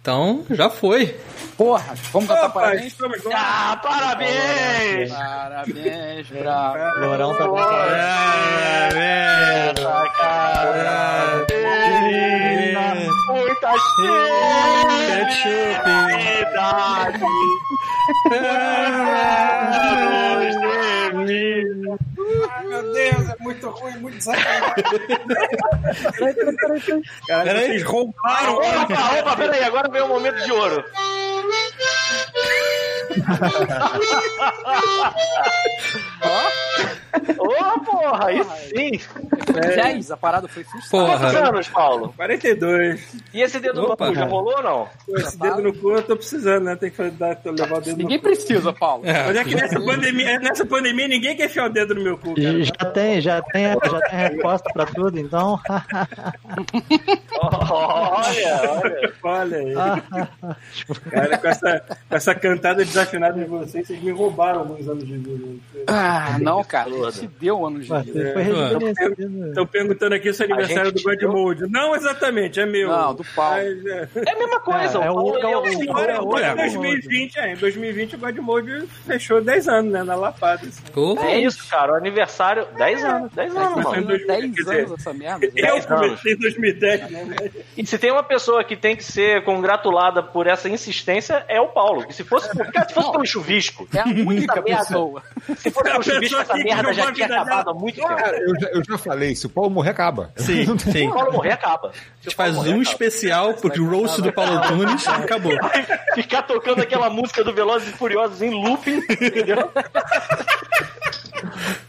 Então, já foi. Porra, vamos cantar parabéns? estamos lá. Ah, parabéns! Parabéns pra... Lourão um tá bom. Parabéns! Parabéns! Muita felicidade! Anos de vida! Meu Deus, é muito ruim, muito desagradável. Caralho, vocês roubaram. Opa, opa, peraí, agora veio o momento de ouro. Ô, porra, aí sim. 10, é a parada foi frustrada. Quantos Porra. anos, Paulo? 42. E esse dedo Opa, no cu já cara. rolou ou não? Pô, esse dedo no cu eu tô precisando, né? Tem que dar, levar o dedo no Ninguém cu. precisa, Paulo. É, Mas é que nessa pandemia, nessa pandemia ninguém quer enfiar o dedo no meu cu, cara. Já tem, já tem, já tem resposta pra tudo, então. Olha, olha. Olha aí. Cara, com essa, com essa cantada desafinada de vocês, vocês me roubaram alguns anos de vida. Ah, não, cara, a gente deu anos de vida. Você foi rejuvenescido. Estão perguntando aqui se é aniversário do gente Bad deu- Mode. Não exatamente, é meu. Não, do Paulo. Mas, é. É a mesma coisa. É, é o Paulo, o- ele é é o- um senhor. Agora, Olha, em 2020, é, em 2020 o Bad Mode fechou 10 anos, né? Na lapada. assim. Pô, É isso, cara. O aniversário. 10 anos, 10 anos, Mas foi em mano. 2000, 10 quer dizer, anos essa merda. gente. Eu Dez anos. comecei em 2010, né? E se tem uma pessoa que tem que ser congratulada por essa insistência, é o Paulo. E se fosse, por- cara, se fosse pelo chuvisco, É a única merda. pessoa. se fosse É a pelo chuvisco, pessoa essa que merda criou já uma tinha vida acabado dela. há muito tempo. Cara, eu já, eu já falei, se o Paulo morrer, acaba. sim, sim. Se o Paulo morrer, acaba. A gente faz um especial pro roast do Paulo Tunes acabou. Ficar tocando aquela música do Velozes e Furiosos em looping, entendeu?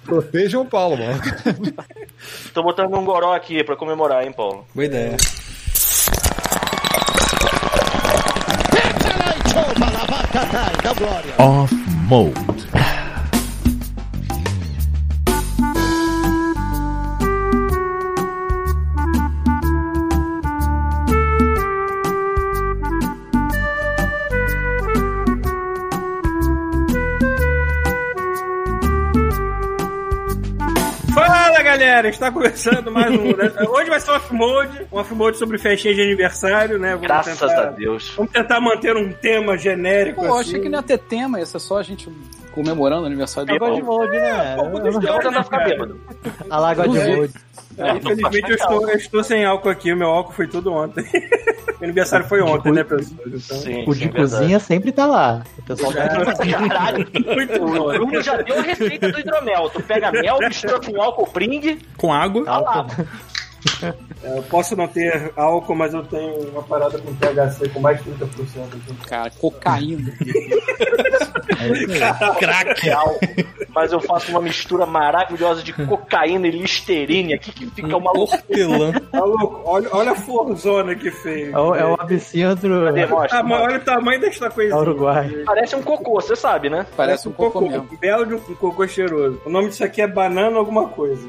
Protejam o Paulo, mano. Tô botando um goró aqui pra comemorar, hein, Paulo? Boa ideia. Off Mode. Fala galera, está começando mais um. Hoje vai ser um off-mode, um off-mode sobre festinha de aniversário, né? Vamos Graças tentar- a Deus. Vamos tentar manter um tema genérico. Pô, eu assim. achei que não ia ter tema, ia ser só a gente comemorando o aniversário É, do bom. Paulo. de molde, né? Eu Então vou tentar ficar bêbado. né? A Lagoa de molde. É, infelizmente eu estou, eu estou sem álcool aqui, o meu álcool foi tudo ontem. Meu aniversário foi ontem, né, pessoal? Então, Sim, O sim, é de verdade. cozinha sempre tá lá. O pessoal tá Caralho, muito o bom. Bruno já deu a receita do hidromel. Tu pega mel, mistura com álcool pring, Com água. tá lá. É, Eu posso não ter álcool, mas eu tenho uma parada com THC com mais de 30%. Cara, cocaína. Crack. real, mas eu faço uma mistura maravilhosa de cocaína e listerine aqui que fica uma loucura. Hortelã. Tá louco? Olha, olha a forzona que feio. É o, é o É absinto Ah, mas Demonstra. olha o tamanho desta da coisinha. Uruguai. Parece um cocô, você sabe, né? Parece um cocô mesmo. Um belo de um cocô cheiroso. O nome disso aqui é banana alguma coisa.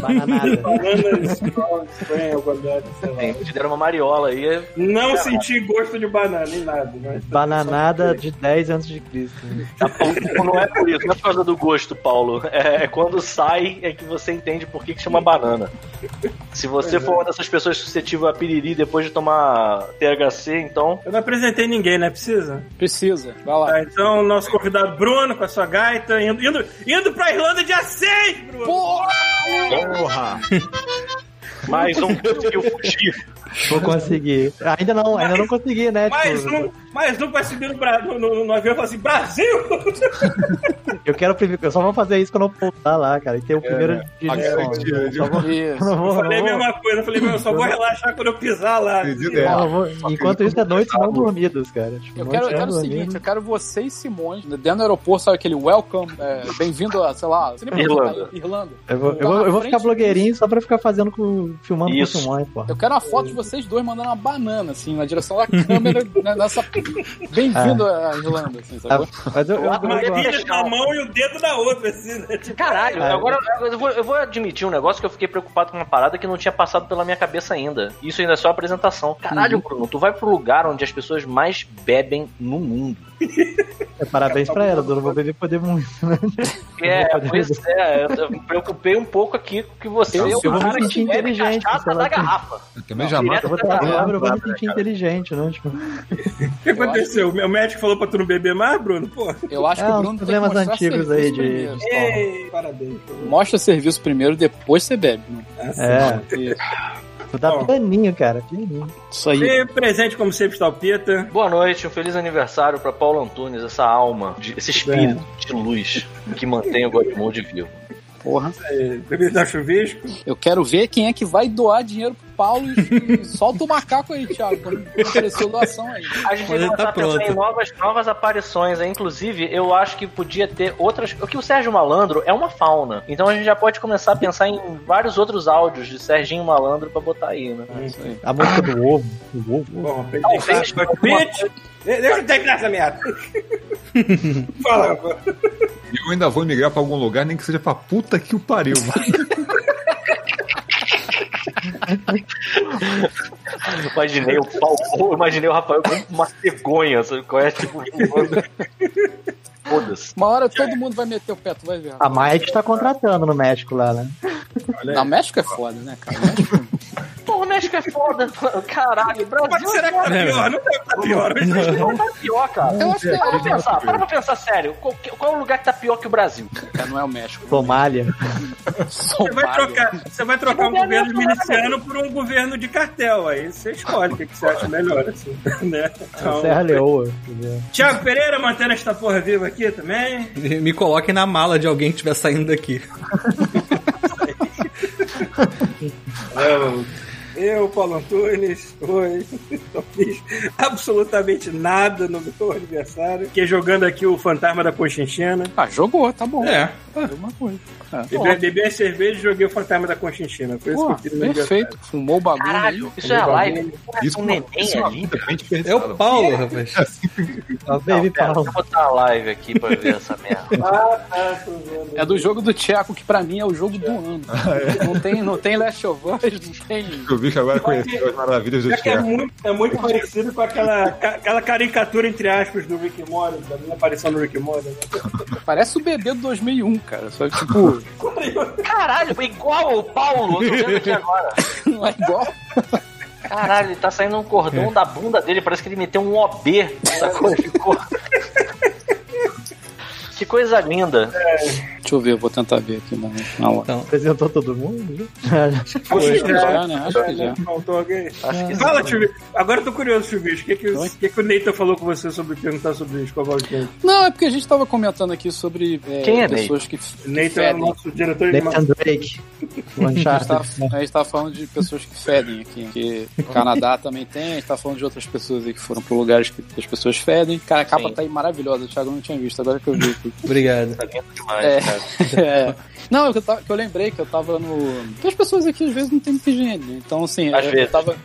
Bananada. Banana Sprout, Spring, alguma merda, sei lá. Te deram uma mariola aí. é- Não senti gosto de banana em nada. né? Então, Mas Bananada de 10 antes de Cristo. né? Não é por isso, não é por causa do gosto, Paulo. É, é quando sai é que você entende por que, que chama banana. Se você for uma dessas pessoas suscetível a piriri depois de tomar THC, então. Eu não apresentei ninguém, né? Precisa? Precisa, vai lá. Tá, então, nosso convidado Bruno com a sua gaita, indo, indo, indo pra Irlanda dia 6, Bruno! Porra! Mais um conseguiu fugir. Vou conseguir. Ainda não, ainda não consegui, né? mais tipo, um, mais um vai subir no, Bra- no, no, no avião e falar assim, Brasil! Eu quero primeiro. Eu só vou fazer isso quando eu voltar lá, cara. E ter o primeiro dia de Aquele folga. dia de- Só vou- Isso. não Eu vou- falei a não vou- mesma coisa, eu falei, meu, eu só vou relaxar quando eu pisar lá. Entendi, né? não, eu vou- Enquanto isso, é noites não dormidas, cara. Tipo, Eu quero, eu noites quero não o seguinte, dormidas. eu quero você e Simões, dentro do aeroporto, sabe aquele welcome, é, bem-vindo a, sei lá, você lembra onde Irlanda. tá aí? Irlanda. Eu vou, eu vou- eu vou ficar blogueirinho só pra ficar fazendo com. filmando Isso. com o Simões, pô. Eu quero uma foto de vocês dois mandando uma banana, assim, na direção da câmera, né, nessa... Bem-vindo Ah. à Irlanda, assim, sacou? Mas eu, eu, eu, Lá, Uma mas- eu- pilha na mão e o dedo na outra, assim, né? Tipo, Caralho, Cara. agora eu vou, eu vou admitir um negócio que eu fiquei preocupado com uma parada que não tinha passado pela minha cabeça ainda. Uhum. Isso ainda é só apresentação. Caralho, Bruno, tu vai pro lugar onde as pessoas mais bebem no mundo. É, parabéns pra ela, dona. Vou beber poder muito, né? É, Não vou poder pois é, eu- eu me preocupei um pouco aqui com que você Eu- é eu o vou me cara que sentir bebe inteligente, cachaça sei lá, da que- garrafa. Eu Também já mata. Eu vou estar eu vou me sentir inteligente, né? Tipo, O que aconteceu? Meu médico falou pra tu não beber mais, Bruno? Pô. Eu acho que É, o Bruno uns tem que problemas mostrar antigos serviço aí de- primeiro, Paulo. Ei, parabéns. Mostra serviço primeiro, depois você bebe. né, é, Isso. vou dar Ó. pianinho, cara, pianinho. Isso aí. E presente, como sempre, está o Pita. Boa noite, um feliz aniversário pra Paulo Antunes, essa alma, de- É. esse espírito de luz que mantém o Godmode vivo. Porra. É, Bebida da chuvisco. Eu quero ver quem é que vai doar dinheiro pro Paulo e e solta o macaco aí, Thiago. Quando ofereceu doação aí. A Mas gente tem que ele começar tá a pensar pronto. em novas, novas aparições. hein? Inclusive, eu acho que podia ter outras. O que o Sérgio Malandro é uma fauna. Então a gente já pode começar a pensar em vários outros áudios de Serginho Malandro pra botar aí, né? A música do ovo, o ovo. Bom, presente para o Pita. De- Deixa eu terminar essa merda. Fala, rapaz. E eu ainda vou migrar pra algum lugar, nem que seja pra puta que o pariu. Eu Imaginei o Falcão, eu imaginei o Rafael com uma cegonha, sabe? qual é? Tipo, voando. Foda-se. Uma hora todo mundo vai meter o pé, tu vai ver. A Mike tá contratando no México lá, né? Na México é foda, né, cara? México- Pô, o México é foda. Caralho, Mas Brasil será que tá pior? Não deve estar pior. é não tá pior, cara. Eu acho que é, Para pra pensar, para pra pensar sério. Qual, que- qual é o lugar que tá pior que o Brasil? cara, não é o México. Somália. Você vai trocar, você vai trocar um Não, governo não, não, não. miliciano por um governo de cartel. Aí você escolhe o que, que você acha melhor, assim, né? Então, Serra Leoa. entendeu? Thiago Pereira mantendo esta porra viva aqui também. Me coloquem na mala de alguém que estiver saindo daqui. Eu, Paulo Antunes, oi. Não fiz absolutamente nada no meu aniversário. Fiquei jogando aqui o Fantasma da Conchinchina. Ah, jogou, tá bom. É. Alguma coisa. É. Bebi, bebi a cerveja e joguei o Fantasma da Conchinchina. Foi Pô, isso que eu fiz no meu perfeito. Fumou o bagulho. Caralho, aí. isso é a live. tá Porra, Isso, um uma- neném isso é uma ali. puta bem É o desperdiçada. Paulo, rapaz. Ó, Não, Baby pera, Paulo. deixa eu botar a live aqui pra ver essa merda. É do jogo do Tcheco, que pra mim é o jogo do ano. É. Não tem, não tem Last of Us, não tem. Eu vi que agora conheceu as maravilhas do Já que é Tcheco. muito, é muito parecido com aquela, ca- aquela caricatura, entre aspas, do Rick Morty, da minha aparição no Rick Morty. Né? Parece o bebê do 2001, cara. Só que, tipo, Caralho, foi igual o Paulo, eu tô vendo aqui agora. não é igual. Caralho, ele tá saindo um cordão da bunda dele, parece que ele meteu um OB. Sacou? Ficou. Que coisa linda. Deixa eu ver, eu vou tentar ver aqui na, na hora. Então, Apresentou todo mundo? Acho que já, né? Acho que já. Faltou alguém. Acho que isso- Fala, Chuvisco. Agora eu tô curioso, Chuvisco. O que, que, o que, que o Neita falou com você sobre perguntar sobre escovar os dentes? Não, é porque a gente tava comentando aqui sobre é, Quem é pessoas que, que Neita é o fedem. nosso diretor de Nathan Drake. A gente, Manchado. tava, a gente tava falando de pessoas que fedem aqui, que Uhum. o Canadá também tem, a gente tá falando de outras pessoas aí que foram pra lugares que as pessoas fedem. Cara, a capa Sim. tá aí maravilhosa, o Thiago não tinha visto, agora que eu vi aqui. Obrigado. demais, É. cara. assim, É. Não, é que eu, tava- que eu lembrei que eu tava no. Porque as pessoas aqui às vezes não têm muita higiene. né? Então, assim, Às eu, eu vezes. tava.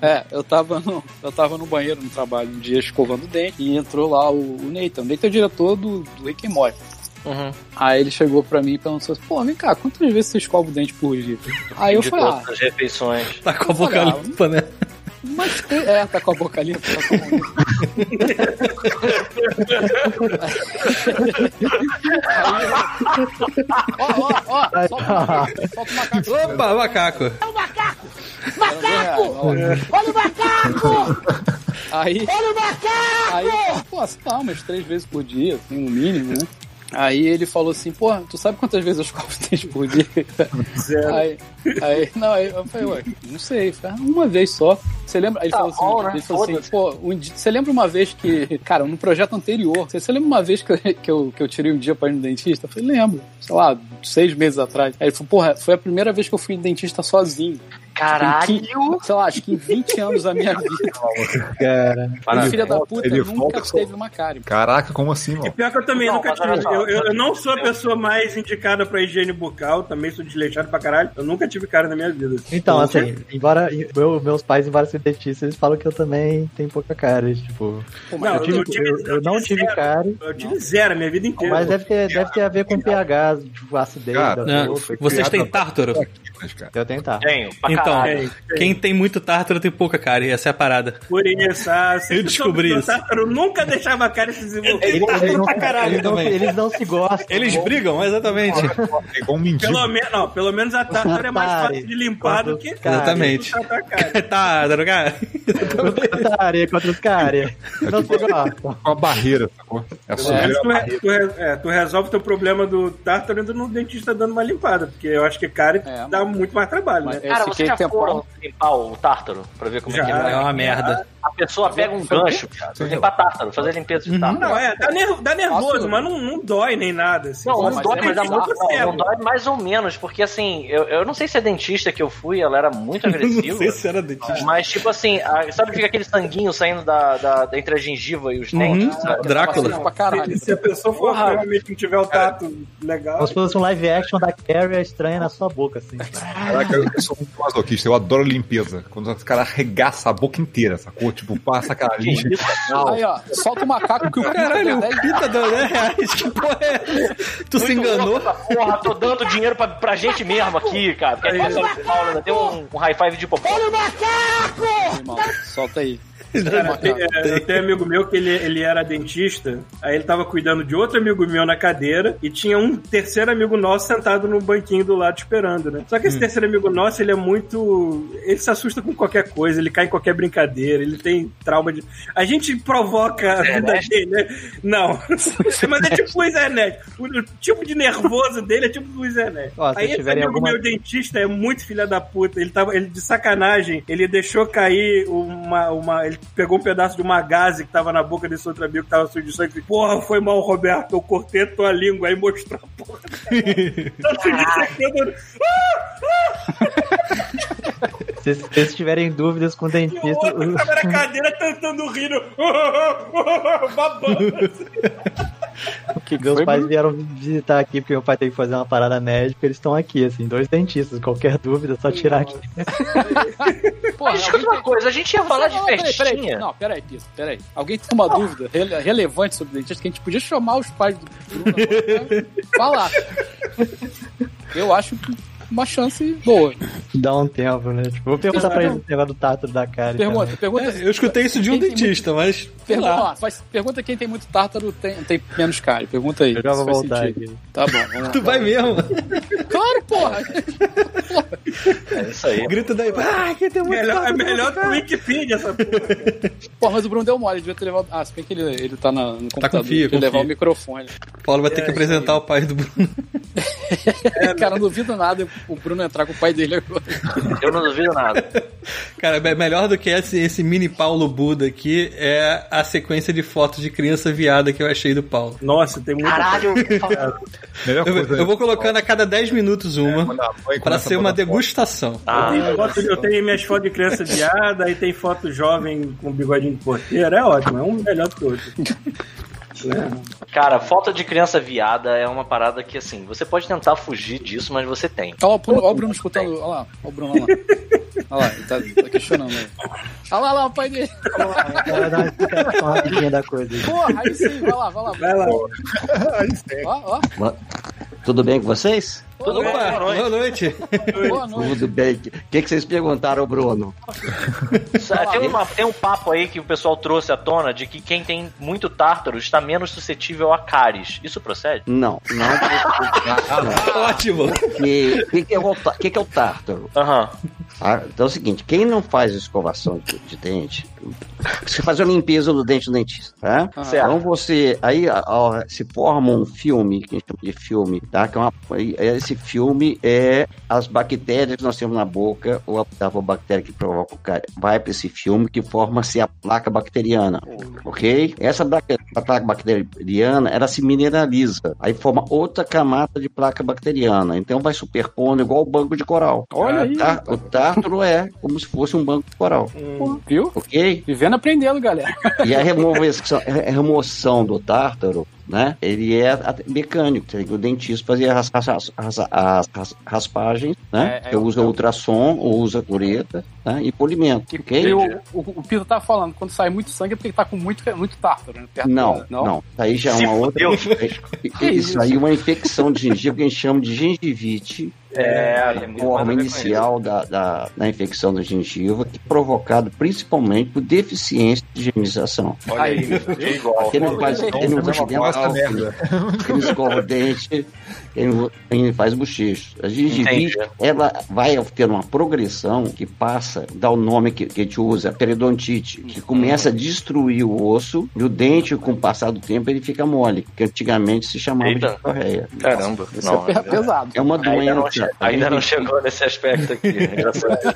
É, eu tava, no, eu tava no banheiro no trabalho um dia escovando o dente e entrou lá o, o Nathan. O Nathan é o diretor do, do Rick and Morty. Uhum. Aí ele chegou pra mim e perguntou assim: pô, vem cá, quantas vezes você escova o dente por dia? Aí eu De falei: ah, todas as refeições. Tá com a boca Olha, limpa, né? Mas tem- É, tá com a boca limpa. Tá com a boca limpa. ó, ó, ó, solta o macaco, solta o macaco. Opa, macaco. Macaco! Olha o macaco! Aí. Olha o macaco! Aí, pô, sei lá, umas três vezes por dia, assim, no mínimo, né? Aí ele falou assim, pô, tu sabe quantas vezes eu escovo o dente por dia? Zero. Aí, aí, não, aí eu falei, ué, não sei, Falei, ah, uma vez só. Você lembra? Aí ele Tá falou assim, bom, né? ele falou assim Foda-se. pô, um dia- você lembra uma vez que, cara, no projeto anterior, você, você lembra uma vez que, eu- que, eu, que eu tirei um dia pra ir no dentista? Eu falei, lembro, sei lá, seis meses atrás. Aí ele falou, porra, foi a primeira vez que eu fui no dentista sozinho. Em Caralho. 15, sei lá, acho que em 20 anos da minha vida. Cara, O filho da volta- puta ele nunca volta com- teve uma cárie. Caraca, como assim, mano? Pior que eu também Não, nunca mas é. tive. olha só. Eu, eu- eu não sou a pessoa mais indicada pra higiene bucal, também sou desleixado pra caralho. Eu nunca tive cara na minha vida. então, assim, embora meu- meus pais, embora sejam dentistas, eles falam que eu também tenho pouca cara. Tipo, Pô, mas Não, eu, tive- eu tive- eu- eu eu não tive tive zero. cara, Eu tive zero a minha vida inteira. mas é- deve ter, deve ter a ver com pH, tipo, acidez. Cara, da- Né? Eu fui Vocês criado têm na- tártaro? Mas, cara, Eu tenho, tá. Tenho, pra Então então. é, Tem, Quem tem muito tártaro tem pouca cara, e essa é a parada. Por isso, ah, se Eu tu descobri soube que isso. O Tártaro nunca deixava a cara se desenvolver. é um é um Eles, eles não, pra caralho eles, não, também. eles não se gostam. Eles brigam, exatamente. É igual um mendigo. Pelo, menos, não, pelo menos a Tártaro é mais fácil de limpar do que cara. Exatamente. Tu tá com a cara. Tártaro, cara. tá. Outra área contra os caras. Não se gostam. Com a barreira, sacou? É a sujeira. Tu, re- tu re- é, tu resolve teu problema do tártaro indo no dentista dando uma limpada, porque eu acho que cara É. dá muito mais trabalho, Mas- né? Eu Cara, fiquei você já tempão- foram limpar o tártaro pra ver como é que Já. É é? uma merda. A pessoa pega um gancho, cara, limpar tártaro, fazer limpeza Uhum. de tártaro. Não, é, dá, nervo- dá nervoso, Nossa, mas não, não dói nem nada. assim. Não, Só não, se mas dói, tu é mas dá mexer, muito, tu não, sente. não dói mais ou menos, porque assim, eu, eu não sei se a dentista que eu fui, ela era muito agressiva. Não sei se era dentista. Mas, tipo assim, a- sabe que fica aquele sanguinho saindo da, da- entre a gengiva e os dentes? Uhum, sabe? Drácula. Pra caralho. Se, se a pessoa for realmente não tiver o tato legal, Como se fosse um live action da Carrie estranha na sua boca, assim. Caraca, eu sou muito masoquista, eu adoro limpeza. Quando os caras arregaçam a boca inteira, sacou? Tipo, passa aquela lixa. Aí, ó, solta o macaco que o é Caralho, Caralho. o Pita deu 10 reais. Que porra é essa? Tu se Muito enganou? louco essa Porra, tô dando dinheiro pra, pra gente mesmo aqui, cara. Porque aqui é só São Paulo, ainda tem um, um high five de popó. Solta aí. Cara, tem- é, eu tenho um amigo meu que ele, ele era dentista, aí ele tava cuidando de outro amigo meu na cadeira e tinha um terceiro amigo nosso sentado no banquinho do lado esperando, né? Só que esse terceiro amigo nosso, ele é muito. Ele se assusta com qualquer coisa, ele cai em qualquer brincadeira, ele tem trauma de. A gente provoca a vida dele, né? Não. Mas é tipo o Zernet. O o tipo de nervoso dele é tipo o Zernet. Ó, se Aí esse tiverem amigo alguma- meu dentista é muito filha da puta. Ele tava, ele de sacanagem, ele deixou cair uma, uma, ele pegou um pedaço de uma gaze que tava na boca desse outro amigo que tava sujo de sangue. Ele, Porra, foi mal, Roberto, eu cortei tua língua aí mostrou a porra. Tanto de secando. Se se vocês tiverem dúvidas com o E o dentista. outro tava na cadeira tentando rir, Oh, babando. que meus Foi pais bom. vieram visitar aqui, porque meu pai tem que fazer uma parada médica, eles estão aqui, assim, dois dentistas, qualquer dúvida, é só tirar aqui. Porra, Mas escuta uma coisa, a gente ia falar de festinha. Não, peraí, Pisa, peraí. Alguém tem uma dúvida rele- relevante sobre dentista que a gente podia chamar os pais do Bruno agora pra falar. Eu acho que uma chance boa. Dá um tempo, né? Tipo, vou perguntar pra eles o negócio do tártaro da cara. Pergunta, pergunta. Eu escutei isso de um Quem tem muito- dentista, mas. Sei Pergunta, lá. ó, faz- pergunta quem tem muito tártaro tem, tem menos cara. Pergunta aí. Eu já vou se faz voltar sentido. aqui. Tá bom, vamos lá. Tu vai mesmo. Claro, porra! É isso aí. Grita daí. Ah, que tem muito Melhor, é tártaro. melhor que o Wikipedia essa porra. Porra, mas o Bruno deu mole, devia ter levado. Ah, se bem que ele, ele tá na, no computador. com fio, devia com levar fio. o microfone. Paulo vai ter que apresentar o pai do Bruno. Cara, não duvido nada o Bruno entrar com o pai dele agora. Eu não duvido nada. Cara, me- melhor do que esse, esse mini Paulo Buda aqui é a sequência de fotos de criança viada que eu achei do Paulo. Nossa, tem muito. Caralho, Melhor Eu, coisa. eu vou colocando a cada 10 minutos É, uma. Quando a mãe Pra começa a ser uma botar foto. degustação. Ah, Tem foto- eu tenho minhas fotos de criança viada, aí tem foto jovem com bigodinho de porteiro. É ótimo, é um melhor que o outro. cara, falta de criança viada é uma parada que, assim, você pode tentar fugir disso, mas você tem. Olha Tá, o Bruno, olha o Bruno escutando. Olha lá, olha o Bruno, olha lá. Olha lá, ele tá, tá questionando. aí. Olha lá, olha lá, o pai dele. Vai dar uma explicação rapidinha da coisa. Porra, aí sim, vai lá, vai lá. Vai lá. Ó, ó. Tudo bem com vocês? Tudo Opa, bom? boa noite. Boa noite. Tudo bem. O que, que vocês perguntaram, Bruno? Tem, uma- tem um papo aí que o pessoal trouxe à tona de que quem tem muito tártaro está menos suscetível a cáries. Isso procede? Não, é não. Tá Ótimo. O que, que, que é o tá- que, que é o tártaro? Aham. Ah, então é o seguinte: quem não faz escovação de, de dente, você faz a limpeza do dente do dentista, tá? Ah, Certo. Então você. Aí a- a- se forma um filme, que a gente chama de filme, tá? Que é uma, e- esse filme é as bactérias que nós temos na boca, ou a, a bactéria que provoca o cara, vai para esse filme que forma-se a placa bacteriana. Ok? Essa placa, a placa bacteriana, ela se mineraliza. Aí forma outra camada de placa bacteriana. Então vai superpondo igual o banco de coral. Olha aí. Tá? O tártaro é como se fosse um banco de coral. Porra, Viu? Ok? Vivendo aprendendo, galera. E a remoção, a remoção do tártaro, né? Ele é a- mecânico. Tem que O dentista fazia as, as, as, as- as raspagens, né? É, é Eu um- uso ultrassom, ou usa cureta, né? E polimento, ok? E o, o, o Pisa tá falando, quando sai muito sangue é porque ele tá com muito, muito tártaro, né? Perto Não, da- não, Aí já é Se uma outra. fudeu. é Isso aí é uma infecção de gengiva que a gente chama de gengivite. É, tem muito mais a forma ver com inicial da, da, da infecção da gengiva, que é provocado principalmente por deficiência de higienização. Olha aí, igual. Quem não faz, quem não Então, usa faz essa dental, merda. quem não escova o dente, quem, não- quem não faz bochicho. A gengivite, Entendi. ela vai ter uma progressão que passa, dá o nome que, que a gente usa, periodontite, Uhum. que começa a destruir o osso e o dente, com o passar do tempo, ele fica mole, que antigamente se chamava Eita. de correia. Caramba. Isso Não, é é verdade. pesado. É uma ainda não, che- doença. ainda não A gengivite- chegou nesse aspecto aqui. né? engraçado.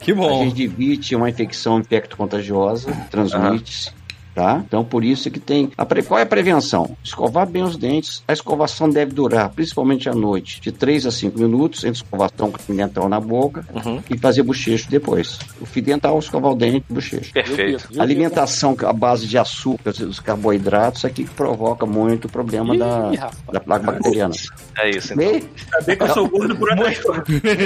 Que A bom. gengivite é uma infecção infecto-contagiosa, transmite-se. Tá? Então, por isso que tem. A pre... Qual é a prevenção? Escovar bem os dentes. A escovação deve durar, principalmente à noite, de 3 a 5 minutos, entre escovação com o fio dental na boca Uhum. e fazer bochecho depois. O fio dental, escovar o dente, bochecho. Perfeito. Viu, Pedro? Alimentação à base de açúcares e dos carboidratos isso aqui que provoca muito o problema Ih, da, rapaz. da placa bacteriana. É isso. então. Bem, Saber que eu sou gordo por atraso.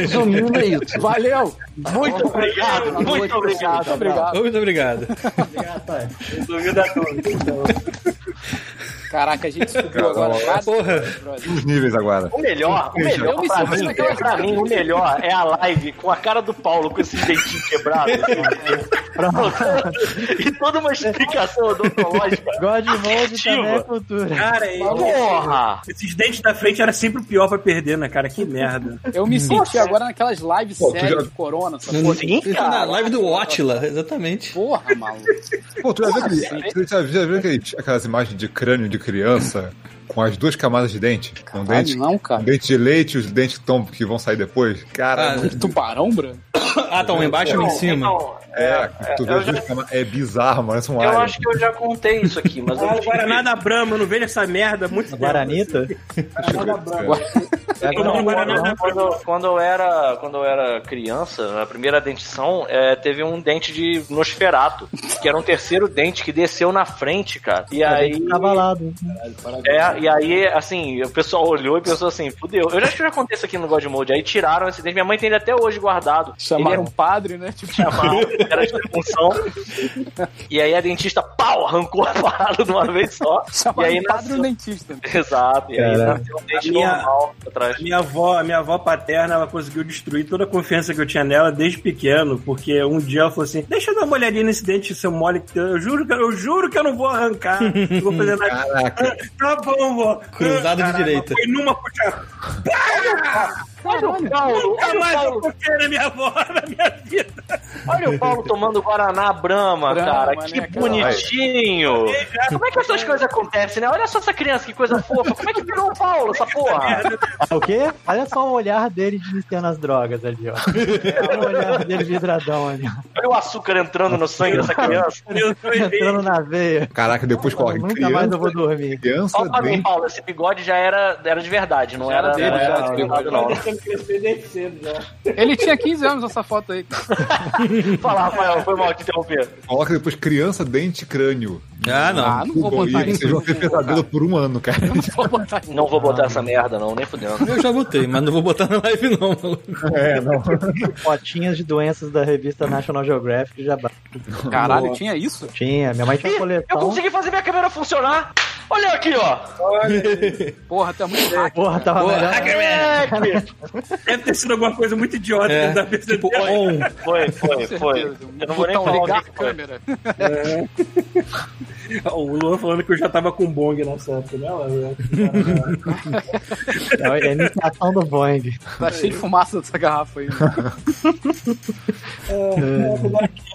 resumindo, é isso. Valeu! Muito obrigado, Boa noite, então. muito obrigado. pessoal. obrigado. Muito obrigado. Tá Resolvido a dúvida. Caraca, a gente subiu agora. Cara, vários porra. níveis, brother. Os níveis agora. O melhor, o Eu melhor me pra senti mim, naquela pra mim, o melhor é a live com a cara do Paulo com esse dentinho quebrado. assim. e toda uma explicação odontológica. God Mode Afetiva. também é cultura. Cara, eu... Porra! esses dentes da frente era sempre o pior pra perder, né, cara? Que merda. Eu me senti agora naquelas lives Pô, tu sérias já- de corona, essa porra. Sim, Isso na cara. live do Watila, exatamente. Porra, maluco. Pô, tu já viu, aquele- tu já já viu aquele- aquelas imagens de crânio de criança com as duas camadas de dente? Com Caralho, dente, não, com cara. dente de leite e os dentes que, tão, que vão sair depois? Cara, Ah, Tubarão, branco? Ah, tá um embaixo ou um em cima? Então, é, tu vê eu as já- duas camadas. É bizarro, mano. É um eu alien. acho que eu já contei isso aqui, mas eu Ah, o fiquei- Guaraná da Brahma, eu não vejo essa merda há muito tempo. Guaranita? É Não, Guaraná, Guaraná. não. quando, quando eu era, quando eu era criança, a primeira dentição é, teve um dente de Nosferato, que era um terceiro dente que desceu na frente, cara. E A aí. gente tá balado. É, e aí, assim, o pessoal olhou e pensou assim, fudeu. Eu já acho que já contei isso aqui no God Mode. Aí tiraram esse dente. Minha mãe tem ele até hoje guardado. Chamaram Ele é um padre, né? Tipo, era mal, era de função. E aí a dentista, pau, arrancou a parada de uma vez só. E chamaram aí um padre nasceu... ou dentista. Exato. E aí Caraca. nasceu um dente A minha- normal atrás. A Minha avó, a minha avó paterna, ela conseguiu destruir toda a confiança que eu tinha nela desde pequeno, porque um dia ela falou assim: deixa eu dar uma olhadinha nesse dente seu mole, que eu juro que eu juro que eu não vou arrancar. Não vou fazer nada. Caraca. Ah, Tá bom, vó. Cruzado de Caraca, direita. Foi numa puxada. Caralho. Paulo, Nunca olha o mais eu Paulo, toquei na minha avó na minha vida. olha o Paulo tomando Guaraná Brahma, Brahma, cara. né, Que cara? bonitinho. Como é que essas coisas acontecem, né? Olha só essa criança, que coisa fofa. Como é que virou o Paulo, essa Ah. porra? Ah, O quê? Olha só o olhar dele de iniciando as drogas ali, ó. Olha o olhar dele vidradão ali, ó. Olha o açúcar entrando no sangue dessa criança. Eu tô Entrando na veia. Caraca, depois coloca Nunca criança. mais eu vou dormir. Criança, Só pra mim, dente. Paulo, esse bigode já era, era de verdade, não era, dele, já, era esse bigode, não. Ele tinha 15 anos essa foto aí. Fala, Rafael, foi mal te interromper. Coloca depois criança, dente e crânio. Ah, Ah, não. não vou Google, botar e isso. vocês vão ter pesadelo por um ano, cara. Vou botar aqui. Não vou botar essa merda, não, nem fudendo. Eu já botei, mas não vou botar na live, não. É, não. Fotinhas de doenças da revista National Geographic já ba- Caralho, tinha isso? tinha. Minha mãe tinha uma Eu coleção. consegui fazer minha câmera funcionar! Olha aqui, ó! Porra, até muito hack. Porra, tava melhor. Moleque! Deve ter sido alguma coisa muito idiota É, dentro da mesa tipo, dela. on. Foi, foi, foi. Eu não vou nem Botão, falar ligar o a que foi. câmera. Tá, O Luan falando que eu já tava com bong nessa época, né? É a iniciação do Boing. Tá cheio de fumaça dessa garrafa aí. né? É,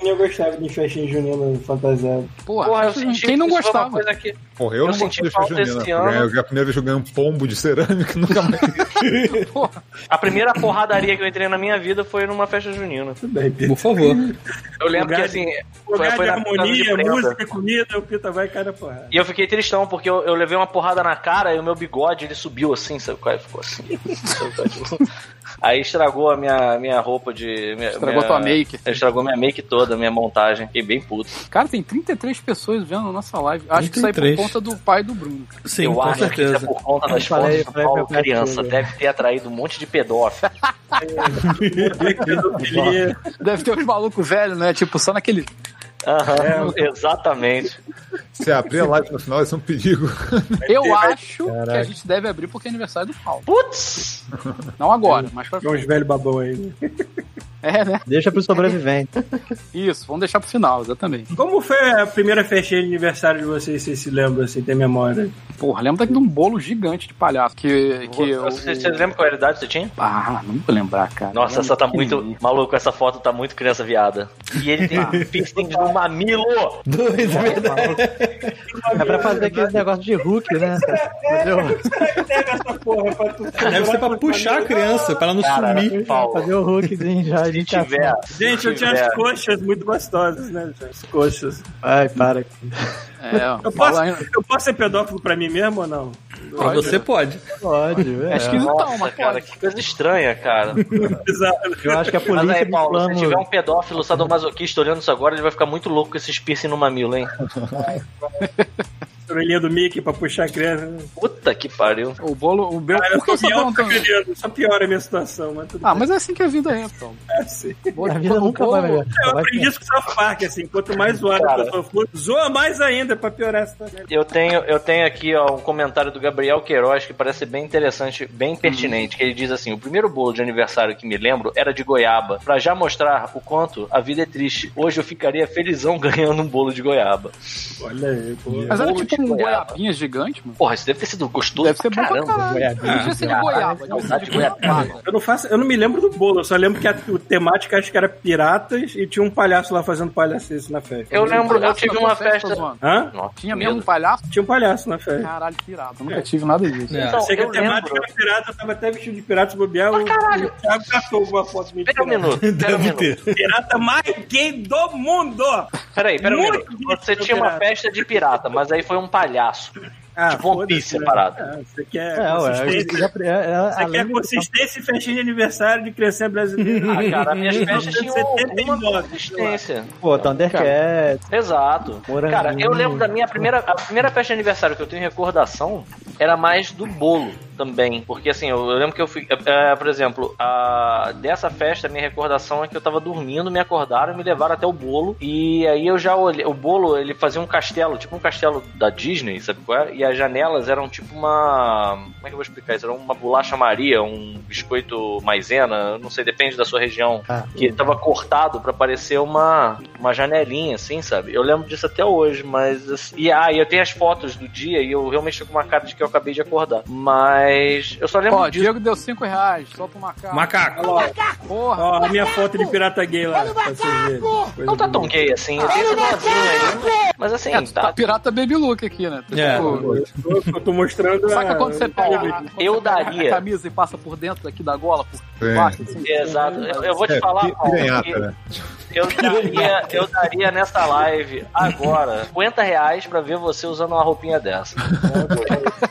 eu gostava de festinha junina fantasiada. Porra, Porra, eu senti quem não isso foi uma gostava? coisa que- Porra, Eu eu, não gosto senti de falta festa junina. esse Eu ano. ganhei- A primeira vez eu ganhei um pombo de cerâmica, nunca mais. A primeira porradaria que eu entrei na minha vida foi numa festa junina. Tudo bem, Pedro. Por favor. Eu lembro que Lugar assim. Lugar de na casa harmonia, prenda. música, comida, o Pita vai e cai na porrada. E eu fiquei tristão, porque eu, eu levei uma porrada na cara e o meu bigode ele subiu assim, sabe? qual é? Ficou assim. Aí estragou a minha, minha roupa de. Minha, Estragou minha- tua make. Estragou minha make toda, minha montagem. Fiquei bem puto. Cara, tem 33 pessoas vendo a nossa live. Acho que isso aí é por 33. conta do pai do Bruno. Sim, eu com acho que isso é certeza. por conta das Falei- fotos do falei Paulo pra minha criança. filha. Deve ter atraído um monte de pedófilo. Pedofilia. É, Deve ter uns malucos velhos, né? Tipo, só naquele. Aham, exatamente. Se abrir a live no final, isso é um perigo. Eu acho que a gente deve abrir porque é aniversário do Paulo. Putz! Não agora, mas pra É uns frente. velhos babão aí. né? É, né? Deixa pro sobrevivente. Isso, vamos deixar pro final, exatamente. Como foi a primeira festinha de aniversário de vocês, vocês se lembram, assim, tem memória? Porra, lembra daquele de um bolo gigante de palhaço que, que eu... Você, você lembra qual era a idade que você tinha? Ah, não vou lembrar, cara. Nossa, Lembra essa tá que- muito. Maluco, essa foto tá muito criança viada. E ele Ah. tem um piercing no mamilo! Dois, é verdade. É pra fazer aquele negócio de Hulk, né? Fazer Pega essa porra pra tu. Deve ser pra puxar a criança, pra ela não Cara, sumir. o, Paulo, fazer o Hulkzinho já. se tiver. Gente, se eu tinha tiver- as coxas muito gostosas, né? gente? As coxas. Ai, para. É, Paulo Eu posso, ainda- eu posso ser pedófilo pra mim mesmo ou não? Pra você pode. Pode, É é. esquisitão, Nossa, mas cara, pode. que coisa estranha, cara. Exato. é. Eu acho que a Mas polícia aí, do Paulo, plano- se tiver um pedófilo sadomasoquista olhando isso agora, ele vai ficar muito louco com esses piercing no mamilo, hein? Estrelinha do Mickey pra puxar a criança. né? Puta que pariu. O bolo... O bolo... Ah, eu Por que tô você tá pior, perguntando? querendo. Só piora a minha situação, mas tudo Ah, mas é assim que a vida é, Paulo. bem. Assim. A é vida um um nunca vai melhorar. Eu Vai aprendi isso com o South Park, assim. Quanto mais zoado a Cara. pessoa for, zoa mais ainda pra piorar essa situação. Eu tenho, eu tenho aqui ó, um comentário do Gabriel Queiroz que parece bem interessante, bem pertinente, que ele diz assim: o primeiro bolo de aniversário que me lembro era de goiaba, Pra já mostrar o quanto a vida é triste. Hoje eu ficaria felizão ganhando um bolo de goiaba. Olha aí, pô. Mas era Bolo de tipo um goiaba. goiabinha gigante, mano. Porra, isso deve ter sido gostoso Deve ser bom pra pra caramba. caralho. Não devia ser de goiaba, devia ser de goiabada. Eu não, faço, eu não me lembro do bolo, eu só lembro que a, o temática acho que era piratas e tinha um palhaço lá fazendo palhaço na festa. Eu lembro, eu Palhaço tive na uma tua festa, festa. Zoando. Hã? Nossa, Tinha que mesmo um medo. palhaço? Tinha um palhaço na festa. Caralho, que irado. Eu Nunca tive nada disso. É. Então, Sei que eu a temática lembro. era pirata, eu tava até vestido de pirata se bobear. o- o Thiago catou alguma foto minha de Pera um pirata. minuto, pera um Deve minuto. ter. Pirata mais gay do mundo! Peraí, pera um Muito minuto. difícil, Você tinha uma pirata. festa de pirata, mas aí foi um palhaço. Ah, Tipo One foda-se, Piece né? separado. Ah, Você quer É, ué, consistência? já- é, é, Você além quer de- consistência e festinha de aniversário de criança brasileira? Ah, cara, minhas festas tinham 1979, alguma consistência. Pô, Thundercat. Exato. Moranguinho. Cara, eu lembro da minha primeira. A primeira festa de aniversário que eu tenho recordação era mais do bolo também. Porque assim, eu, eu lembro que eu fui. é, é, por exemplo, a, dessa festa, a minha recordação é que eu tava dormindo, me acordaram, me levaram até o bolo. E aí eu já olhei. O bolo, ele fazia um castelo, tipo um castelo da Disney, sabe qual é? E as janelas eram tipo uma. Como é que eu vou explicar isso? Era uma bolacha Maria, um biscoito maisena, eu não sei, depende da sua região Ah, que tava cortado pra parecer uma, uma janelinha, assim, sabe? Eu lembro disso até hoje, mas. assim- e ah, e eu tenho as fotos do dia e eu realmente tô com uma cara de que eu acabei de acordar. Mas eu só lembro Ó, disso. Diego deu 5 reais, só pro macaco. Macaco. Porra. Ó, a minha foto de pirata gay lá. pra vocês verem. Coisa Não tá bonita. tão gay assim, eu tenho esse nozinho aí. Mas assim, É, tu tá tá. pirata baby look aqui, né? Tu, É. tipo, Eu tô- Eu tô mostrando. saca a- quando você pega a, quando Eu você pega a daria. camisa e passa por dentro aqui da gola, por É. baixo, assim? Exato. Eu, eu vou te falar, pi- Paulo, É, piranhata, que né? eu daria, eu daria nessa live agora 50 reais pra ver você usando uma roupinha dessa.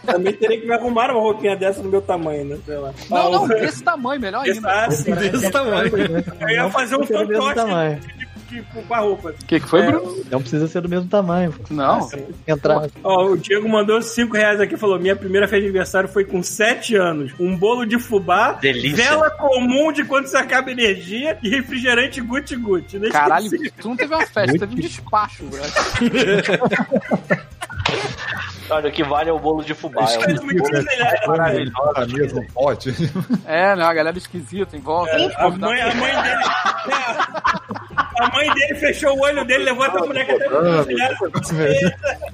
Também teria que me arrumar uma roupinha dessa do meu tamanho, né? Sei lá. Não, não, Ah, o- desse tamanho, melhor ainda. tá- Ah, sim. Desse tamanho. né? Eu ia fazer um Não precisa ser do mesmo fantoche tamanho. de- de- com a roupa. O que, que foi, É, Bruno? Não precisa ser do mesmo tamanho. pô. Não. Entrar. Ó, o Diego mandou 5 reais aqui e falou: Minha primeira festa de aniversário foi com 7 anos. Um bolo de fubá, Delícia. vela comum de quando se acaba energia e refrigerante guti-guti. Não esqueci. Caralho, tu não teve uma festa, teve um despacho, né? bro. Olha, o que vale é o bolo de fubá. É Coisa um muito bolo desenhada, né? maravilhoso. A mesa, um pote. É, né? Uma galera esquisita em volta. né, A convidado. mãe, a mãe dele. é, A mãe dele fechou o olho dele, levou essa boneca até o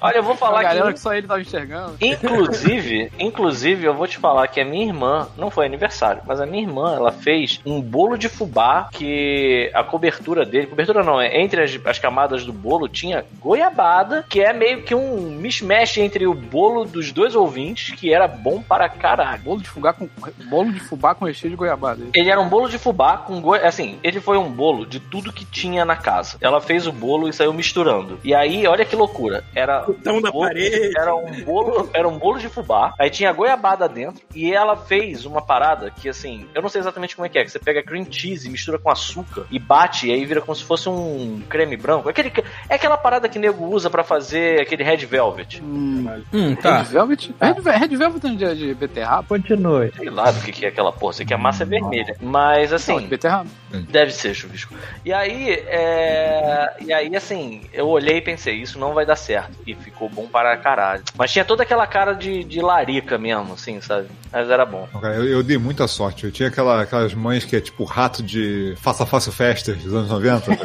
Olha, eu vou Uma falar que galera que só ele tava enxergando. Inclusive, inclusive, eu vou te falar que a minha irmã, não foi aniversário, mas a minha irmã, ela fez um bolo de fubá que a cobertura dele, cobertura não, é entre as, as camadas do bolo tinha goiabada, que é meio que um mismatch entre o bolo dos dois ouvintes, que era bom para caralho. Ah, Bolo de fubá com, bolo de fubá com recheio de goiabada. Ele era um bolo de fubá com goi... Assim, ele foi um bolo de tudo que tinha na casa. Ela fez o bolo e saiu misturando. E aí, olha que loucura. era Putão da bolo- parede. Era um bolo, era um bolo de fubá. Aí tinha goiabada dentro e ela fez uma parada que assim, eu não sei exatamente como é que é, que você pega cream cheese, mistura com açúcar e bate e aí vira como se fosse um creme branco. Aquele é aquela parada que nego usa pra fazer aquele red velvet. Hum, Hum, Red tá. Velvet? Red, Ve- Red Velvet é de, de beterraba? Continue. Sei lá do que que é aquela porra, sei que a massa é vermelha, mas Não, de assim, beterraba. Deve ser, chuvisco. E aí, é... e aí, assim, eu olhei e pensei, isso não vai dar certo. E ficou bom para caralho. Mas tinha toda aquela cara de, de larica mesmo, assim, sabe? Mas era bom. Não, cara, eu, eu dei muita sorte. Eu tinha aquela- aquelas mães que é tipo rato de Faça Fácil Festas dos anos 90.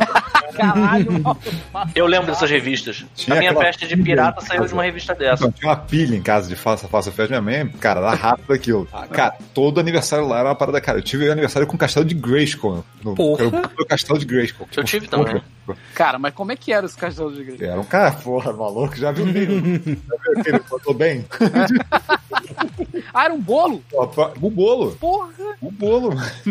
Caralho, mal. Eu lembro dessas revistas. Tinha a minha aquela- festa de pirata saiu de uma revista dessa. Então, tinha uma pilha em casa de Faça Fácil Festas. Minha mãe, cara, era rápido aquilo. Ah, Cara, todo aniversário lá era uma parada, cara. Eu tive aniversário com o castelo de Grayskull. né? No, Porra. Era o primeiro castelo de Grayskull. Eu tive também. Cara, mas como é que era esse castelo de igreja? Era um cara, porra, maluco, já viu bem. já viu aquele, tô bem. Ah, era um bolo? Pô, pô, O bolo, Porra! o bolo.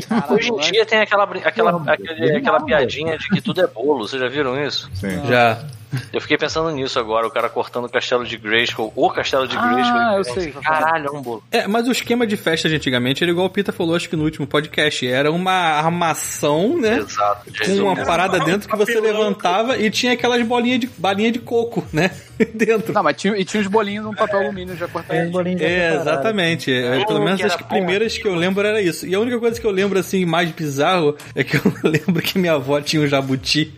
Caralho, né? Hoje em mas- dia tem aquela, brin- aquela, Não, aquele- não, aquela não, piadinha de que tudo é bolo. Vocês já viram isso? Sim. Já. Eu fiquei pensando nisso agora, o cara cortando o castelo de Grayskull, o castelo de Ah, Grayskull. eu Então, sei. Caralho, é um bolo. É, mas o esquema de festa de antigamente era igual o Pita falou, acho que no último podcast. Era uma armação, né? Exato. Com Jesus. uma parada dentro que você levantava e tinha aquelas bolinhas de balinha de coco, né? Dentro. Não, mas tinha, e tinha uns bolinhos no papel alumínio já Tem um cortado. bolinho já É, preparado. exatamente. É, Como pelo menos que era né? as que- bom primeiras que eu lembro era isso. E a única coisa que eu lembro, assim, mais bizarro, é que eu lembro que minha avó tinha um jabuti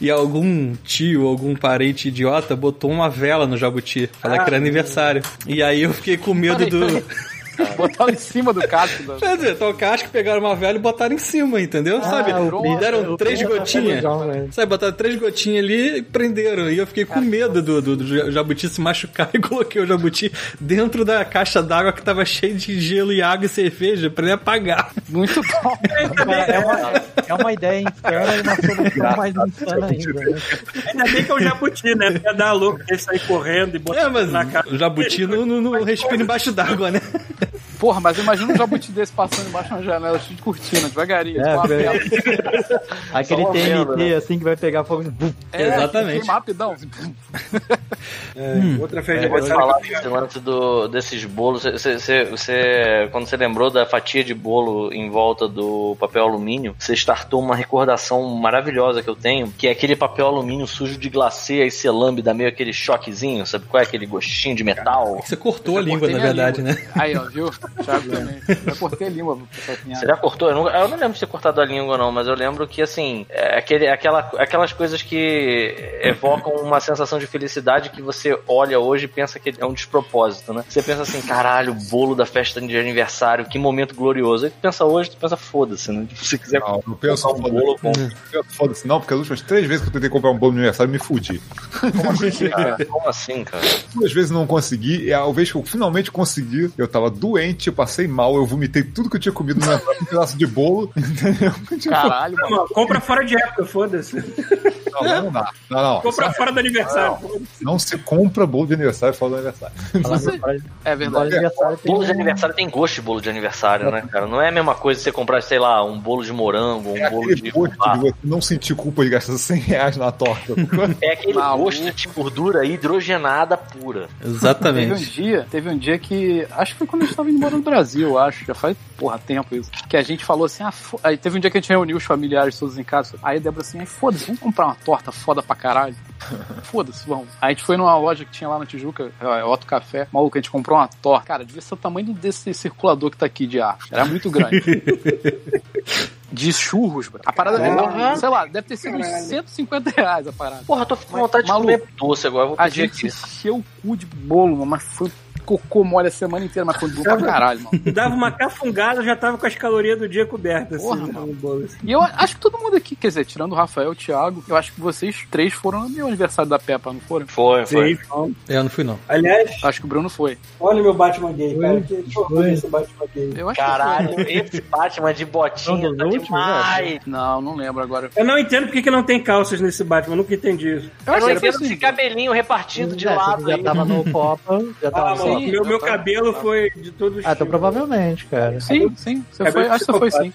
e algum tio, algum parente idiota botou uma vela no jabuti. Falar Ah. que era aniversário. E aí eu fiquei com medo Peraí, do... peraí. Botaram em cima do cacho. Da... Quer dizer, então o casco pegaram uma vela e botaram em cima, entendeu? Sabe? o Me deram o três Pita tá gotinhas. legal, velho. Sabe, botaram três gotinhas ali e prenderam. E eu fiquei com medo do, do, do jabuti se machucar e coloquei o jabuti dentro da caixa d'água que tava cheia de gelo e água e cerveja pra ele apagar. Muito bom. Cara, é, uma, é uma ideia insana e uma solução mais é insana ainda. né? Ainda bem que é o Jabuti, né? Porque ia dar louco ele sair correndo e botar É, mas na cara. o jabuti não, não, não respira embaixo d'água, né? Porra, mas imagina um jabuti desse passando embaixo de uma janela cheia de cortina, devagarinho. É, com a vela. velho. Aquele Só uma vela, TNT né? assim que vai pegar fogo. buf, É, Exatamente. queima rapidão. É, Outra festa de Eu vou te aniversário falar que eu desse lance do, desses bolos. Você, você- você- quando você lembrou da fatia de bolo em volta do papel alumínio, você startou uma recordação maravilhosa que eu tenho, que é aquele papel alumínio sujo de glacê, aí você lambe, dá meio aquele choquezinho, sabe qual é? Aquele gostinho de metal. Você cortou a Eu língua, cortei na minha verdade, língua. né? Aí, ó, viu? Thiago também. Eu cortei a língua pro pessoal que Você tinha. já cortou? Eu não, eu não lembro de ter cortado a língua, não, mas eu lembro que, assim, é aquele, aquela, aquelas coisas que evocam uma sensação de felicidade que você olha hoje e pensa que é um despropósito, né? Você pensa assim, caralho, bolo da festa de aniversário, que momento glorioso. Aí tu pensa hoje, tu pensa, foda-se, né? Tipo, se quiser Não, não penso comprar um bolo bom. Foda-se, não, porque as últimas três vezes que eu tentei comprar um bolo de aniversário, me fudi. Cara, como assim, cara? Duas vezes não consegui, e a vez que eu finalmente consegui, eu tava doente, eu passei mal, eu vomitei tudo que eu tinha comido na um pedaço de bolo. Entendeu? Caralho, Não, mano. mano, compra fora de época, foda-se. Não, não, não dá. Não, não. isso Compra fora do aniversário. Não se compra bolo de aniversário fora do aniversário. fala, Você- meu pai, É bolo verdade. de aniversário tem Bolo de um- aniversário tem gosto de bolo de aniversário, né, cara? Não é a mesma coisa você comprar, sei lá, um bolo de morango, um É bolo aquele de gosto fubá. de você não sentir culpa de gastar 100 reais na torta. É aquele Maluco. gosto de gordura hidrogenada pura. Teve um Exatamente. dia, teve um dia que. Acho que foi quando a gente tava indo embora no Brasil, acho. Já faz porra tempo isso. Que a gente falou assim, ah, fo- aí teve um dia que a gente reuniu os familiares todos em casa. Aí a Débora assim, "Ai, foda-se, vamos comprar uma torta foda pra caralho. Foda-se, vamos. Aí a gente foi numa loja que tinha lá na Tijuca, é, Otto Café, maluco, a gente comprou uma torta. Cara, devia ser o tamanho desse circulador que tá aqui de ar. Era muito grande. De churros, bro. A parada deve Porra. ter, sei lá, deve ter sido uns 150 reais a parada. Porra, tô com vontade Maluco. de comer doce agora. eu Vou A pedir gente aqui. encheu o cu de bolo, mano, mas foi cocô mole a semana inteira, mas foi bom pra caralho, mano. Dava uma cafungada, já tava com as calorias do dia cobertas. Porra, assim, mano. no bolo, assim. E eu acho que todo mundo aqui, quer dizer, tirando o Rafael e o Thiago, eu acho que vocês três foram no meu aniversário da Peppa, não foram? Foi, foi. Sim, então. É, eu não fui não. Aliás, Acho que o Bruno foi. olha o meu Batman gay, cara. Oi, Que deixa eu oi. ver esse Batman gay. Eu acho que Caralho, esse Batman de botinha Não, tá no último, demais. foi. Não, não lembro agora. Eu não entendo porque que não tem calças nesse Batman, eu nunca entendi isso. Eu Eu achei não que foi entendo esse assim. cabelinho repartido de É, você lado já aí. tava no Copa, já tava Ah, no mano, Tá, sim. Tá. Meu, meu cabelo foi de todos os Ah, então tipos. provavelmente, cara. Sim, sim. Você É foi, bem acho que você foi sim.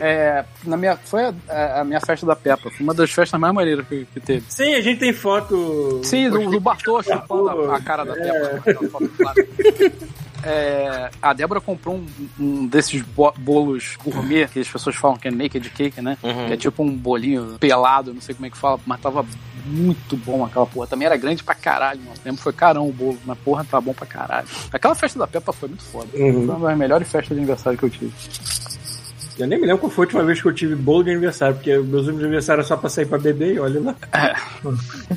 É, na minha, foi a- a, a minha festa da Peppa. Foi uma das festas mais maneiras que, que teve. Sim, a gente tem foto. Sim, do, do Bartô chupando a, a cara da Débora. aquela foto clássica. É, a Débora comprou um, um desses bo- bolos gourmet, que as pessoas falam que é naked cake, né? Que é tipo um bolinho pelado, não sei como é que fala, mas tava muito bom aquela porra. Também era grande pra caralho, mano. Lembro que foi carão o bolo, mas porra, tava bom pra caralho. Aquela festa da Peppa foi muito foda. Foi uma das melhores festas de aniversário que eu tive. Uhum. Eu nem me lembro qual foi a última vez que eu tive bolo de aniversário, porque meus últimos aniversários era só pra sair pra beber e olha lá.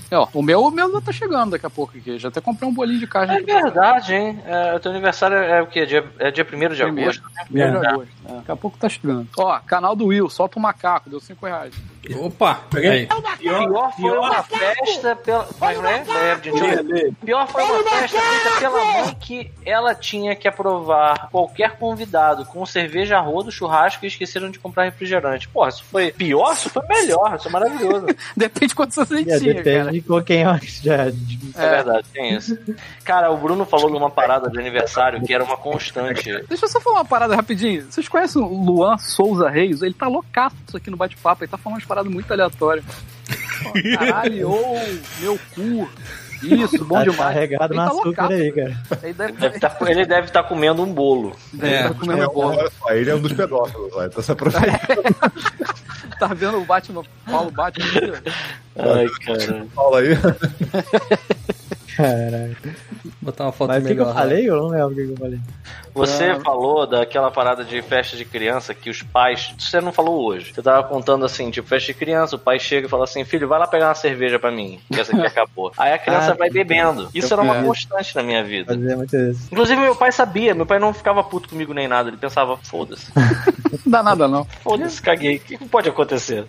É, ó, o meu, o meu já tá chegando daqui a pouco aqui. Já até comprei um bolinho de caixa. É verdade, hein? É, o teu aniversário é o quê? Dia, é dia 1 de Primeiro. agosto? Primeiro de agosto. É, Daqui a pouco tá chegando. Ó, canal do Will, solta o macaco, deu 5 reais. Opa! Aí. Pior foi uma festa pela. Mas não é? é gente, olha. Pior foi uma festa feita pela mãe que ela tinha que aprovar qualquer convidado com cerveja a rodo, churrasco e esqueceram de comprar refrigerante. Porra, isso foi pior? Isso foi melhor, isso é maravilhoso. Depende de quantos você É, tinha, depende cara. de com quem eu já. de- É verdade, tem isso. Cara, o Bruno falou de uma parada de aniversário que era uma constante. Deixa eu só falar uma parada rapidinho. Vocês conhecem o Luan Souza Reis? Ele tá loucaço aqui no bate-papo, ele tá falando umas paradas muito aleatórias. Ó, Caralho, ô, meu cu. Isso, bom tá demais. Carregado Ele no tá açúcar loucaço. aí, cara. Ele deve, Deve tá- ele deve estar comendo um bolo. deve É, tá comendo bola. Olha só, ele é um dos pedófilos, vai. Tá se aproveitando. Tá vendo o Batman, o Paulo Batman? né? aqui, Ai, cara. Fala aí. Caralho. Botar uma foto Mas o que, que melhor. né? eu falei? Eu não lembro o que, que eu falei. Você falou daquela parada de festa de criança que os pais. Você não falou hoje. Você tava contando assim, tipo, festa de criança, o pai chega e fala assim: filho, vai lá pegar uma cerveja pra mim, que essa aqui acabou. Aí a criança Ah, vai bebendo. Isso era uma É. constante na minha vida. Fazia muito isso. Inclusive, meu pai sabia, meu pai não ficava puto comigo nem nada, ele pensava, foda-se. ó. Não dá nada, não. Foda-se, caguei. O que que pode acontecer?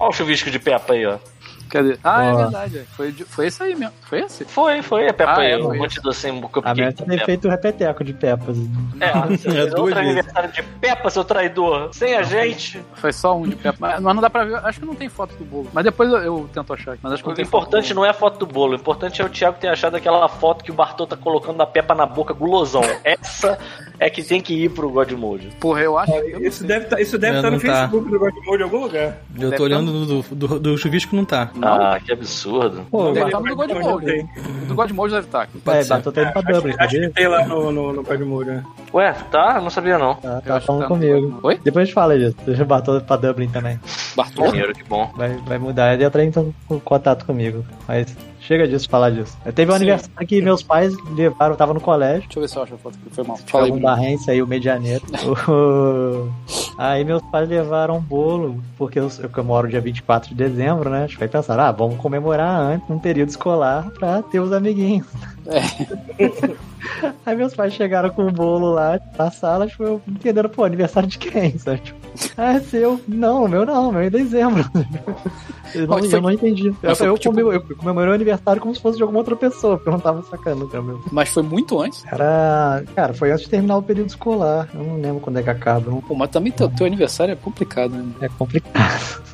Olha o chuvisco de Peppa aí, ó. Cadê? Ah, é Ó. verdade. é. Foi, de- foi esse aí mesmo. Foi esse? Foi, foi, é Peppa Ah, aí. é, um foi. monte de assim, um A minha cupcake. Ah, tem feito o repeteco de Pepas. É, É, duas outro vezes. aniversário de Peppa, seu traidor. Sem a gente. Foi só um de Peppa. Mas mas não dá pra ver. Acho que não tem foto do bolo. Mas depois eu, eu tento achar. aqui, Mas acho que O não tem importante foto. não é a foto do bolo, o importante é o Thiago ter achado aquela foto que o Bartô tá colocando da Peppa na boca, gulosão. Essa é que tem que ir pro God Mode. Porra, eu acho. que eu não Isso sei. deve tá, isso deve Não, tá no não tá. Facebook do Godmode em algum lugar. Eu tô olhando do, do, do chuvisco, não tá. Ah, que absurdo. Pô, Deve é, estar no Onde eu Godmode. tenho. Do Godmode deve tá estar. Pode ser. bateu tempo pra Dublin, Acho que sabia? tem lá no, no, no Godmode, né? Ué, tá? Não sabia não. Tá, Eu tá acho que falando tá no comigo. Godmode. Oi? Depois a gente fala disso. Deixa eu bater pra Dublin também. Bartô? Maneiro, que bom. Vai, vai mudar. Ele entra em to- em contato comigo. Mas chega disso, falar disso. Eu teve um aniversário que meus pais levaram, eu tava no colégio. Deixa eu ver se eu acho a foto aqui. Foi mal. Fala aí, Tava um Bruno. barrense aí, o medianeiro. O- aí meus pais levaram um bolo, porque eu, eu, eu moro dia 24 de dezembro, né? Acho que aí pensaram, ah, vamos comemorar antes, num período escolar, pra ter os amiguinhos. É. aí meus pais chegaram com o bolo lá na sala, tipo, eu entenderam, pô, aniversário de quem? Sabe? Tipo, ah, é seu. Não, o meu não, o meu é em dezembro. Eu não, Mas foi- eu não entendi. Eu, mas foi, eu, tipo- comeu- eu comemorei o aniversário como se fosse de alguma outra pessoa, porque eu não tava sacando que era o meu. Mas foi muito antes. Era. Cara, foi antes de terminar o período escolar. Eu não lembro quando é que acaba. não- Pô, mas também teu, teu aniversário é complicado, né? É complicado.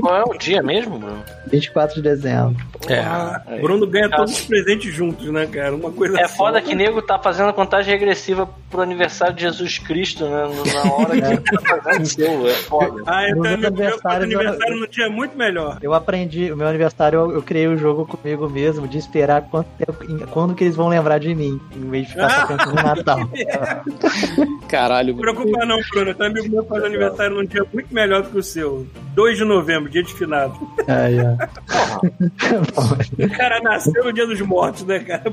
Qual é o dia mesmo, Bruno? 24 de dezembro. É. O Ah, Bruno ganha todos os presentes juntos, né, cara? Uma coisa É só. foda que nego tá fazendo a contagem regressiva pro aniversário de Jesus Cristo, né? Na hora que ele tá fazendo o seu, é foda. Ah, então Nos meu, meu aniversários, aniversário no dia é muito melhor. Eu aprendi, o meu aniversário, eu, eu criei o jogo comigo mesmo, de esperar quanto tempo- em- quando que eles vão lembrar de mim, em vez de ficar sacando no Natal. Caralho, Não velho. preocupa não, Bruno. Tem amigo meu que faz aniversário num dia muito melhor do que o seu. 2 de novembro, dia de finado. Aí, ó. O cara nasceu no dia dos mortos, né, cara?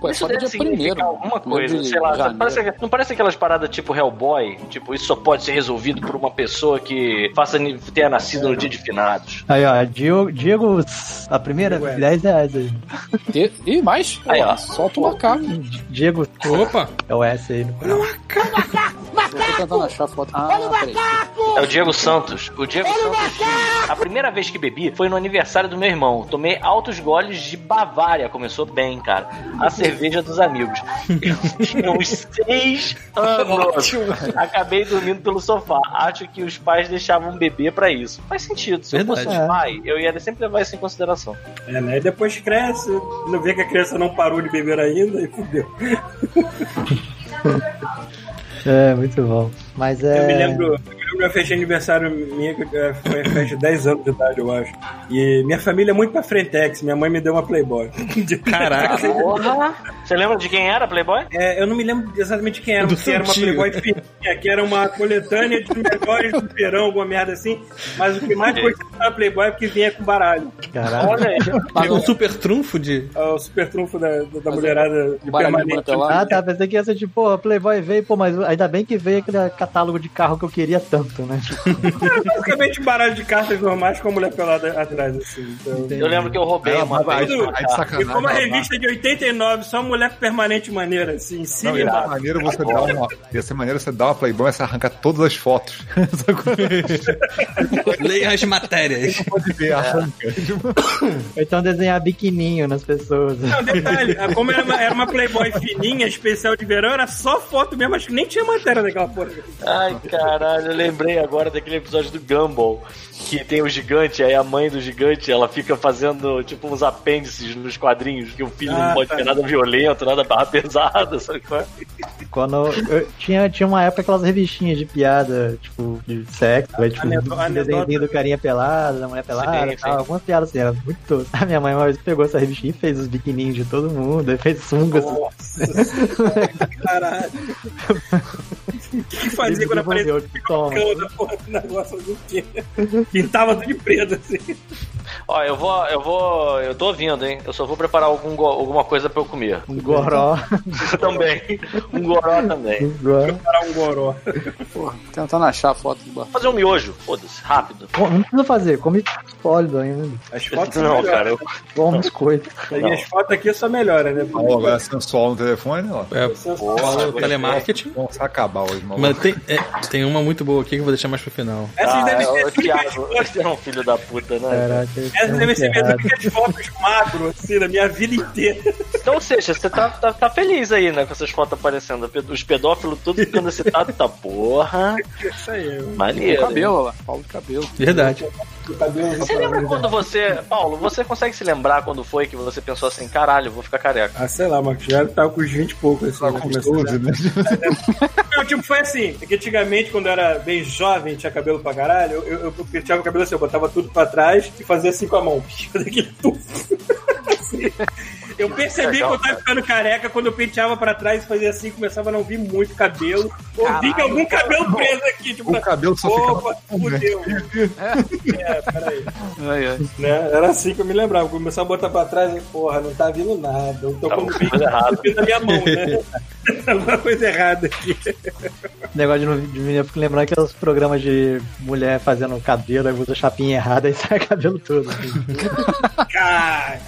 Pô, é Isso só no deve dia assim, significar primeiro. alguma Primeiro coisa, de sei lá. janeiro. Parece, não parece aquelas paradas tipo Hellboy? Tipo, isso só pode ser resolvido por uma pessoa que faça, ni- tenha nascido É. no dia de finados. Aí, ó, Diego, Diego, a primeira, Ué. 10 reais aí. E, e mais? Aí, Pô, ó. Solta o macaco. Diego, Opa! é o S aí. Eu tô tentando achar a foto. Ah, peraí. É o Diego Santos. O Diego Santos. diz, A primeira vez que bebi foi no aniversário do meu irmão. Tomei altos goles de Bavária. Começou bem, cara. A cerveja dos amigos. Eu tinha uns seis anos. Acabei dormindo pelo sofá. Acho que os pais deixavam beber pra isso. Faz sentido. Se eu fosse Verdade. pai, eu ia sempre levar isso em consideração. É, né? E depois cresce, não vê que a criança não parou de beber ainda e fudeu. É, muito bom. Mas é. Eu me lembro, eu me lembro, eu fechei aniversário minha, que eh, foi a festa de 10 anos de idade, eu acho. E minha família é muito pra frentex, minha mãe me deu uma Playboy. Caraca. Você lembra de quem era, Playboy? É, eu não me lembro exatamente quem era, Do porque era uma Santinho. Playboy fininha, que era uma coletânea de melhores do verão, alguma merda assim. Mas o que mais gostava da Playboy é porque vinha com baralho. Caralho. Olha aí. Tem um super trunfo de. É o super trunfo da, da- da mulherada de Baralho de permanente. Ah, martelado. tá. Pensei que ia ser tipo, porra, Playboy veio, pô, mas ainda bem que veio aquele catálogo de carro que eu queria tanto, né? Era É, basicamente um baralho de cartas normais com a mulher pelada atrás, assim. Então, Eu lembro que eu roubei Ela uma vai, vez. vai, vai de E sacanagem. como a ela revista é de 89, só mulher permanente maneira, assim, vai. Não, cílio. ia ser maneiro você dar uma. Ia ser maneiro você dar uma playboy e você arrancar todas as fotos. Só que Leia as matérias. pode ver, arranca. Ou Então desenhar biquininho nas pessoas. Não, detalhe, é, como era uma, era uma Playboy fininha, especial de verão, era só foto mesmo, acho que nem tinha matéria daquela porra. Ai, caralho, eu lembrei agora daquele episódio do Gumball, que tem o gigante, aí a mãe do gigante, ela fica fazendo, tipo, uns apêndices nos quadrinhos, que o filho Ah, não pode tá. ter nada violento, nada barra pesada, sabe qual é? Quando eu- eu tinha, tinha uma época aquelas revistinhas de piada, tipo, de sexo, aí, tipo, Anedo- do desenho anedota. do carinha pelado, da mulher pelada, sim. tal, algumas piadas assim, eram muito toscas. A minha mãe uma vez pegou essa revistinha e fez os biquininhos de todo mundo, aí fez sungas. Caralho. O que, que fazia quando aparecia desenvolveu, tipo, toma. o da porra do negócio do quê? Pintava tudo de preto, assim. Ó, eu vou, eu vou, eu tô ouvindo, hein? Eu só vou preparar algum, go- alguma coisa pra eu comer. Um goró. também. Um goró também. um goró. Parar um goró. Porra, tentando achar a foto do bar. Fazer um miojo, foda-se, rápido. Pô, Não precisa fazer, come sólido ainda. As fotos são Não, melhores. cara, eu Bom biscoito. As minhas fotos aqui só melhoram, né? Ó, agora é sensual no telefone, ó. É, Porra, falou gostei. telemarketing. Vamos acabar hoje, maluco. Mas tem, é, tem uma muito boa aqui que eu vou deixar mais pro final. Essas Ah, devem é, ser o Thiago, você é um filho da puta, né? Caraca. Essas devem ser minhas errado. únicas fotos magro, assim, da minha vida inteira. Então, ou seja, você tá, tá, tá feliz aí, né, com essas fotos aparecendo. Os pedófilos tudo ficando excitado, tá porra. Isso aí, O Maneiro. hein? cabelo, lá. Paulo do cabelo. Verdade. Você lembra quando você. Paulo, você consegue se lembrar quando foi que você pensou assim, caralho, eu vou ficar careca? Ah, sei lá, Marcos, já tava com uns 20 e pouco. Assim, Tá né? com Começou, 12, né? Não, tipo, foi assim. É que antigamente, quando eu era bem jovem, tinha cabelo pra caralho, eu, eu, eu penteava o cabelo assim, eu botava tudo pra trás e fazia assim com a mão. Daquele tufo. Assim. Eu percebi Legal, que eu tava ficando careca quando eu penteava pra trás e fazia assim, começava a não vir muito cabelo. Ou vi que algum cabelo preso aqui, tipo, O um cabelo só fica. opa, fudeu. É, peraí. Ai, ai. Né? Era assim que eu me lembrava. Começava a botar pra trás e, porra, não tá vindo nada. Eu tô Tá com alguma um coisa errada. na minha mão, né? Alguma coisa errada aqui. negócio de, não- de mim, eu fico lembrando aqueles programas de mulher fazendo cabelo, aí usa chapinha errada e sai cabelo todo. assim. Cara,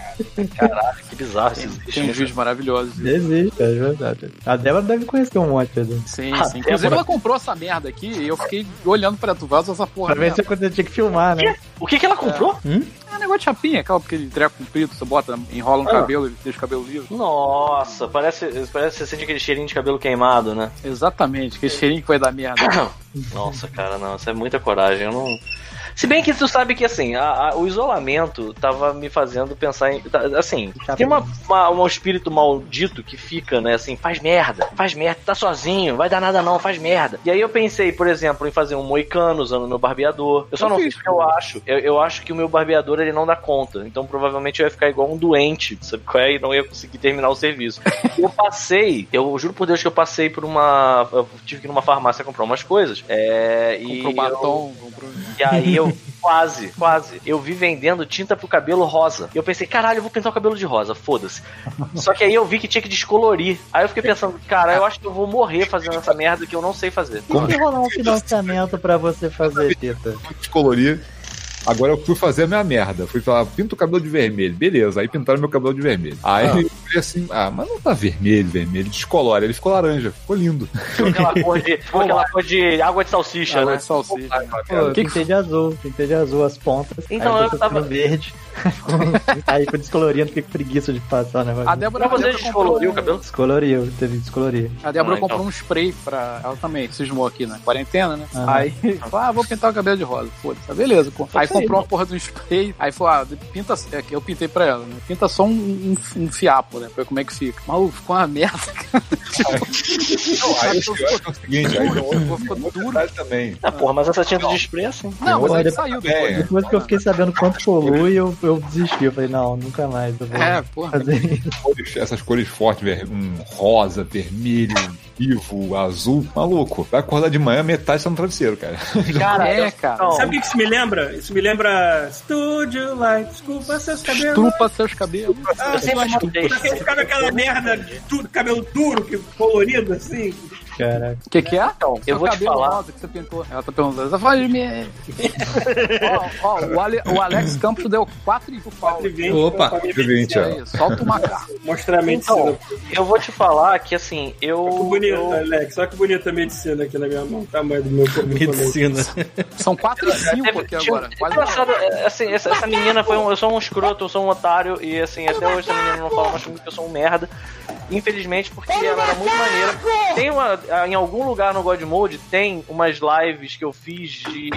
Que bizarro isso. Tem uns vídeos maravilhosos. viu? Existe, é verdade. A Débora deve conhecer um monte, Pedro. Sim, Ah, sim. Inclusive, Débora. ela comprou essa merda aqui e eu fiquei olhando pra tu vaso essa porra. né? Pra ver mesmo. se você tinha que filmar, né? O que que ela comprou? É um negócio de chapinha, aquela porque ele treco comprido, você bota, enrola no Ah. cabelo e deixa o cabelo livre. Nossa, parece, parece que você sente aquele cheirinho de cabelo queimado, né? Exatamente, que cheirinho que vai dar merda. Nossa, cara, não, isso é muita coragem. Eu não. Se bem que tu sabe que assim, a- a- o isolamento tava me fazendo pensar em. tá- assim, tem uma, uma- um espírito maldito que fica, né? Assim, faz merda, faz merda, tá sozinho, vai dar nada não, faz merda. E aí eu pensei, por exemplo, em fazer um moicano usando meu barbeador. Eu só Eu não fiz. fiz porque eu acho. Eu, eu acho que o meu barbeador ele não dá conta. Então provavelmente eu ia ficar igual um doente, sabe qual é? E não ia conseguir terminar o serviço. Eu passei, eu juro por Deus que eu passei por uma. Eu tive que ir numa farmácia comprar umas coisas. É. E, Comprou um eu- batom, comprou. e aí eu. Quase, quase. Eu vi vendendo tinta pro cabelo rosa. E eu pensei, caralho, eu vou pintar o cabelo de rosa, foda-se. Só que aí eu vi que tinha que descolorir. Aí eu fiquei pensando, cara, eu acho que eu vou morrer fazendo essa merda que eu não sei fazer. Tem que rolar um financiamento pra você fazer, Tita. descolorir. Agora eu fui fazer a minha merda. Fui falar, pinta o cabelo de vermelho. Beleza, aí pintaram meu cabelo de vermelho. Aí eu falei assim, ah, mas não tá vermelho, vermelho, descolora. Ele ficou laranja, ficou lindo. Ficou Tipo aquela cor de, ficou aquela cor de água de salsicha, Água né? de salsicha. Pô, eu pintei de azul, pintei de azul as pontas. Então, eu aí eu tava- tava verde. Aí ficou descolorindo, fiquei com preguiça de passar o negócio. A Débora, Pra você a Débora descoloriu o comprou- cabelo? Descoloriu, teve que descolorir. A Débora Ah, comprou então. um spray pra. Ela também cismou aqui na quarentena, né? Ah. Aí falou, ah, vou pintar o cabelo de rosa. Foda-se, ah, beleza. pô. Aí comprou uma porra de um spray. Aí falou, ah, pinta. É que eu pintei pra ela, né? Pinta só um, um, um fiapo, né? Pra ver como é que fica. Maluco, ficou uma merda, cara. Aí Tipo, o pior é que é o seguinte, aí ficou duro, ficou tem duro. detalhe também. Ah, porra, mas essa tinta de spray é assim. Não, mas Olha, ele saiu depois. é. Depois que eu fiquei sabendo quanto polui, eu, eu desisti. Eu falei, não, nunca mais. Eu vou É, porra. fazer isso. Cores- essas cores fortes, ver- um rosa, vermelho, vivo, azul. Maluco, vai acordar de manhã, metade está no travesseiro, cara. Cara, É, é, cara. Não, Sabe o que que isso me lembra? Isso me lembra Studio Light, desculpa seus cabelos. Estrupa seus cabelos. eu sempre notei. Ah, Você ficava aquela merda de tudo, cabelo duro, que colorido assim. Caraca. O que, que é? Então, eu vou te falar. rosa que você pintou. Ela tá perguntando. Ela fala de mim. ó, ó, o, Ale- o Alex Campos deu 4 e pro Paulo. Opa. Gente, ó. Aí, Solta o macaco. Mostrar a medicina. Então, eu vou te falar que assim, eu. Olha que bonito, né? eu- Alex. Olha que bonita a medicina aqui na minha mão. O tamanho do meu corpo. Medicina. São 4 e 5 aqui Tipo, um agora. Quase um engraçado, é, assim, essa, essa menina foi um. Eu sou um escroto, eu sou um otário, e assim, um até hoje essa menina não fala mais comigo que eu sou um merda. Infelizmente, porque um ela era muito maneira. Tem uma. Em algum lugar no God Mode tem umas lives que eu fiz de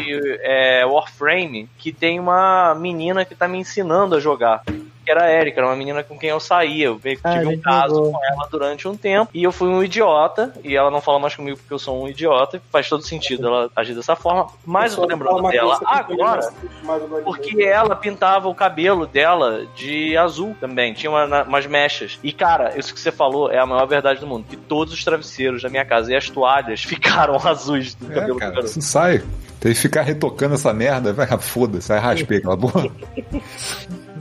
é, Warframe que tem uma menina que tá me ensinando a jogar. Que era a Erika, era uma menina com quem eu saía. Eu meio que Ah, tive um gente, caso jogou. com ela durante um tempo. E eu fui um idiota. E ela não fala mais comigo porque eu sou um idiota. Faz todo sentido ela agir dessa forma. Mas eu tô lembrando dela agora. Porque ela pintava o cabelo dela de azul também. Tinha uma- na- umas mechas. E, cara, isso que você falou é a maior verdade do mundo. Que todos os travesseiros da minha casa e as toalhas ficaram azuis do É, cabelo do cara, garoto. isso sai. Tem que ficar retocando essa merda, vai, ah, foda-se, aí raspei aquela boa.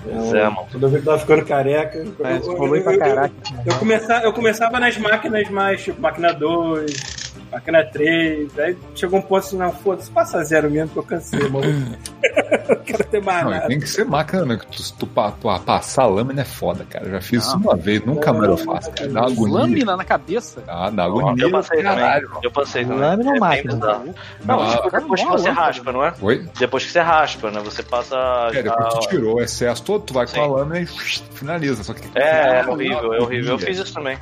Pois é, mano. Toda vez que tava ficando careca. Mas polui pra caraca. né? Eu, começava, eu começava nas máquinas mais, tipo, máquina 2, máquina 3. Aí chegou um ponto assim, não, foda-se, passa zero mesmo que eu cansei, maluco. não quero ter mais Não, nada. tem que ser máquina, né? que Tu, tu, pa- tu- ah, passar a lâmina é foda, cara. Eu já fiz isso uma vez, nunca mais eu faço, cara. Dá uma agonia. Lâmina na cabeça. Ah, dá agonia. Eu passei caralho. também. Eu passei também. Lâmina ou É bem máquina? bizarro. Não, Não, tipo, depois que Não, você lâmina. raspa, não é? Oi? Depois que você raspa, né? Você passa. É, depois tu tirou o excesso todo, tu vai Ah. Sim. com a lâmina e finaliza. Só que É, é horrível, é horrível. Eu fiz isso também.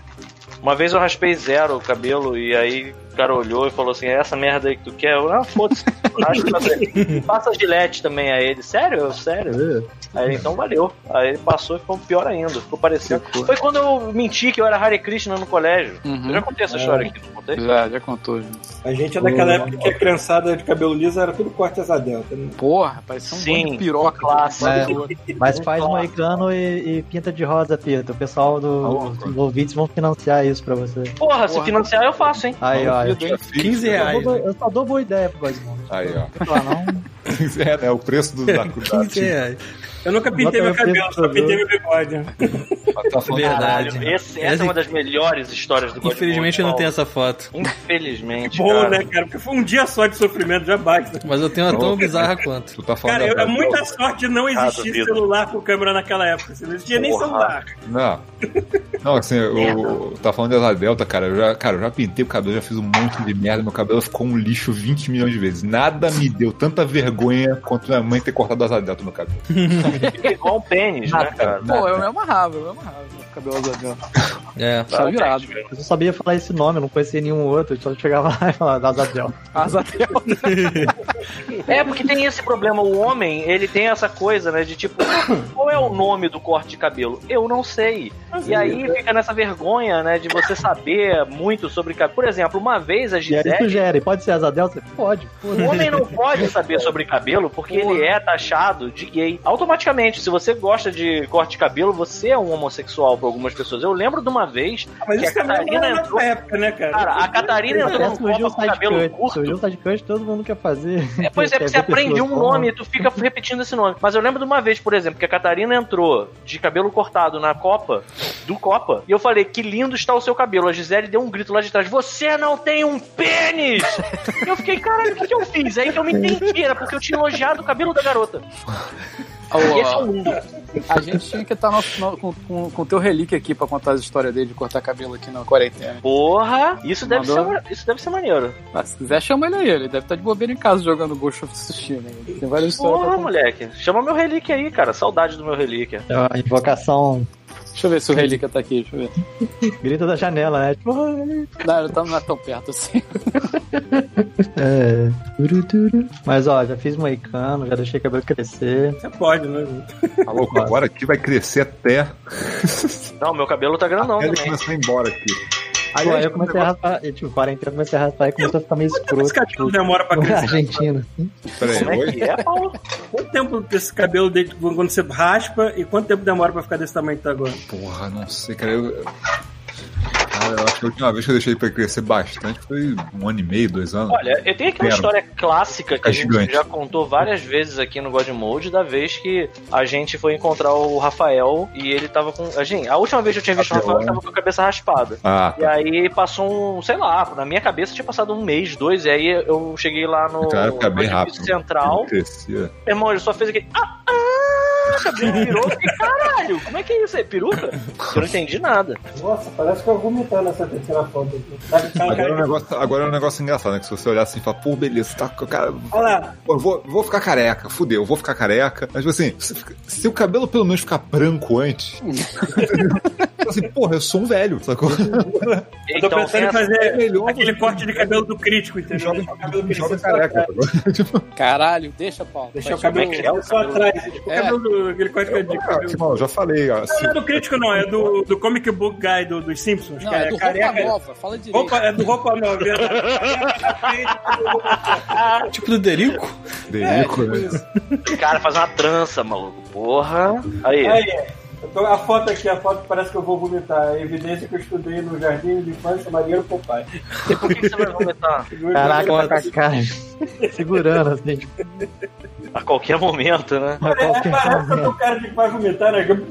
Uma vez eu raspei zero o cabelo e aí o cara olhou e falou assim: é essa merda aí que tu quer? Eu, ah, foda-se. raspa aí. Passa gilete também a ele. Sério? Eu, sério? Aí ele, então valeu. Aí ele passou e ficou pior ainda. Ficou parecendo. Foi quando eu menti que eu era Hare Krishna no colégio. Uhum. Eu já contei essa história aqui, não contei? É, Já, já contou. já. A gente é daquela época que a criançada de cabelo liso era tudo corte asa delta, né? Porra, parecia um Sim, monte de piroca. clássico. É. É. Mas faz moicano e, e pinta de rosa, Pita. O pessoal do, dos ouvintes vão financiar isso pra você. Porra, se Porra. financiar eu faço, hein? Aí, ó. Eu, Duvido, hein? 15 só reais. dou- né? eu só dou boa ideia pro Godmode. Aí, ó. Não fala, não. É, né? O preço do, da, da 15 reais. Eu nunca pintei Bota meu meu preço cabelo, no só cabelo. pintei meu bigode. tá falando- Verdade. Caralho, esse- essa é uma das melhores histórias do Godmode, Infelizmente eu não Paulo. tenho essa foto. Infelizmente. Bom, cara. né, cara? Porque foi um dia só de sofrimento, já basta. Mas eu tenho uma tão Não. bizarra quanto. Tu tá falando Cara, eu, da- é muita sorte de não Ah, existir duvido. celular com câmera naquela época. Você não existia nem Porra. celular. Não. Não, assim, eu, tá falando da Asa Delta, cara. Eu já, cara, eu já pintei o cabelo, já fiz um monte de merda. Meu cabelo ficou um lixo 20 milhões de vezes. Nada me deu tanta vergonha quanto minha mãe ter cortado a Asa Delta no meu cabelo. Fica igual um pênis, Ah, né, cara? Pô, eu me amarrava, eu me amarrava. com o Cabelo azul. É. Tá virado. Eu só sabia falar esse nome, eu não conhecia nenhum outro. Eu só chegava lá e falava Azadel. Asa delta. É, porque tem esse problema. O homem, ele tem essa coisa, né? De tipo, qual é o nome do corte de cabelo? Eu não sei. é E aí fica nessa vergonha, né? De você saber muito sobre cabelo. Por exemplo, uma vez a E aí Gisele. sugere, pode ser Azadel? Você pode. O homem não pode saber sobre cabelo porque ele é taxado de gay. Automaticamente, se você gosta de corte de cabelo, você é um homossexual para algumas pessoas. Eu lembro de uma vez, Mas que isso a também Catarina era na entrou- nossa época, né, cara? cara, a Catarina entrou Até num copa surgiu o com cabelo Sidecut. curto. Surgiu o Sidecut, todo mundo quer fazer. É, pois é, porque você Quer ver pessoas aprende um como- nome e tu fica repetindo esse nome. Mas eu lembro de uma vez, por exemplo, que a Catarina entrou de cabelo cortado na Copa, do Copa, e eu falei, que lindo está o seu cabelo. A Gisele deu um grito lá de trás, você não tem um pênis! E eu fiquei, caralho, o que, que eu fiz? Aí que eu me entendi, era porque eu tinha elogiado o cabelo da garota. Esse é o Ó, mundo. A gente tinha que estar nosso- no- com, com, com o teu relíquio aqui pra contar as histórias dele de cortar cabelo aqui na quarentena. Porra! Isso deve, ser, Mandou. ma- isso deve ser maneiro. Mas se quiser, chama ele aí. Ele deve estar de bobeira em casa jogando Ghost of Tsushima. Ele Tem várias histórias pra Porra, contar. moleque. Chama meu relíquia aí, cara. Saudade do meu relíquia. É uma invocação Deixa eu ver se o relíquio tá aqui. Deixa eu ver. grita da janela, né? Tipo, "Ai". Não, ele tá- não é tão perto assim. É. Turu, turu. Mas ó, já fiz moicano, já deixei o cabelo crescer. Você pode, né? gente? Tá louco? Agora aqui vai crescer até. Não, meu cabelo tá grandão até ele também. começar a ir embora aqui. Aí, Aliás, eu comecei a raspar, eu, tipo, quarentena, comecei a raspar e começou a ficar meio Quanto tempo escroto. esse cabelo demora pra tipo, crescer? Argentina. Peraí, Como é oi? que é, Paulo? Quanto tempo esse cabelo desde quando você raspa e quanto tempo demora pra ficar desse tamanho que tá agora? Porra, não sei, cara. Eu... Cara, eu acho que a última vez que eu deixei pra crescer bastante foi um ano e meio, dois anos. Olha, eu tenho aqui uma Quero. história clássica que É a gente gigante. já contou várias vezes aqui no God Mode, da vez que a gente foi encontrar o Rafael e ele tava com. A gente, a última vez que eu tinha visto o Rafael, ele tava com a cabeça raspada. Ah, E tá. aí passou um, sei lá, na minha cabeça tinha passado um mês, dois, e aí eu cheguei lá no, Cara, fica no bem edifício rápido. central. Ele Crescia. Meu irmão, ele só fez aquele. Ah, ah, cabelo virou. Eu fiquei, Caralho, como é que é isso aí? Peruca? Eu não entendi nada. Nossa, parece que eu vou vomitar nessa terceira foto aqui. Agora é, um negócio, agora é um negócio engraçado, né? Que se você olhar assim e falar, pô, beleza, tá com o cara. Olha lá, Pô, eu vou, vou ficar careca, fudeu, eu vou ficar careca. Mas, tipo assim, se, fica- se o cabelo pelo menos ficar branco antes. Hum. tipo assim, porra, eu sou um velho, sacou? eu tô pensando Então tem em essa- É fazer melhor aquele corte de cabelo do crítico, entendeu? Joga, Deixar o cabelo joga crescer só careca. atrás. sacou? Caralho, deixa, Paulo. Deixar o Vai, cabelo Como é que é o crescer só cabelo? atrás. O É. cabelo do, aquele corte que eu digo. Ah, cabelo- Simão, eu já falei, ó, Não, assim, não é do crítico, não, é do, do comic book guy do, dos Simpsons. Não, que é do Roupa careca. Nova. Fala direito. Roupa, é do roupa nova, verdade. Tipo do Derico? é. Derico, né? Cara, faz uma trança, maluco. Porra. Aí. Aí, eu tô- a foto aqui, a foto parece que eu vou vomitar. É evidência que eu estudei no Jardim de Infância Mariano Popai. E por que que você vai vomitar? Caraca, ela tá com a cara segurando, assim, tipo, A qualquer momento, né? a É, qualquer parece que eu momento. tô cara de que vai vomitar, né? Eu,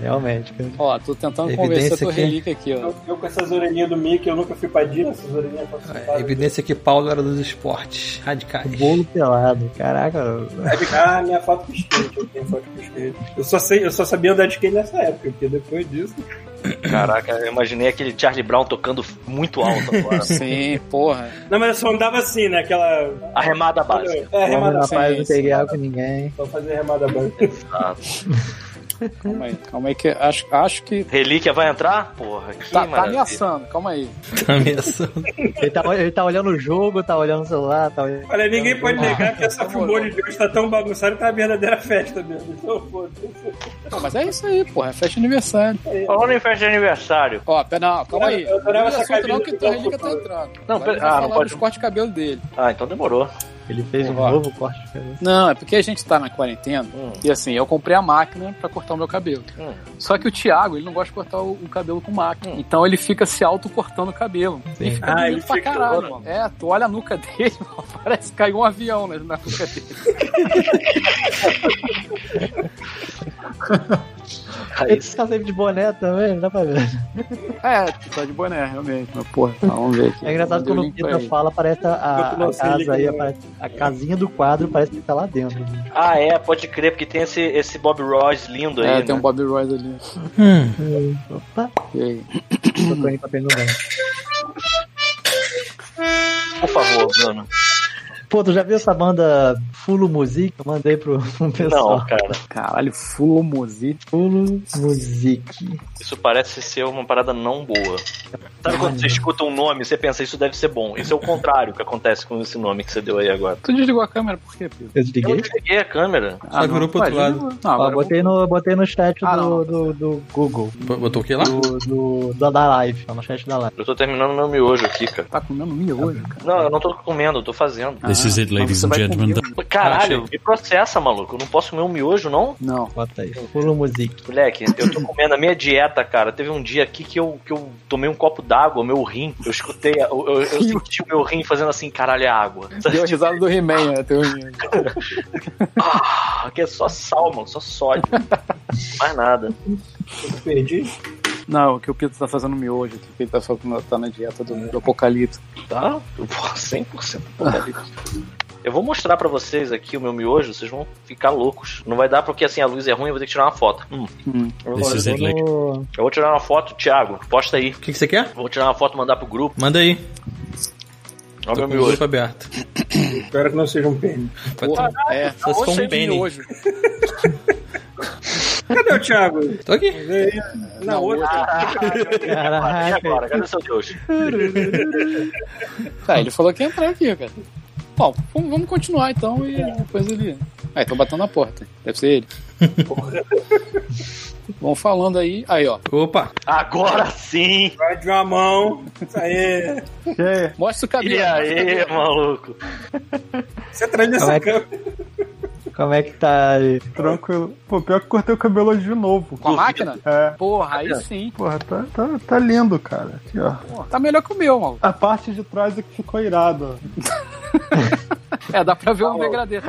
Realmente, cara. Ó, tô tentando Evidência convencer teu aqui. relíquio aqui, ó. eu- eu com essas orelhinhas do Mickey, eu nunca fui padinha, essas orelhinhas É, facilitadas. evidência que Paulo era dos esportes radicais. Bolo pelado, caraca. Ah, minha foto com skate, eu tenho foto com skate. Eu só, sei, eu só sabia andar de skate nessa época, porque depois disso. Caraca, eu imaginei aquele Charlie Brown tocando muito alto agora. Sim, porra. Não, mas eu só andava assim, né? Aquela. Arremada básica. É, Como remada na sim, paz não sim. tem guerra com ninguém. Só fazer remada básica. Calma aí. Calma aí que acho, acho que Relíquia vai entrar? Porra, que tá, tá maravilha. ameaçando. Calma aí. Tá ameaçando. Ele tá, ele tá olhando o jogo, tá olhando o celular, tá olhando. Olha, ninguém pode negar que essa tá bom, filmou não. de Deus tá tão bagunçada que tá uma verdadeira festa mesmo. Então, foda-se. Não, mas é isso aí, porra. É festa de aniversário. Falando em festa de aniversário. Ó, pera, não, calma aí. Eu adorava Não essa assunto não camisa que do tua Paulo relíquia tá Paulo. entrando. Não, Agora pera- ele vai ah, não falar pode- dos corte de cabelo dele. Ah, então demorou. Ele fez um Ó. novo corte de cabelo. Não, é porque a gente tá na quarentena. Hum. E assim, eu comprei a máquina pra cortar o meu cabelo. Hum. Só que o Thiago, ele não gosta de cortar o, o cabelo com máquina. Então ele fica se auto-cortando o cabelo. Sim. E fica Ah, bonito ele pra fica caralho, louco. mano. É, tu olha a nuca dele, mano, parece que caiu um avião né, na nuca dele. Aí, Ele tá sempre de boné também, não dá pra ver. É, tu tá de boné, realmente. Mas, porra, tá, vamos ver aqui. É engraçado Deu quando o link pra Pita ele. fala, parece a, a- Eu tô a lançando ele casa aí, aqui, né? aparece- a casinha do quadro parece que tá lá dentro. ah, é, pode crer, porque tem esse, esse Bob Ross lindo aí. É, né? tem um Bobby Royce ali. Opa, E aí? tô correndo pra pegar um Por favor, Bruno. Pô, tu já viu essa banda Fulo Music? Eu mandei pro um pessoal. Não, cara. Caralho, Fulomozi. Fulo Music. Isso parece ser uma parada não boa. Sabe quando você escuta um nome e você pensa, isso deve ser bom? Isso é o contrário que acontece com esse nome que você deu aí agora. Tu desligou a câmera por quê, Pedro? Eu Eu desliguei. desliguei a câmera. Só virou pro outro Ué, lado. desligou. Ah, Não, Ó, agora botei, no, botei no chat Ah, do, não. do, do Google. Botou o que lá? Do, do- da- da live. Tá no chat da live. Eu tô terminando meu miojo aqui, cara. Tá comendo miojo, cara. Não, eu não tô comendo, eu tô fazendo. This is it, mas ladies você and vai gentlemen. comer o- Caralho, me processa, maluco. Eu não posso comer um miojo, não? Não. Bota aí. Fulo Music. Moleque, eu tô comendo a minha dieta, cara. Teve um dia aqui que eu, que eu tomei um copo d'água, meu rim. Eu escutei, eu, eu, eu senti o meu rim fazendo assim, caralho, é água. Deu a risada do He-Man, né? Teu rindo. Ah, Aqui é só sal, mano, só sódio. Mais nada. Perdi. Não, o que o Pedro tá fazendo miojo, que o Pedro tá, fazendo, tá na dieta do, do apocalipse. Tá? Eu vou 100%. Eu vou mostrar pra vocês aqui o meu miojo, vocês vão ficar loucos. Não vai dar porque assim a luz é ruim, eu vou ter que tirar uma foto. Hum. Eu, vou, This is it, like. eu vou tirar uma foto, Thiago, posta aí. O que, que você quer? Vou tirar uma foto e mandar pro grupo. Manda aí. Olha Tô o meu com o miojo. grupo aberto. Espero que não seja um pênis. Pode Porra, é. Vocês Ou são um cheio de pênis. miojo. Cadê o Thiago? ter. Tô aqui. Na outra. E Caraca. agora? Cadê seu Deus? Tá, ele falou que ia entrar aqui, cara. Bom, vamos vamos continuar então e depois ele. Aí, tô batendo na porta. Deve ser ele. Vão falando aí. Aí, ó. Opa. Agora sim! Vai de uma mão. Isso aí. é- Mostra o cabelo. E aí, maluco? Você traz Vai. nessa câmera. Como é que tá aí? Tranquilo. Pô, pior que eu cortei o cabelo hoje de novo. Com a máquina? É. Porra, aí sim. Porra, tá, tá, tá lindo, cara. Aqui, ó. Pô, tá melhor que o meu, mano. A parte de trás é que ficou irada. É, dá pra ver um degradê.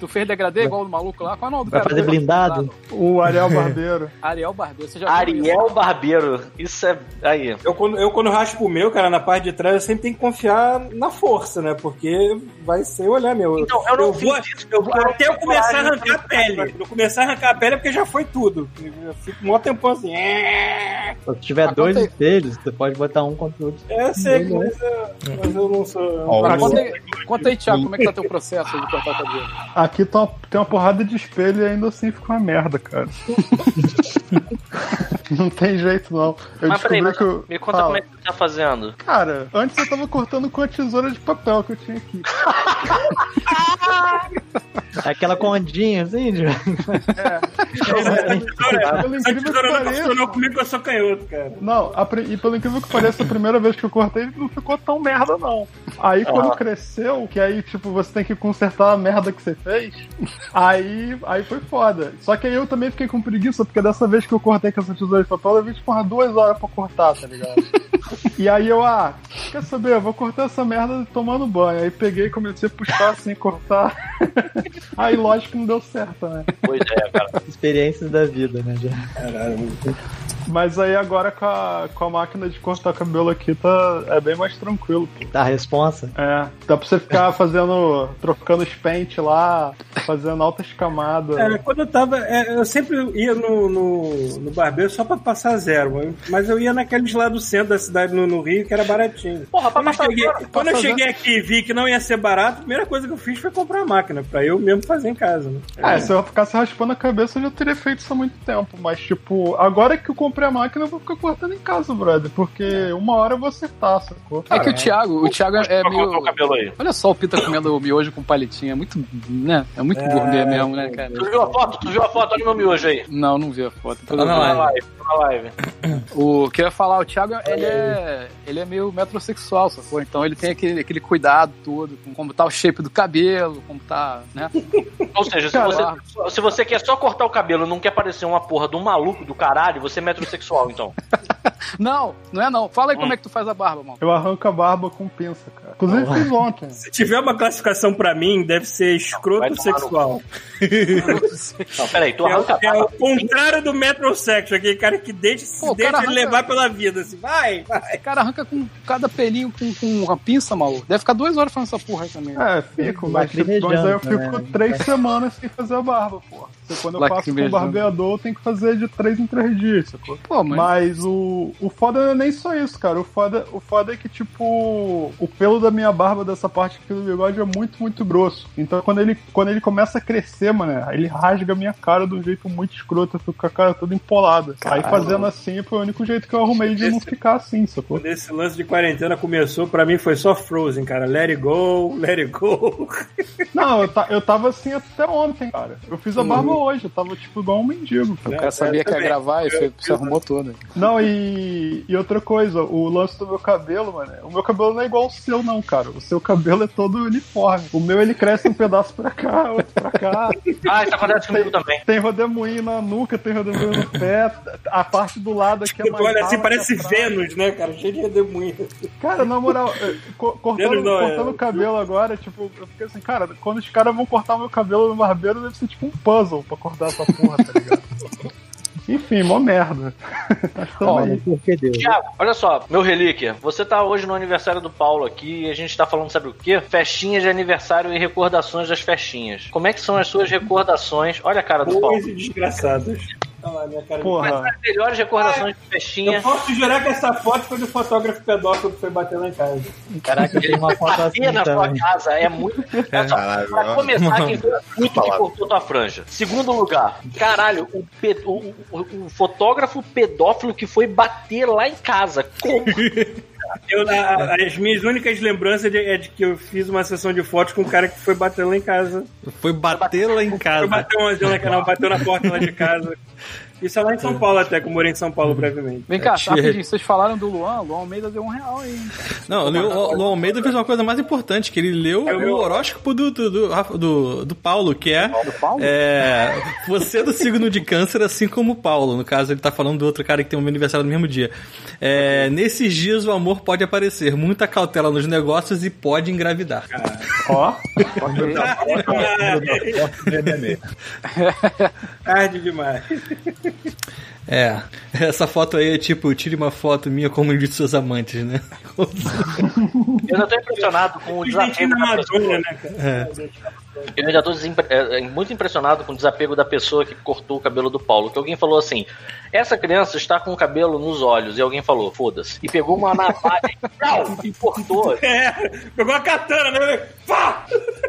Tu fez degradê igual o maluco lá? Qual é o nome do Vai cara? tá fazer blindado? O Ariel Barbeiro. Ariel Barbeiro. Você já Tá viu isso? Ariel Barbeiro. Isso é. Aí. Eu quando, eu, quando raspo o meu, cara, na parte de trás, eu sempre tenho que confiar na força, né? Porque vai sem olhar meu. Então, eu não vou, fiz isso. eu vou Claro, até eu começar a claro, arrancar a pele. Quando eu começar a arrancar a pele é porque já foi tudo. Eu fico um maior tempão assim. É, Se tiver Acontece. dois deles, você pode botar um contra o outro. eu sei, mas eu, mas eu não sou. Ó, Agora, o- Ah, conta, aí, conta aí, Thiago, como é que tá teu processo aí de cortar o cabelo? Aqui tá uma- tem uma porrada de espelho e ainda assim fica uma merda, cara. não tem jeito, não. Eu Mas descobri peraí, mas que eu... me conta Fala. como é que você tá fazendo. Cara, antes eu tava cortando com a tesoura de papel que eu tinha aqui. É. Aquela com ondinha, assim, de... Pelo Essa é incrível que tesoura não pareça. funcionou comigo, que eu sou canhoto, cara. Não, a pri- e pelo incrível que pareça, a primeira vez que eu cortei não ficou tão merda, não. Aí quando cresceu, que aí, tipo, você tem que consertar a merda que você fez, aí, aí foi foda. Só que aí eu também fiquei com preguiça, porque dessa vez que eu cortei com essa tesoura de papel, eu vi, porra, duas horas pra cortar, tá ligado? e aí eu, ah, quer saber, eu vou cortar essa merda tomando banho. Aí peguei e comecei a puxar assim, cortar. aí lógico que não deu certo, né? Pois é, cara. experiências da vida, né? já. Mas aí agora com a, com a máquina de cortar cabelo aqui tá, é bem mais tranquilo, pô. Tá a responsa. É, dá pra você ficar fazendo, trocando os pentes lá, fazendo altas camadas. Então. Cara, quando eu tava. é, Eu sempre ia no, no, no barbeiro só pra passar zero, mas- mas eu ia naqueles lá do centro da cidade, no, no Rio, que era baratinho. Porra, pra Quando eu, passar cheguei, agora. quando eu Passar cheguei aqui e vi que não ia ser barato, a primeira coisa que eu fiz foi comprar a máquina, pra eu mesmo fazer em casa. Né? É, se eu ficasse raspando a cabeça, eu já teria feito isso há muito tempo. Mas, tipo, agora que eu comprei a máquina, eu vou ficar cortando em casa, brother. Porque uma hora eu vou acertar, sacou? É que o Thiago, o Thiago é Pra cortar meio. o cabelo aí. Olha só o Pita comendo o miojo com palitinho. É muito. né? É muito gourmet mesmo, né, cara? Tu viu a foto? Tu viu a foto? Olha o meu miojo aí. Não, não vi a foto. Tá na Tá na live. live, tá na live. O que eu ia falar, o Thiago, ele é, ele é meio metrosexual, sacou? Então ele tem aquele, aquele cuidado todo, com como tá o shape do cabelo, como tá, né? Ou seja, se ah. Caralho. você, se você quer só cortar o cabelo e não quer parecer uma porra de um maluco do caralho, você é metrosexual, então. Não, não é não. Fala aí como é que tu faz a barba, mano. Eu arranco a barba com pinça, cara. Inclusive, fiz ontem. Se tiver uma classificação pra mim, deve ser Vai escroto tomar sexual. Não, peraí, tu É, arranca a o- é barba. o contrário do metrosexo, aquele cara que deixa, se Pô, o deixa cara arranca- levar pela vida. Assim, vai, vai. O cara arranca com cada pelinho com, com uma pinça, maluco. Deve ficar duas horas fazendo essa porra aí também. É, fico, mas, tipo, Lacrimejando, mas aí eu né? fico três semanas sem fazer a barba, pô. Porque Quando eu faço com Lacrimejando. barbeador, eu tenho que fazer de três em três dias, sacou? Pô, mas, Mas o, o foda não é nem só isso, cara. O foda, o foda é que, tipo, o pelo da minha barba, dessa parte aqui do bigode, é muito, muito grosso. Então, quando ele, quando ele começa a crescer, mano, ele rasga a minha cara de um jeito muito escroto. Eu fico com a cara toda empolada. Aí, fazendo assim, foi o único jeito que eu arrumei de não ficar assim, sacou? Quando esse lance de quarentena começou, pra mim foi só Frozen, cara. Let it go, let it go. Não, eu, ta- eu tava assim até ontem, cara. Eu fiz a barba hoje, eu tava, tipo, igual um mendigo. o é, cara sabia que ia também. gravar e foi, se arrumou toda. Não, e, e outra coisa, o lance do meu cabelo, mano, o meu cabelo não é igual ao seu, não, cara. O seu cabelo é todo uniforme. O meu, ele cresce um pedaço pra cá, outro pra cá. Ah, isso acontece comigo também. Tem rodemoinho na nuca, tem rodemoinho no pé. A parte do lado aqui é Quando mais tu olha assim, rala parece que a pra- Vênus, né, cara? Cheio de redemoinho. Cara, na moral, eh, co- cortando, Vênus não, é. cortando o cabelo agora, tipo, eu fiquei assim, cara, quando os caras vão cortar o meu cabelo no barbeiro, deve ser tipo um puzzle pra cortar essa porra, tá ligado? Enfim, mó merda. Ó, por que Deus? Tiago, olha só, meu relíquia, você tá hoje no aniversário do Paulo aqui e a gente tá falando, sabe o quê? Festinhas de aniversário e recordações das festinhas. Como é que são as suas recordações? Olha a cara do Paulo. Boas e desgraçadas. Olha lá, minha cara de- Porra. As melhores recordações de Eu festinha. posso jurar que essa foto foi do fotógrafo pedófilo que foi bater lá em casa. Caraca, tem uma foto assim Bater na sua também. casa é muito. Olha só, Caralho, Pra ó. começar, quem foi puto que cortou tua franja. Segundo lugar, caralho, o, pe- o- o- o fotógrafo pedófilo que foi bater lá em casa. Como? Eu, a- a- as minhas únicas lembranças de- é de que eu fiz uma sessão de fotos com um cara que foi bater lá em casa. Foi bater lá em Foi casa. bater onde lá em casa, não, bateu na porta lá de casa. Isso é lá em São Paulo até, que eu morei em São Paulo brevemente. É, Vem cá, Tia. rapidinho, vocês falaram do Luan, Luan Almeida deu um real aí. Não, o Lu- o Lu Almeida fez uma coisa mais importante, que ele leu Eu- o horóscopo do, do, do, Rafa- do- do Paulo, que é, Paulo? é, Você é do signo de câncer, assim como o Paulo. No caso, ele tá falando do outro cara que tem o meu aniversário no mesmo dia. É, nesses dias o amor pode aparecer, muita cautela nos negócios e pode engravidar. Ó, Ah, Tarde demais. É. Essa foto aí é tipo, tire uma foto minha como um de seus amantes, né? Eu ainda tô impressionado com o Os dentinhos desapego da da Madonna, é, pessoa. né, cara? Eu ainda tô desempre- é, é, muito impressionado com o desapego da pessoa que cortou o cabelo do Paulo. Que alguém falou assim: essa criança está com o cabelo nos olhos. E alguém falou: foda-se. E pegou uma navalha e, pau, e cortou. É, pegou a katana, né? Pá!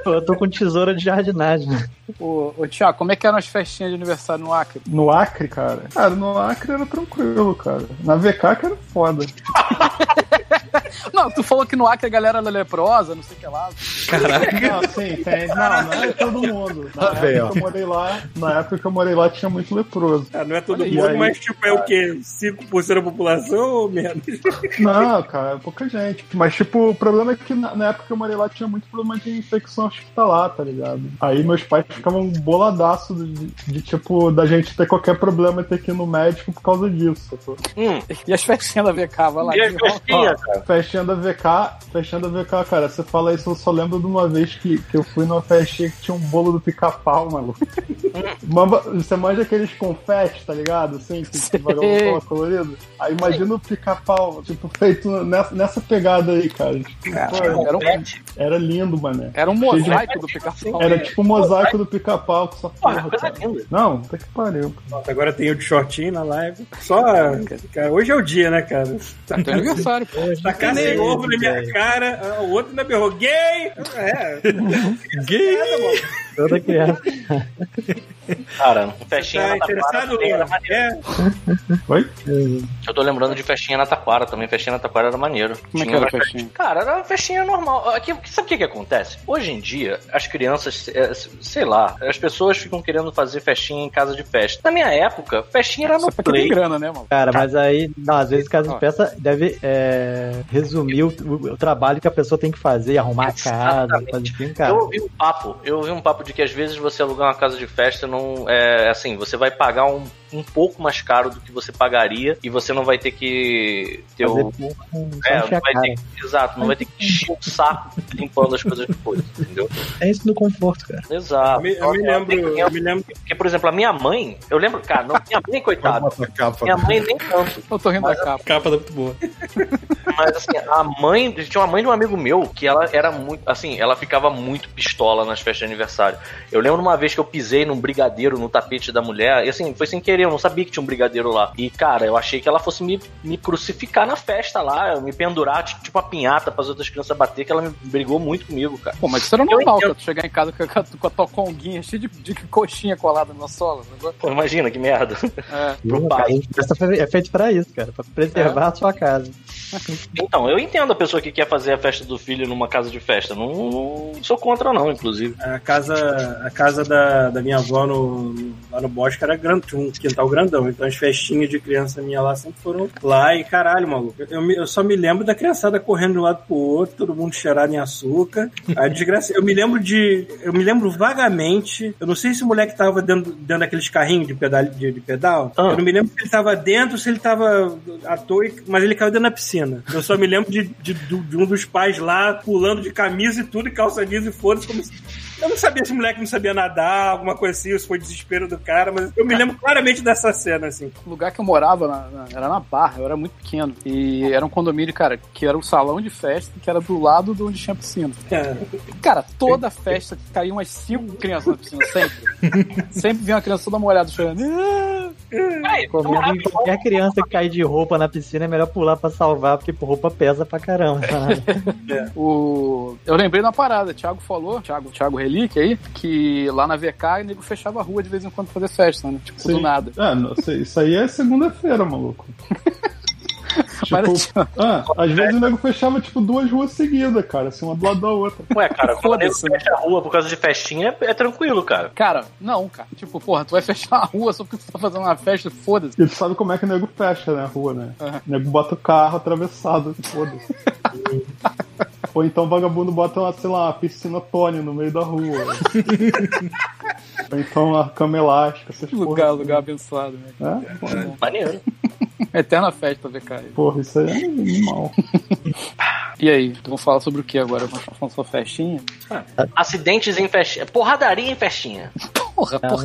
Eu tô com tesoura de jardinagem. né? Ô, ô Tiago, como é que eram as festinhas de aniversário no Acre? no Acre, cara. Cara, no Acre era tranquilo, cara. Na VK que era foda. Não, tu falou que no Acre a galera era leprosa, não sei o que lá. Não, sim, tem. Não, não é todo mundo. Na época velho. que eu morei lá, na época que eu morei lá tinha muito leproso. Ah, não é todo Olha aí, mundo, aí. mas tipo, é o quê? 5% da população ou menos? Não, cara, é pouca gente. Mas, tipo, o problema é que na, na época que eu morei lá tinha muito problema de infecção hospitalar, tá ligado? Aí meus pais ficavam boladaço de, de, tipo, da gente ter qualquer problema e ter que ir no médico por causa disso. sacou? Hum, E as festinhas da VK, vai lá. e as desenrola. festinhas, cara? Festinha da VK, festinha da VK, cara, você fala isso, eu só lembro de uma vez que, que eu fui numa festinha que tinha um bolo do pica-pau, maluco. Mamba- você manja aqueles confetes, tá ligado? Assim, que que vagabundo cola colorido. Aí imagina o pica-pau, tipo, feito nessa, nessa pegada aí, cara. Tipo, pô, Era um, era lindo, mané. era um mosaico do pica-pau. Era tipo o mosaico do pica-pau com essa porra, Coisa cara. linda. Não, tá que pariu. Nossa, agora tem o de shortinho na live. Só. Cara, hoje é o dia, né, cara? tipo Era teu aniversário, pô. Tacar sem ovo na minha cara, ah, o outro ainda me roguei. É, Gay! Toda criança. Cara, festinha tá na Taquara interessado, também era Lula? maneiro. É, Eu tô lembrando de festinha na Taquara também. Festinha na Taquara era maneiro. Como é que Tinha era a uma- festinha? Cara, era uma festinha normal. Aqui, sabe o que, que acontece? Hoje em dia, as crianças, é, sei lá, as pessoas ficam querendo fazer festinha em casa de festa. Na minha época, festinha era Só no pra quem tem play. grana, né, mano? Cara, mas aí, não, às vezes casa de Ó. peça deve é, resumir o, o- o trabalho que a pessoa tem que fazer, arrumar a casa, Exatamente. fazer assim, Eu cara. ouvi um papo, eu ouvi um papo de que às vezes você alugar uma casa de festa não é assim, você vai pagar um, um pouco mais caro do que você pagaria e você não vai ter que ter Fazer o, porra com- só é, encher não a vai cara. ter que, exato, não vai ter que encher o saco limpando as coisas depois, entendeu? É isso no conforto, cara. eu Exato. Então, é, me, eu me lembro, eu me lembro que Porque, por exemplo, a minha mãe, eu lembro, cara, não, minha mãe, coitada, minha mãe nem tanto, Eu tô rindo da capa. Capa da muito boa. mas assim, a mãe, tinha uma mãe de um amigo meu que ela era muito, assim, ela ficava muito pistola nas festas de aniversário. Eu lembro uma vez que eu pisei num brigadeiro no tapete da mulher, e assim, foi sem querer, eu não sabia que tinha um brigadeiro lá. E, cara, eu achei que ela fosse me, me crucificar na festa lá, me pendurar, tipo tipo uma pinhata pras outras crianças bater, que ela me brigou muito comigo, cara. Pô, mas isso era Eu normal, entendo. cara. Tu chegar em casa com a, com a tua conguinha cheia de, de coxinha colada na sola. Né? Pô, imagina, que merda. É. Não, pai. cara, a festa foi- é feito pra isso, cara, pra preservar a sua casa. Então, eu entendo a pessoa que quer fazer a festa do filho numa casa de festa. Não, não sou contra, não, inclusive. a casa, a casa da, da minha avó no, lá no Bosque era gran, tinha um quintal grandão. Então as festinhas de criança minha lá sempre foram lá e caralho, maluco. Eu, eu me- eu só me lembro da criançada correndo de um lado pro outro, todo mundo cheirado em açúcar. A desgraça. Eu me lembro de. Eu me lembro vagamente. Eu não sei se o moleque tava dentro, dentro daqueles carrinhos de pedal. De, de pedal. Ah. Eu não me lembro se ele tava dentro, se ele tava à toa, mas ele caiu dentro da piscina piscina. Eu só me lembro de, de, do- de um dos pais lá pulando de camisa e tudo, e calça jeans e foda como se- Eu não sabia se o moleque não sabia nadar, alguma coisa assim, ou se foi desespero do cara, mas eu me lembro claramente dessa cena, assim. O lugar que eu morava na- na- era na Barra, eu era muito pequeno. E era um condomínio, cara, que era um salão de festa que era do lado de onde tinha a piscina. Cara, toda festa caía umas cinco crianças na piscina, sempre. sempre vinha uma criança toda molhada chorando. "Ah!" é Comendo em qualquer criança que cai de roupa na piscina é melhor pular pra salvar, porque pô, roupa pesa pra caramba. O... Eu lembrei da parada, o Thiago falou, Thiago, Thiago Relique aí, que lá na VK o nego fechava a rua de vez em quando pra fazer festa, né? Tipo, do Sim. nada. Ah, não sei, isso aí é segunda-feira, maluco. Mas, tipo, ah, às vezes o nego fechava, tipo, duas ruas seguidas, cara, assim, uma do lado da outra. Ué, cara, quando o nego Foda-se, né? fecha a rua por causa de festinha, é, é tranquilo, cara. Cara, não, cara. Tipo, porra, tu vai fechar a rua só porque tu tá fazendo uma festa, foda-se. E tu sabe como é que o nego fecha, né, a rua, né? Aham. O nego bota o carro atravessado, foda-se. Ou então o vagabundo bota, uma, sei lá, uma piscina Tony no meio da rua. Ou então a cama elástica, essas Que lugar, porra. lugar abençoado, né? É, pô, Maneiro. Eterna festa, VK. porra, isso aí é animal. E aí, vamos falar sobre o que agora? Vamos falar sobre festinha? Acidentes em festinha. Porradaria em festinha. Porra, porra.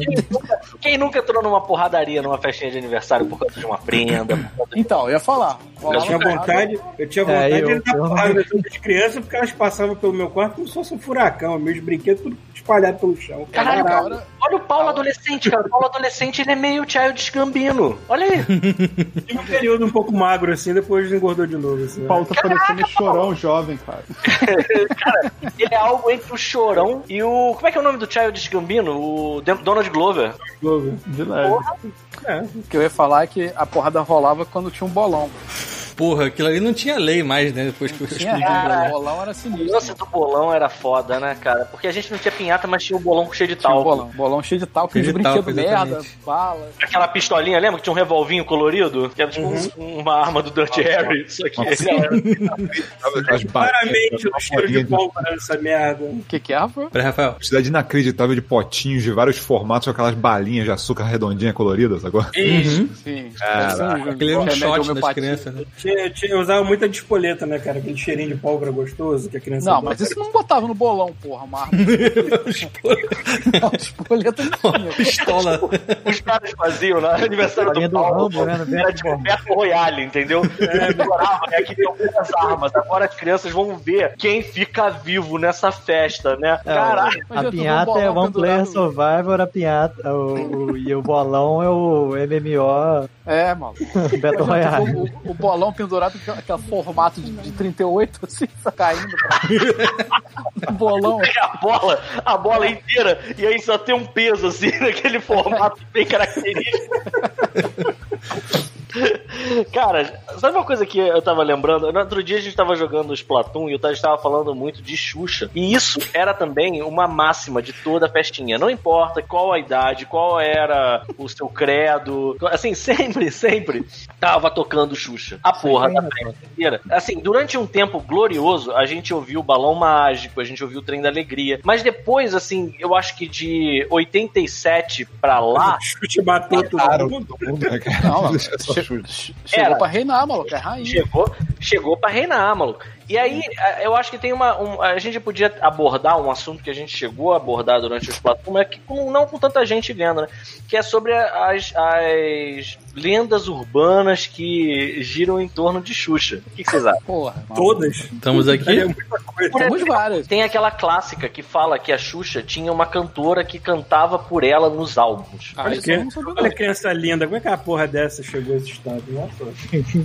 Quem nunca entrou numa porradaria numa festinha de aniversário por causa de uma prenda? por causa de- Então, eu ia falar. Eu Rolava tinha parada- vontade, eu tinha vontade É, eu- de entrar eu- porrada nas outras crianças, porque elas passavam pelo meu quarto como se fosse um furacão, meus brinquedos tudo espalhado pelo chão. Caralho, Cara, cara. Olha o Paulo adolescente, cara. O Paulo adolescente, ele é meio Child Gambino. Olha aí. Tive um período um pouco magro, assim, depois engordou de novo, assim. O Paulo tá parecendo um chorão jovem, cara. Ele é algo entre o Chorão e o... Como é que é o nome do Child Gambino? O Dan- Donald Glover. Novo. De leve. O que eu ia falar é que a porrada rolava quando tinha um bolão. Porra, aquilo ali não tinha lei mais, né? Depois que eu Tinha explodi. regra, o bolão era O sinistro. lance do bolão era foda, né, cara? Porque a gente não tinha pinhata, mas tinha um bolão cheio de Tinha um tal. bolão. Bolão cheio de talco, Cheio de de talco, brinquedo merda, exatamente. bala. Aquela pistolinha, lembra que tinha um revolvinho colorido? Que era tipo Uhum. um- uma arma do Dirty Harry. Só que Aquelas Claramente, baquetas, o cheiro de bolinhas de- pólvora nessa merda. O que que é, Rafael? Pera, Rafael. quantidade inacreditável de potinhos de vários formatos, com aquelas balinhas de açúcar redondinha coloridas agora. Uhum. Sim. Aquele era um shot das crianças, né? Tinha- tinha- eu usava muita despoleta, né, cara? Aquele cheirinho de pólvora gostoso que a criança Não, adora. mas isso não botava no bolão, porra, uma arma. Não, espoleta não tinha. Pistola. os caras faziam no aniversário Bolinha tá do do Paulo. Rambo, né? No Era Beto tipo Bomb. Beto Royale, entendeu? Demorava, né? Que tem algumas armas. Agora as crianças vão ver quem fica vivo nessa festa, né? Caralho. Imagina, É, tu A vê um pinhata é bolão One Player pendurado. Survivor, a pinhata, o, o- e o bolão é o MMO É, mano. Battle Royale. Imagina, tu vê o, o bolão pendurado com aquele formato de, de 38, assim, tá caindo. pra- O bolão. Pega a bola, a bola inteira, e aí só tem um peso assim, naquele formato bem característico. Cara, sabe uma coisa que eu tava lembrando? No outro dia a gente tava jogando Splatoon e o Tade tava falando muito de Xuxa. E isso era também uma máxima de toda a festinha. Não importa qual a idade, qual era o seu credo. Assim, sempre, sempre tava tocando Xuxa. A porra da brincadeira. Assim, durante um tempo glorioso, a gente ouviu o Balão Mágico, a gente ouviu o Trem da Alegria. Mas depois, assim, eu acho que de 87 pra lá. Chute é bateu todo mundo. Não, mano. Deixa só chute. Che- Chegou Era. pra reinar, maluco. É rainha. Chegou, chegou pra reinar, maluco. E aí, a- eu acho que tem uma. um- a gente podia abordar um assunto que a gente chegou a abordar durante os platôs, mas que com- não com tanta gente vendo, né? Que é sobre a- as, as lendas urbanas que giram em torno de Xuxa. O que, que vocês acham? Porra. maluco. Todas. Estamos aqui. É muita coisa. Temos várias. Tem aquela clássica que fala que a Xuxa tinha uma cantora que cantava por ela nos álbuns. Ah, Olha isso que- eu não sabia, Olha não. que criança linda, como é que a porra dessa chegou a esse estado? Nossa.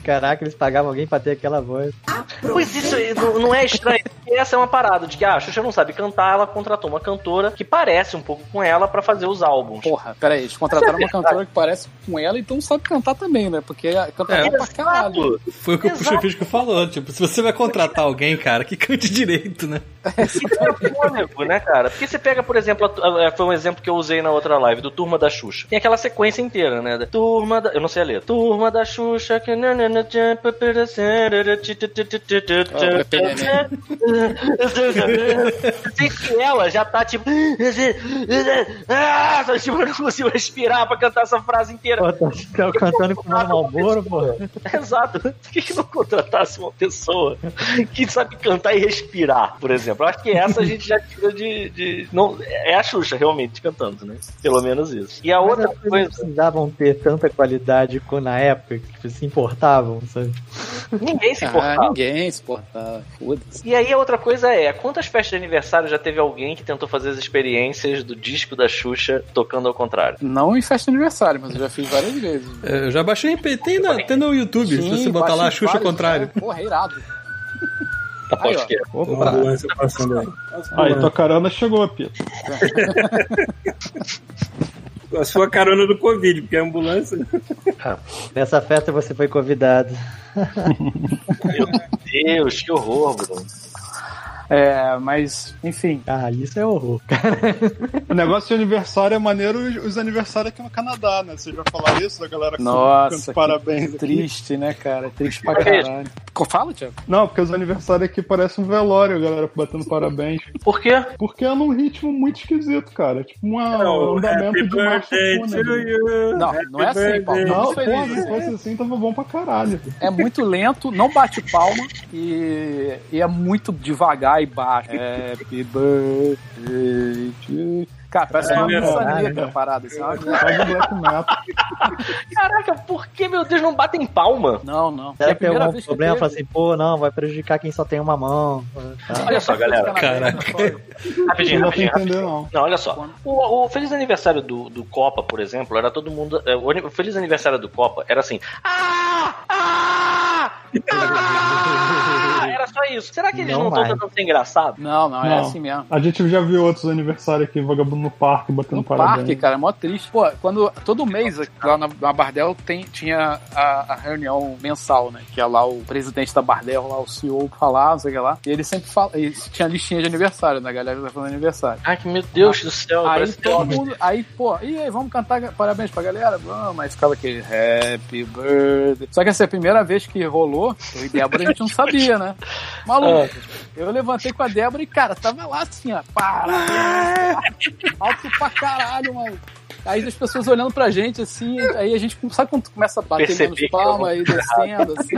Caraca, eles pagavam alguém pra ter aquela voz. Pois isso aí não, não é estranho. porque Essa é uma parada de que ah, a Xuxa não sabe cantar, ela contratou uma cantora que parece um pouco com ela pra fazer os álbuns. Porra, peraí, eles contrataram uma cantora que parece com ela, então sabe cantar também, né? Porque canta É. bem pra caralho. Exato. Foi o que o Exato. Puxa Fisco falou. Tipo, se você vai contratar alguém, cara, que cante direito, né? fôlego, né, cara? Porque você pega, por exemplo, a- a- foi um exemplo que eu usei na outra live, do Turma da Xuxa. Tem aquela sequência inteira, né? da- Turma da... Eu não sei a letra. Turma da Xuxa... que nanana tchampa pera sarara tchu tchu tchu tchu tchu tchu tchu. Ah, eu peguei, né? Sei que ela já tá tipo... Ah, sabe, tipo, eu não consigo respirar pra cantar essa frase inteira. Pô, tá, tá cantando com o Malboro, porra. Exato. Por que, que não contratasse uma pessoa que sabe cantar e respirar, por exemplo? Eu Acho que essa a gente já tira de. de- não, é a Xuxa, realmente, cantando, né? Pelo menos isso. E a Mas outra as coisas não coisa. precisavam ter tanta qualidade como na época que se importavam, sabe? Ninguém se Ah, importava. ninguém se portava. Foda-se. E aí a outra coisa é, quantas festas de aniversário já teve alguém que tentou fazer as experiências do disco da Xuxa tocando ao contrário? Não em festa de aniversário, mas eu já fiz várias vezes. É, Eu já baixei em P, tem, na, tem no YouTube, É se você botar lá baixei Xuxa ao vários, contrário. Tá, cara. Porra, é irado. Aí, Aposto ó. que é. Opa. ambulância passando aí. Aí, tua carona chegou, Pia. A sua carona do Covid, porque a ambulância. Nessa festa você foi convidado. Deus, que horror, Bruno. É, mas, enfim. Ah, isso é horror. O negócio de aniversário é maneiro os, os aniversários aqui no Canadá, né? Vocês já falaram isso da galera Nossa, canta que parabéns aqui? Triste, né, cara? Triste pra Beijo. caralho. Co- Fala, Tiago. Não, porque os aniversários aqui parecem um velório, a galera batendo parabéns. Por quê? Porque é num ritmo muito esquisito, cara. Tipo uma- um é happy andamento de marcha né? birthday to fúnebre. you. Não, não é assim, Paulo. Não, Não, pô, feliz, se fosse assim, tava bom pra caralho. É muito lento, não bate palma e, e é muito devagar e baixo. Happy birthday to- Cara, parece uma É verdade, missa negra né? parada. Assim, uma- Faz um black metal. Caraca, por que, meu Deus, não batem palma? Não, não. E Será É a que tem primeira algum vez que problema? teve- Fala assim, pô, não, vai prejudicar quem só tem uma mão. Tá. Olha só, galera. né? Caraca. Rapidinho, Não dá pra rapidinho, entender, não. Não, olha só. O, o feliz aniversário do, do Copa, por exemplo, era todo mundo. é, O, ani- o feliz aniversário do Copa era assim. Ah! Ah! ah! Era só isso. Será que eles Não não estão vai. tentando ser engraçado? Não, não, é Não. assim mesmo. A gente já viu outros aniversários aqui, vagabundo no parque, batendo No parabéns. parque, cara, é mó triste. Pô, quando todo mês lá na, na Bardel tem, tinha a, a reunião mensal, né? Que é lá o presidente da Bardel, lá o CEO falar, não sei o que lá. E ele sempre fala, e tinha listinha de aniversário, né? A galera tá falando aniversário. Ai, que meu Deus do céu. Aí parece que todo mundo, aí, pô, e aí, vamos cantar parabéns pra galera? Vamos, aí ficava aquele happy birthday. Só que essa é a primeira vez que rolou, eu e Débora a gente não sabia, né? Maluco, É. eu levantei com a Débora e, cara, tava lá assim, ó, parabéns, alto pra caralho, mano. Aí as pessoas olhando pra gente, assim, aí a gente sabe quando começa a bater Percebi que menos palma eu aí descendo, assim.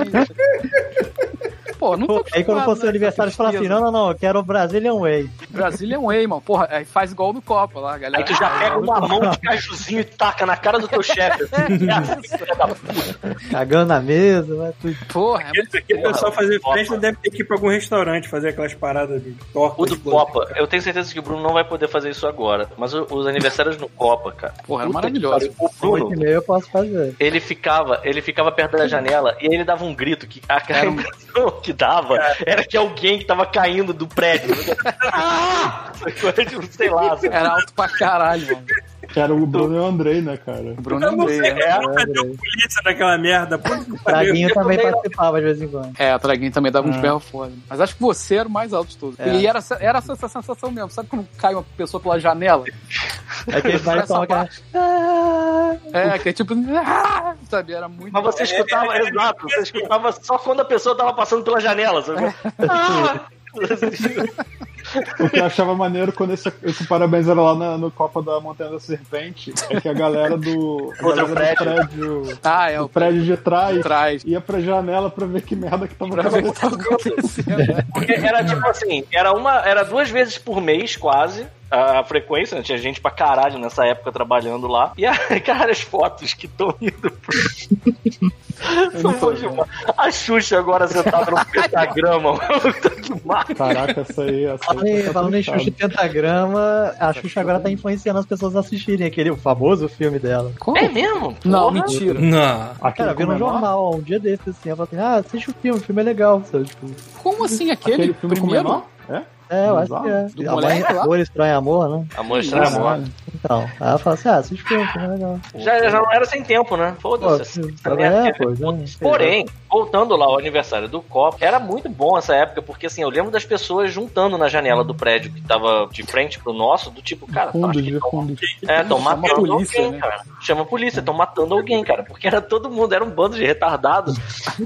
Pô, não tô Pô, aí quando acostumado, for seu né, aniversário, com você fala assim, tristeza. não, não, não, eu quero o Brazilian Way. Brazilian Way, mano. um Porra, aí faz igual no Copa lá, galera. Aí tu já pega uma mão de cajuzinho e taca na cara do teu chefe. assim. Ah, filha da puta. Cagando na mesa, vai tudo. Porra, é muito Isso aqui, o pessoal fazer Copa. festa deve ter que ir pra algum restaurante fazer aquelas paradas de O torta. do Copa, eu tenho certeza que o Bruno não vai poder fazer isso agora. Mas o- os aniversários no Copa, cara. Porra, era Puta que maravilhoso. pariu. O Bruno, Oito e meia eu posso fazer. ele ficava, ele ficava perto da janela e aí ele dava um É. grito que a cara a impressão que dava era que alguém que tava caindo do prédio. Ah! Sei lá, sabe? Era alto pra caralho, mano. Cara, o Bruno e o Andrei, né, cara? O Bruno Andrei, né? É, polícia naquela merda. Puta que pariu. Traguinho eu também também- né? participava de vez em quando. É, a Traguinho também dava uns berros foda. Mas acho que você era o mais alto de todos. É. E era, essa- era essa, essa sensação mesmo. Sabe quando cai uma pessoa pela janela? Aí que vai Essa tomar aquela... É, que é tipo. "Ah!", Sabe? Era muito. Mas você escutava, exato, você escutava só quando a pessoa tava passando pela janela, sabe? Ah! O que eu achava maneiro quando esse, esse parabéns era lá na- no Copa da Montanha da Serpente é que a galera do, a Outra galera do prédio, Ah, é, do o prédio de trás trás. ia pra janela pra ver que merda que tava Pra ver o que tava acontecendo. acontecendo. Porque era tipo assim, era uma, era duas vezes por mês quase a frequência, né? tinha gente pra caralho nessa época trabalhando lá. E aí, cara, as fotos que estão indo pro São bom demais. A Xuxa agora sentada no pentagrama, maluco, que mata. Caraca, essa aí, essa Falando aí. em- tá Falando em complicado. Xuxa e Pentagrama, a Xuxa agora tá influenciando as pessoas a assistirem aquele famoso filme dela. É mesmo? Não, Porra. mentira. Não. Aquele Cara, eu é vi no menor? jornal ó, um dia desses, assim, eu falei assim, ah, assiste o filme, o filme é legal, sabe? Tipo, Como assim aquele, filme com primeiro? menor? É? é, eu acho Exato. que é. Do A mãe moleque lá? amor, estranho amor, né? A é mostra Isso, amor. mano. Então, aí eu falo assim, ah, assiste o filme, o filme é legal. Já, já não era sem tempo, né? Pô, Foda-se. é, pô, né? Porém, voltando lá ao aniversário do copo, era muito bom essa época, porque assim, eu lembro das pessoas juntando na janela do prédio que tava de frente pro nosso, do tipo, cara, tá, acho Fundos que de tão- fundos. é, um estão Chama a matando polícia, alguém, né? cara. Chama a polícia, estão matando alguém, cara. Porque era todo mundo, era um bando de retardados.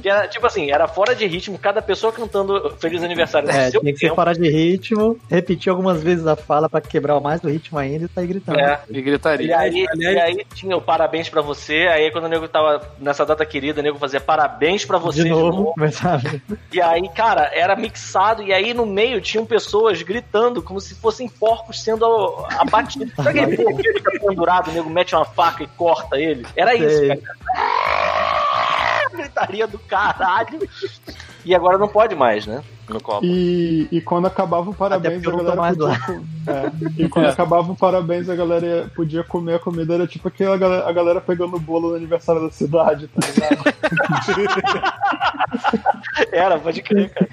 Que era, tipo assim, era fora de ritmo, cada pessoa cantando Feliz Aniversário no É, seu tinha que ser tempo. fora de ritmo, repetir algumas vezes a fala pra quebrar mais o ritmo ainda e sair gritando. É. E E gritaria. aí, e aí tinha o parabéns pra você, aí quando o nego tava nessa data querida, o nego fazia parabéns pra você de novo, mas sabe? E aí, cara, era mixado, e aí no meio tinham pessoas gritando como se fossem porcos sendo abatidos. Sabe aquele porco que fica pendurado, o nego mete uma faca e corta ele? Era isso, Sei. cara. Ah, Gritaria do caralho. E agora não pode mais, né? No copo. E, e quando acabava o parabéns, porque a eu não tô galera mais podia lá. co- É, E quando É. acabava o parabéns, a galera ia- podia comer a comida. Era tipo aquela galera, a galera pegando bolo no aniversário da cidade, tá ligado? Era, pode crer, cara.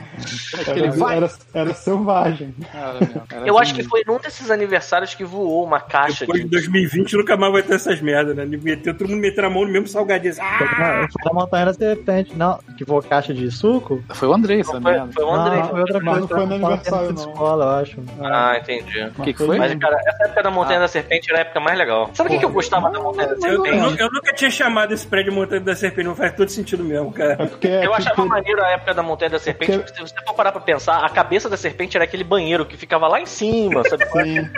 Era, era, era selvagem. é- Cara, meu, cara, Eu que acho que foi num desses aniversários que voou uma caixa Depois de de. 2020 nunca mais vai ter essas merdas, né? Meteu, todo mundo metendo a mão no mesmo salgadinho. assim. Ah! Na montanha era serpente, é não, que foi caixa de suco. Foi o André essa Não, foi, merda. foi um o Andrei. não, foi outra Mas coisa. não Ah, foi no Tava falando que era aniversário, de não. escola, eu acho. Ah, entendi. Ah. O que, que foi? Mas, cara, essa época da Montanha da Serpente era a época mais legal. Sabe o que, que eu gostava da Montanha da Eu, eu Serpente? nunca- eu nunca tinha chamado esse prédio Montanha da Serpente, não faz todo sentido mesmo, cara. É porque Eu tipo, achava maneiro a época da Montanha da Serpente, Porque- porque se você for parar pra pensar, a cabeça da serpente era aquele banheiro que ficava lá em cima, sabe? qual é? Sim,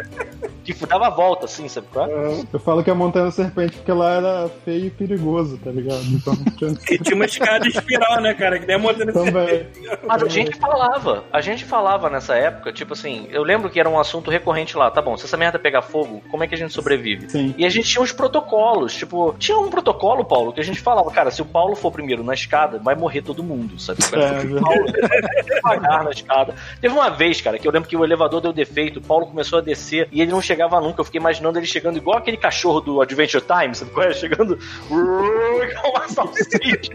que dava a volta, assim, sabe? qual é? eu falo que a Montanha da Serpente porque lá era feio e perigoso, tá ligado? Então, E tinha uma escada espiral, né, cara? Que nem a Montanha da Serpente. também. Mas a É. gente falava, a gente falava nessa época, tipo assim, eu lembro que era um assunto recorrente lá, tá bom, se essa merda pegar fogo, como é que a gente sobrevive? Sim. E a gente tinha uns protocolos, tipo, tinha um protocolo, Paulo, que a gente falava, cara, se o Paulo for primeiro na escada, vai morrer todo mundo, sabe? qual é? É, verdade. devagar na escada. Teve uma vez, cara, que eu lembro que o elevador deu defeito, o Paulo começou a descer e ele não chegava nunca. Eu fiquei imaginando ele chegando igual aquele cachorro do Adventure Time, sabe qual é? Chegando com uma salsicha.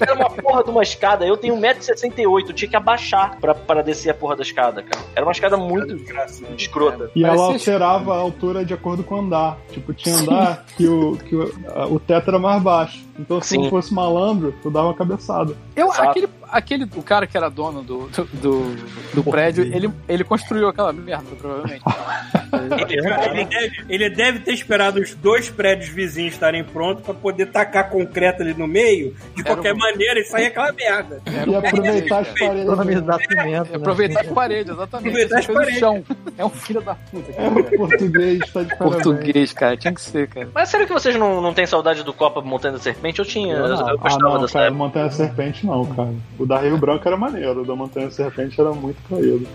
Era uma porra de uma escada. Eu tenho 1,68m, eu tinha que abaixar pra, pra descer a porra da escada, cara. Era uma escada muito escrota. E ela Parecia alterava a altura de acordo com o andar. Tipo, tinha andar que o, que o, a- o teto era mais baixo. Então, se Sim. não fosse malandro, tu dava uma cabeçada. Eu, Exato. aquele, aquele, o cara que era dono do, do, do- do prédio, ele, ele construiu aquela merda, provavelmente. Ele deve, ele deve ter esperado os dois prédios vizinhos estarem prontos pra poder tacar concreto ali no meio, de Era qualquer um- maneira, e sair aquela merda. um E aproveitar as paredes. Economizar cimento, É né? um Aproveitar as paredes, exatamente. Aproveitar as Fez o paredes. chão. É um filho da puta. É, o português tá de parabéns. Português, cara. Tinha que ser, cara. Mas sério que vocês não, não têm saudade do Copa Montanha da Serpente? Eu tinha, eu, eu Ah, gostava não, dessa cara, época. Montanha Serpente não, cara. O da Rio Branco era maneiro, o da Montanha Serpente era muito caído.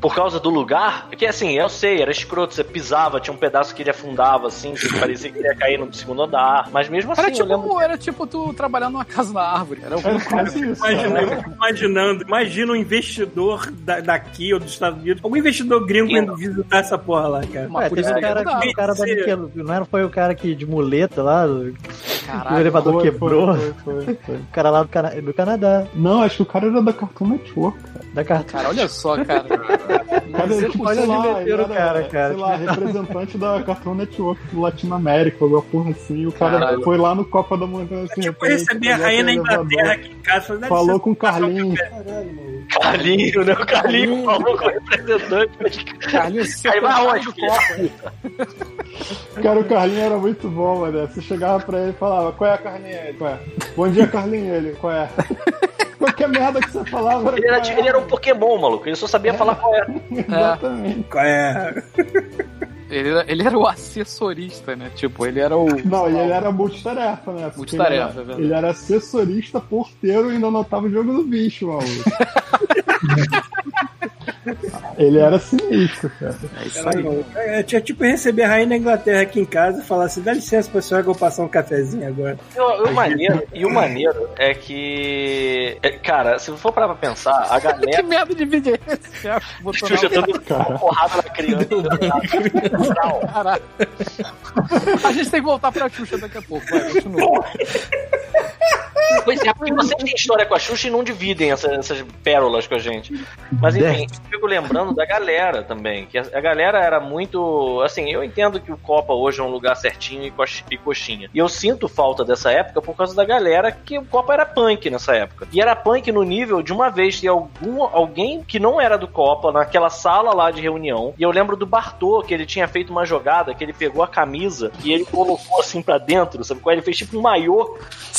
Por causa do lugar? Porque assim, eu sei, era escroto, você pisava, tinha um pedaço que ele afundava, assim, que parecia que ele ia cair no segundo andar. Mas mesmo assim, Era eu lembro. tipo, era tipo tu trabalhar numa casa na árvore. Era um Era quase isso. Imagina, Cara. eu fico imaginando, imagina um investidor da- daqui ou dos Estados Unidos, algum investidor gringo Sim. indo visitar essa porra lá, cara. uma Ué, teve polícia um cara, legal. o cara da Sim. Michel- não era, foi o cara que de muleta lá, que o Caralho. elevador Foi, quebrou, foi, foi, foi, foi. o cara lá do, Cana- do Canadá, Não, acho que o cara era da Cartoon Network. da carta. Cara, olha só, cara. O cara era, tipo, olha sei lá, onde meteram o ele cara, era, cara. sei lá, representante da Cartoon Network do Latinoamérica, alguma porra assim. O cara Caralho. foi lá no Copa da Montanha assim, Tipo, repente, receber a rainha da pegou aquele Inglaterra elevador, aqui em casa. Falei, "Dá Falou licença, com o passar um Carlinhos. café." Calinho, né? O Calinho falou com o representante. Carlinhos, Aí vai aonde, do filho? copo. Cara, o Carlinhos era muito bom, mano. Você chegava pra ele e falava, qual é, Carlinhos? Ele, Qual é? Bom dia, Carlinhos. Ele, qual é? Qualquer merda que você falava Ele era, qual é tipo- ele era um Pokémon, maluco. Ele só sabia falar qual era. É, Exatamente. Qual é? ele, era, ele era o assessorista, né? Tipo, ele era o. Não, e ele era multitarefa, né? Porque Multitarefa, ele é era, verdade. ele era assessorista, porteiro e ainda anotava o jogo do bicho, maluco. ele era sinistro, cara. É isso aí. Caralho, é, tinha tipo receber a rainha da Inglaterra aqui em casa e falar assim: dá licença, pessoal, que eu vou passar um cafezinho agora. E o- e o maneiro, e o maneiro é que. é, Cara, se for parar pra pensar, a Que galera. merda de vídeo é esse? Cara, botou Xuxa, na... dando uma porrada na criança. tá? Não, Caralho. A gente tem que voltar pra Xuxa daqui a pouco. Vai, continua. Pois Mas é porque vocês têm história com a Xuxa e não dividem essa- essas pérolas com a gente. Mas enfim, eu fico lembrando da galera também. Que a, a galera era muito. Assim, eu entendo que o Copa hoje é um lugar certinho e, cox- e coxinha. E eu sinto falta dessa época por causa da galera que o Copa era punk nessa época. E era punk no nível de uma vez ter algum, alguém que não era do Copa naquela sala lá de reunião. E eu lembro do Bartô, que ele tinha feito uma jogada que ele pegou a camisa e ele colocou assim pra dentro, sabe? qual é? Ele fez tipo um maiô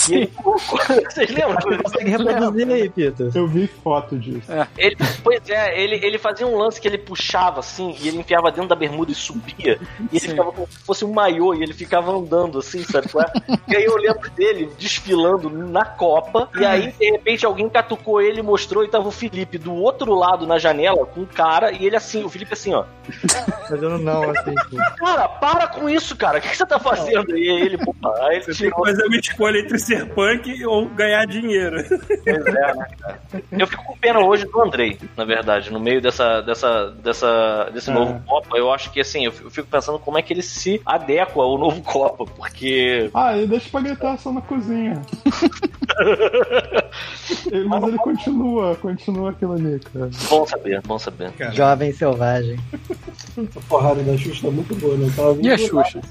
e ele colocou. Vocês lembram? Consegue reproduzir aí, Pita. Eu vi foto disso. Ele, pois é, ele, ele fazia um lance que ele puxava assim, e ele enfiava dentro da bermuda e subia, e ele ficava como se fosse um maiô, e ele ficava andando assim, sabe? qual é? E aí eu lembro dele desfilando na Copa, e aí de repente alguém catucou ele, mostrou, e tava o Felipe do outro lado na janela com um cara, e ele assim, o Felipe assim, ó. Fazendo não, assim. tipo, Cara, para com isso, cara, o que, que você tá fazendo? E aí ele, pô, aí ele Você tem que tirou. fazer uma escolha entre ser punk ou ganhar dinheiro. Pois é, né, cara? Eu fico com pena hoje do Andrei, na verdade, no meio dessa, dessa, dessa, desse novo Copa. Eu acho que assim, eu fico eu fico pensando como é que ele se adequa ao novo Copa, porque. Ah, ele deixa pra gritar só na cozinha. Ele- mas ele continua, continua aquilo ali, cara. Bom saber, bom saber. Jovem selvagem. A porrada da Xuxa tá muito boa, né? Eu Tava E a vindo lá. Xuxa?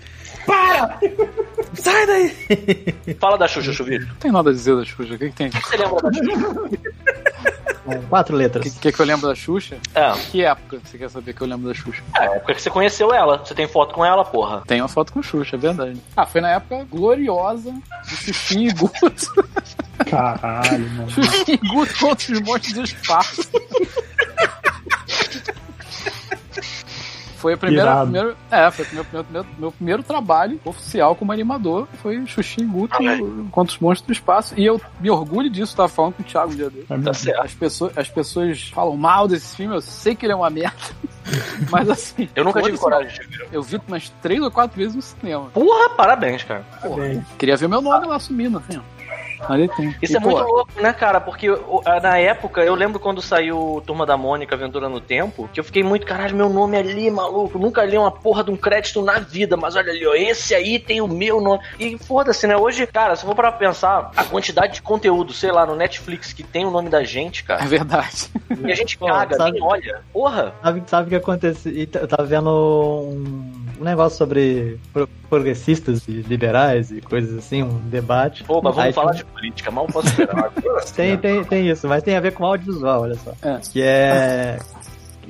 Sai daí! Fala da Xuxa, Chuvisco. Não tem nada a dizer da Xuxa. O que, que tem? Você lembra da Xuxa? Com quatro O que, letras. que, que eu lembro da Xuxa? É, Que época você quer saber que eu lembro da Xuxa? é, a época que você conheceu ela. Você tem foto com ela, porra. Tem uma foto com Xuxa, é verdade. Ah, foi na época gloriosa de Fifi e Guto. Caralho, mano. Fifi e Guto contra os montes do espaço. Foi a primeira, Irado. primeiro, é, foi o meu, meu, meu, meu primeiro trabalho oficial como animador, foi Xuxi e Guto contra os monstros do espaço, e eu me orgulho disso, tava falando com o Thiago um dia dele. Tá certo. As pessoas, as pessoas falam mal desse filme, eu sei que ele é uma merda, mas assim... Eu nunca tive foda-se, coragem de ver. Eu vi umas três ou quatro vezes no cinema. Porra, parabéns, cara. Queria ver meu nome lá sumindo, assim, ó. Mas ele tem. Isso E, é pô, muito louco, né, cara? Porque o- a- na época, eu lembro quando saiu Turma da Mônica, Aventura no Tempo, que eu fiquei muito, caralho, meu nome é ali, maluco. Nunca li uma porra de um crédito na vida, mas olha ali, ó, esse aí tem o meu nome. E foda-se, né? Hoje, cara, se eu for pra pensar, a quantidade de conteúdo, sei lá, no Netflix que tem o nome da gente, É cara, verdade. e a gente Pô, caga, sabe- nem olha. Porra! Sabe, sabe o que aconteceu? E t- Eu tava vendo um, um negócio sobre pro- progressistas e liberais e coisas assim, um debate. Pô, mas vamos Aí falar tem- de política, mal posso esperar. Tem, tem, tem isso, mas tem a ver com audiovisual, olha só. É. Que é.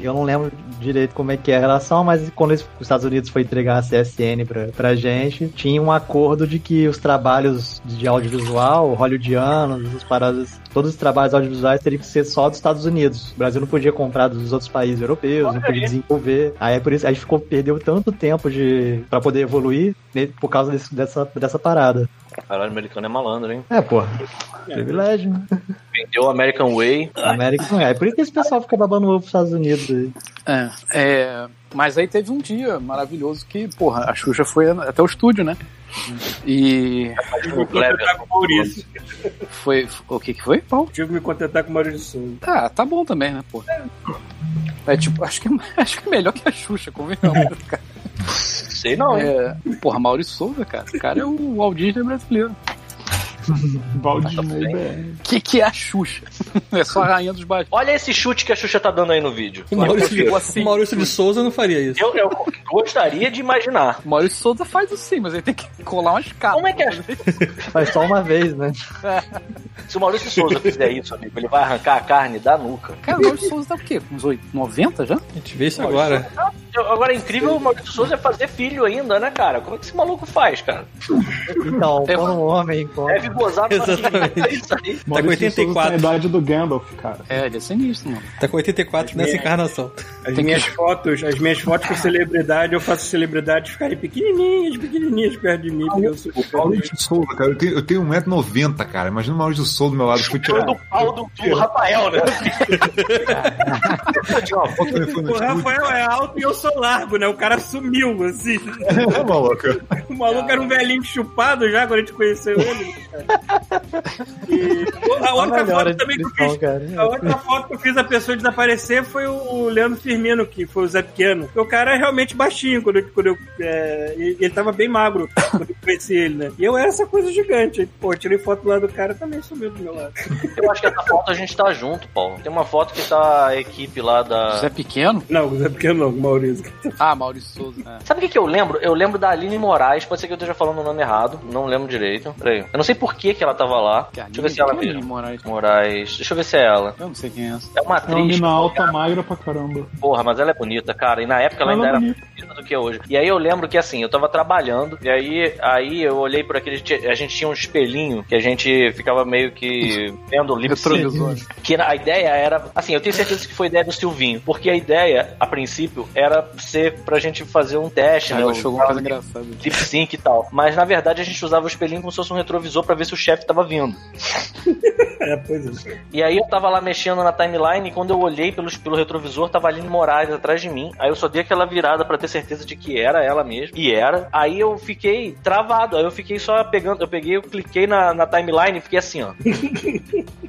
Eu não lembro direito como é que é a relação, mas quando os Estados Unidos foi entregar a CSN pra, pra gente, tinha um acordo de que os trabalhos de audiovisual, hollywoodianos, os paradas, todos os trabalhos audiovisuais teriam que ser só dos Estados Unidos. O Brasil não podia comprar dos outros países europeus, não podia desenvolver. Aí é por isso a gente ficou, perdeu tanto tempo de para poder evoluir né, por causa desse- dessa, dessa parada. Caralho, o americano é malandro, hein? É, porra. Privilégio, né? Vendeu o American Way. América não é. É por isso que esse pessoal fica babando ovo pros Estados Unidos aí. É. É, Mas aí teve um dia maravilhoso que, porra, a Xuxa foi até o estúdio, né? E Tive que me contentar com o Maurício. foi. O que que foi? Paulo? Tive que me contentar com o Maurício de Souza. Ah, tá bom também, né, pô? É tipo, acho que, acho que é melhor que a Xuxa, convenhamos. cara. Sei não, hein? É, porra, Maurício Souza, cara. O cara é o Walt Disney brasileiro. Valdinei BR. O que, que é a Xuxa? É só a rainha dos baixos. Olha esse chute que a Xuxa tá dando aí no vídeo. O Maurício, o Maurício de Souza não faria isso. Eu, eu gostaria de imaginar. Maurício Souza faz isso sim, mas ele tem que colar umas caras. Como é que é? Faz só uma vez, né? Se o Maurício Souza fizer isso, amigo, ele vai arrancar a carne da nuca. Cara, o Maurício Souza tá o quê? Uns 8, 90 já? A gente vê isso agora. Eu- Agora, é incrível o Maurício Souza é fazer filho ainda, né, cara? Como é que esse maluco faz, cara? Então, Eu- quando um homem encontra. Deve gozar pra Exatamente. É isso aí. Tá com Maurício Souza tem a 84. idade do Gandalf, cara. É, ele é sinistro, mano. Tá com 84 nessa encarnação. As Tem minhas fotos, as minhas fotos com celebridade, eu faço celebridades ficarem pequenininhas, pequenininhas perto de mim, porque eu sou O Maurício de Souza, cara, eu tenho, eu tenho 1,90m, cara. Imagina o Maurício de Souza do meu lado. Fui tirar Tirando o pau do, do Rafael, né? tirar uma foto quando ele foi no O estúdio. Rafael é alto e eu sou passou largo, né? O cara sumiu, assim. Ô, maluco. O maluco era um velhinho chupado já quando a gente conheceu ele. né, cara. E a outra foto também que eu fiz. né? A outra foto que eu fiz a pessoa desaparecer foi o- o Leandro Firmino, que foi o Zé Pequeno. Porque o cara é realmente baixinho quando, eu- quando eu. é, ele ele tava bem magro quando eu conheci ele, né? E eu era essa coisa gigante. Aí, Pô, eu tirei foto lá do cara também sumiu do meu lado. Eu acho que essa foto a gente tá junto, Paulo. Tem uma foto que tá a equipe lá da. Zé Pequeno? Não, Zé Pequeno não, Maurício. Ah, Maurício Souza. É. Sabe o que, que eu lembro? Eu lembro da Aline Moraes, pode ser que eu esteja falando o nome errado, não lembro direito. Peraí. Eu não sei por que, que ela tava lá. Que Deixa eu ver se é ela Aline mesmo. Moraes. Moraes. Deixa eu ver se é ela. Eu não sei quem é essa. É uma É uma atriz. mina alta, magra pra caramba. Porra, mas ela é bonita, cara. E na época ela, Ela ainda é era bonita. mais bonita do que é hoje. E aí eu lembro que assim, eu tava trabalhando, e aí, aí eu olhei por aquele. A gente tinha um espelhinho que a gente ficava meio que vendo o Retrovisor. Que a ideia era. Assim, eu tenho certeza que foi ideia do Silvinho. Porque a ideia, a princípio, era ser pra gente fazer um teste, né? Cara, eu Eu achou alguma tava coisa engraçada. lip sync e tal. Mas na verdade a gente usava o espelhinho como se fosse um retrovisor pra ver se o chefe tava vindo. É, pois é. E aí eu tava lá mexendo na timeline e quando eu olhei pelos, pelo retrovisor, tava Aline Moraes atrás de mim. Aí eu só dei aquela virada pra ter certeza de que era ela mesmo. E era. Aí eu fiquei travado. Aí eu fiquei só pegando. Eu peguei, eu cliquei na, na timeline e fiquei assim, ó.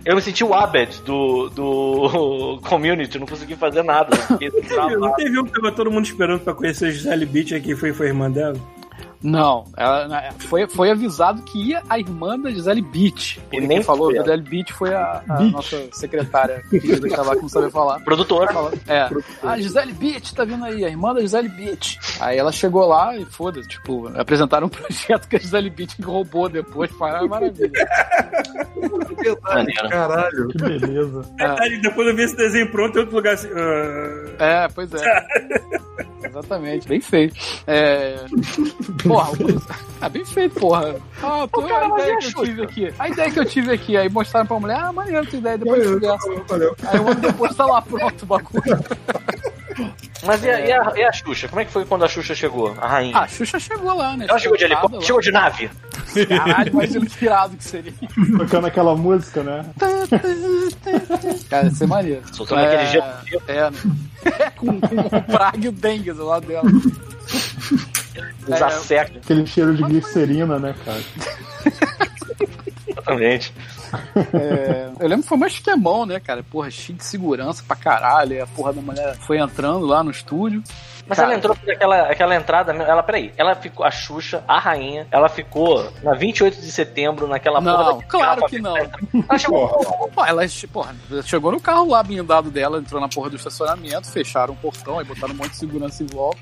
eu me senti o Abed do, do community, não consegui fazer nada. Fiquei Não travado. teve um que tava todo mundo esperando pra conhecer a Gisele Beach aqui foi, foi a irmã dela? Não, ela- foi, foi avisado que ia a irmã da Gisele Beach. E nem Quem falou, foi a ela. Gisele Beach foi a, a nossa secretária querida que tava aqui, não sabia falar. Produtora. É, a Gisele Beach tá vindo aí, a irmã da Gisele Beach. Aí ela chegou lá e foda-se, tipo, apresentaram um projeto que a Gisele Beach roubou depois, para maravilha. Maneiro. Caralho. Que beleza. Aí depois eu vi esse desenho pronto em outro lugar assim. ah, É, pois é. Exatamente, bem feito. É. Porra, o- ah, bem feito, porra. Ah, pô, a é ideia que eu tive aqui. A ideia que eu tive aqui. Aí mostraram pra mulher, ah, maneiro tua ideia, depois eu valeu. Aí um ano depois tá lá pronto o bagulho. Mas e a, e, a, e a Xuxa? Como é que foi quando a Xuxa chegou? A rainha. Ah, a Xuxa chegou lá, né? ela chegou de Sentada helicóptero? Chegou de nave? lá. Caralho, imagina que irado que seria. Tocando aquela música, né? Cara, ia ser maneiro. Soltando aquele gelo. É, né? com, com o praga e o dengue do lado dela. Os É. assecos, Aquele cheiro de glicerina, né, cara? exatamente. É, eu lembro que foi um esquemão, né, cara? Porra, cheio de segurança pra caralho. E a porra da mulher foi entrando lá no estúdio. Mas Cara. ela entrou por aquela, aquela entrada. Ela, peraí, ela ficou. A Xuxa, a rainha, ela ficou na 28 de setembro, naquela porra. não, daquele claro carro que não. aberto. Ela chegou. Pô, ela porra, chegou no carro lá blindado dela, entrou na porra do estacionamento, fecharam o portão e botaram um monte de segurança em volta.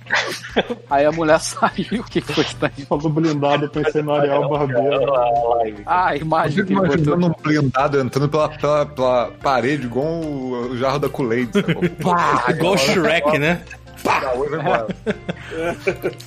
Aí a mulher saiu. O que foi que tá aí? Falou blindado, pensei no Ariel Barbeiro. Ah, a Eu imagem fico que ele botou. imaginando um blindado entrando pela, pela, pela parede, igual o, o jarro da Kool-Aid. sacou? Pá, Igual o Shrek, né? pá, oi, vai embora.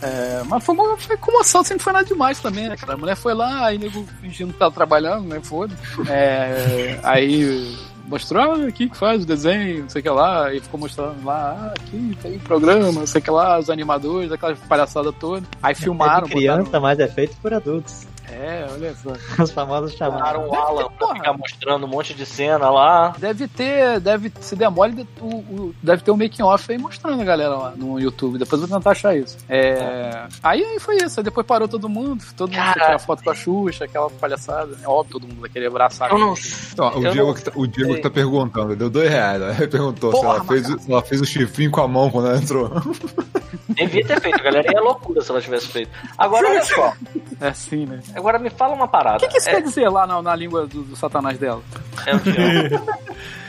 É, mas foi, uma- foi comoção, sempre foi nada demais também, né, cara? A mulher foi lá, aí nego fingindo que tava trabalhando, né? Foda. É, aí mostrou ah, aqui que faz o desenho, não sei o que lá, e ficou mostrando lá, ah, aqui tem programa, não sei o que lá, os animadores, aquela palhaçada toda. Aí filmaram, é de criança, botaram- mas é feito por adultos. É, olha só. Os famosos chamaram. Chamaram o Alan pra Porra. ficar mostrando um monte de cena lá. Deve ter, deve, se demole, o, o- deve ter um making off aí mostrando a galera lá no YouTube. Depois eu vou tentar achar isso. É, Aí, aí foi isso. Aí depois parou todo mundo, todo mundo foi tirar foto com a Xuxa, aquela palhaçada. É óbvio, todo mundo vai querer abraçar. Eu não Ó, o, Eu Diego não que tá, o Diego que tá perguntando, deu dois reais. Né? Ele perguntou se, Porra, ela fez, o- se ela fez o chifrinho com a mão quando ela entrou. devia ter feito, galera. Ia loucura se ela tivesse feito. Agora, olha só. É assim, né? Agora me fala uma parada. O que, que isso é, quer dizer lá na, na língua do, do satanás dela? é, eu te amo.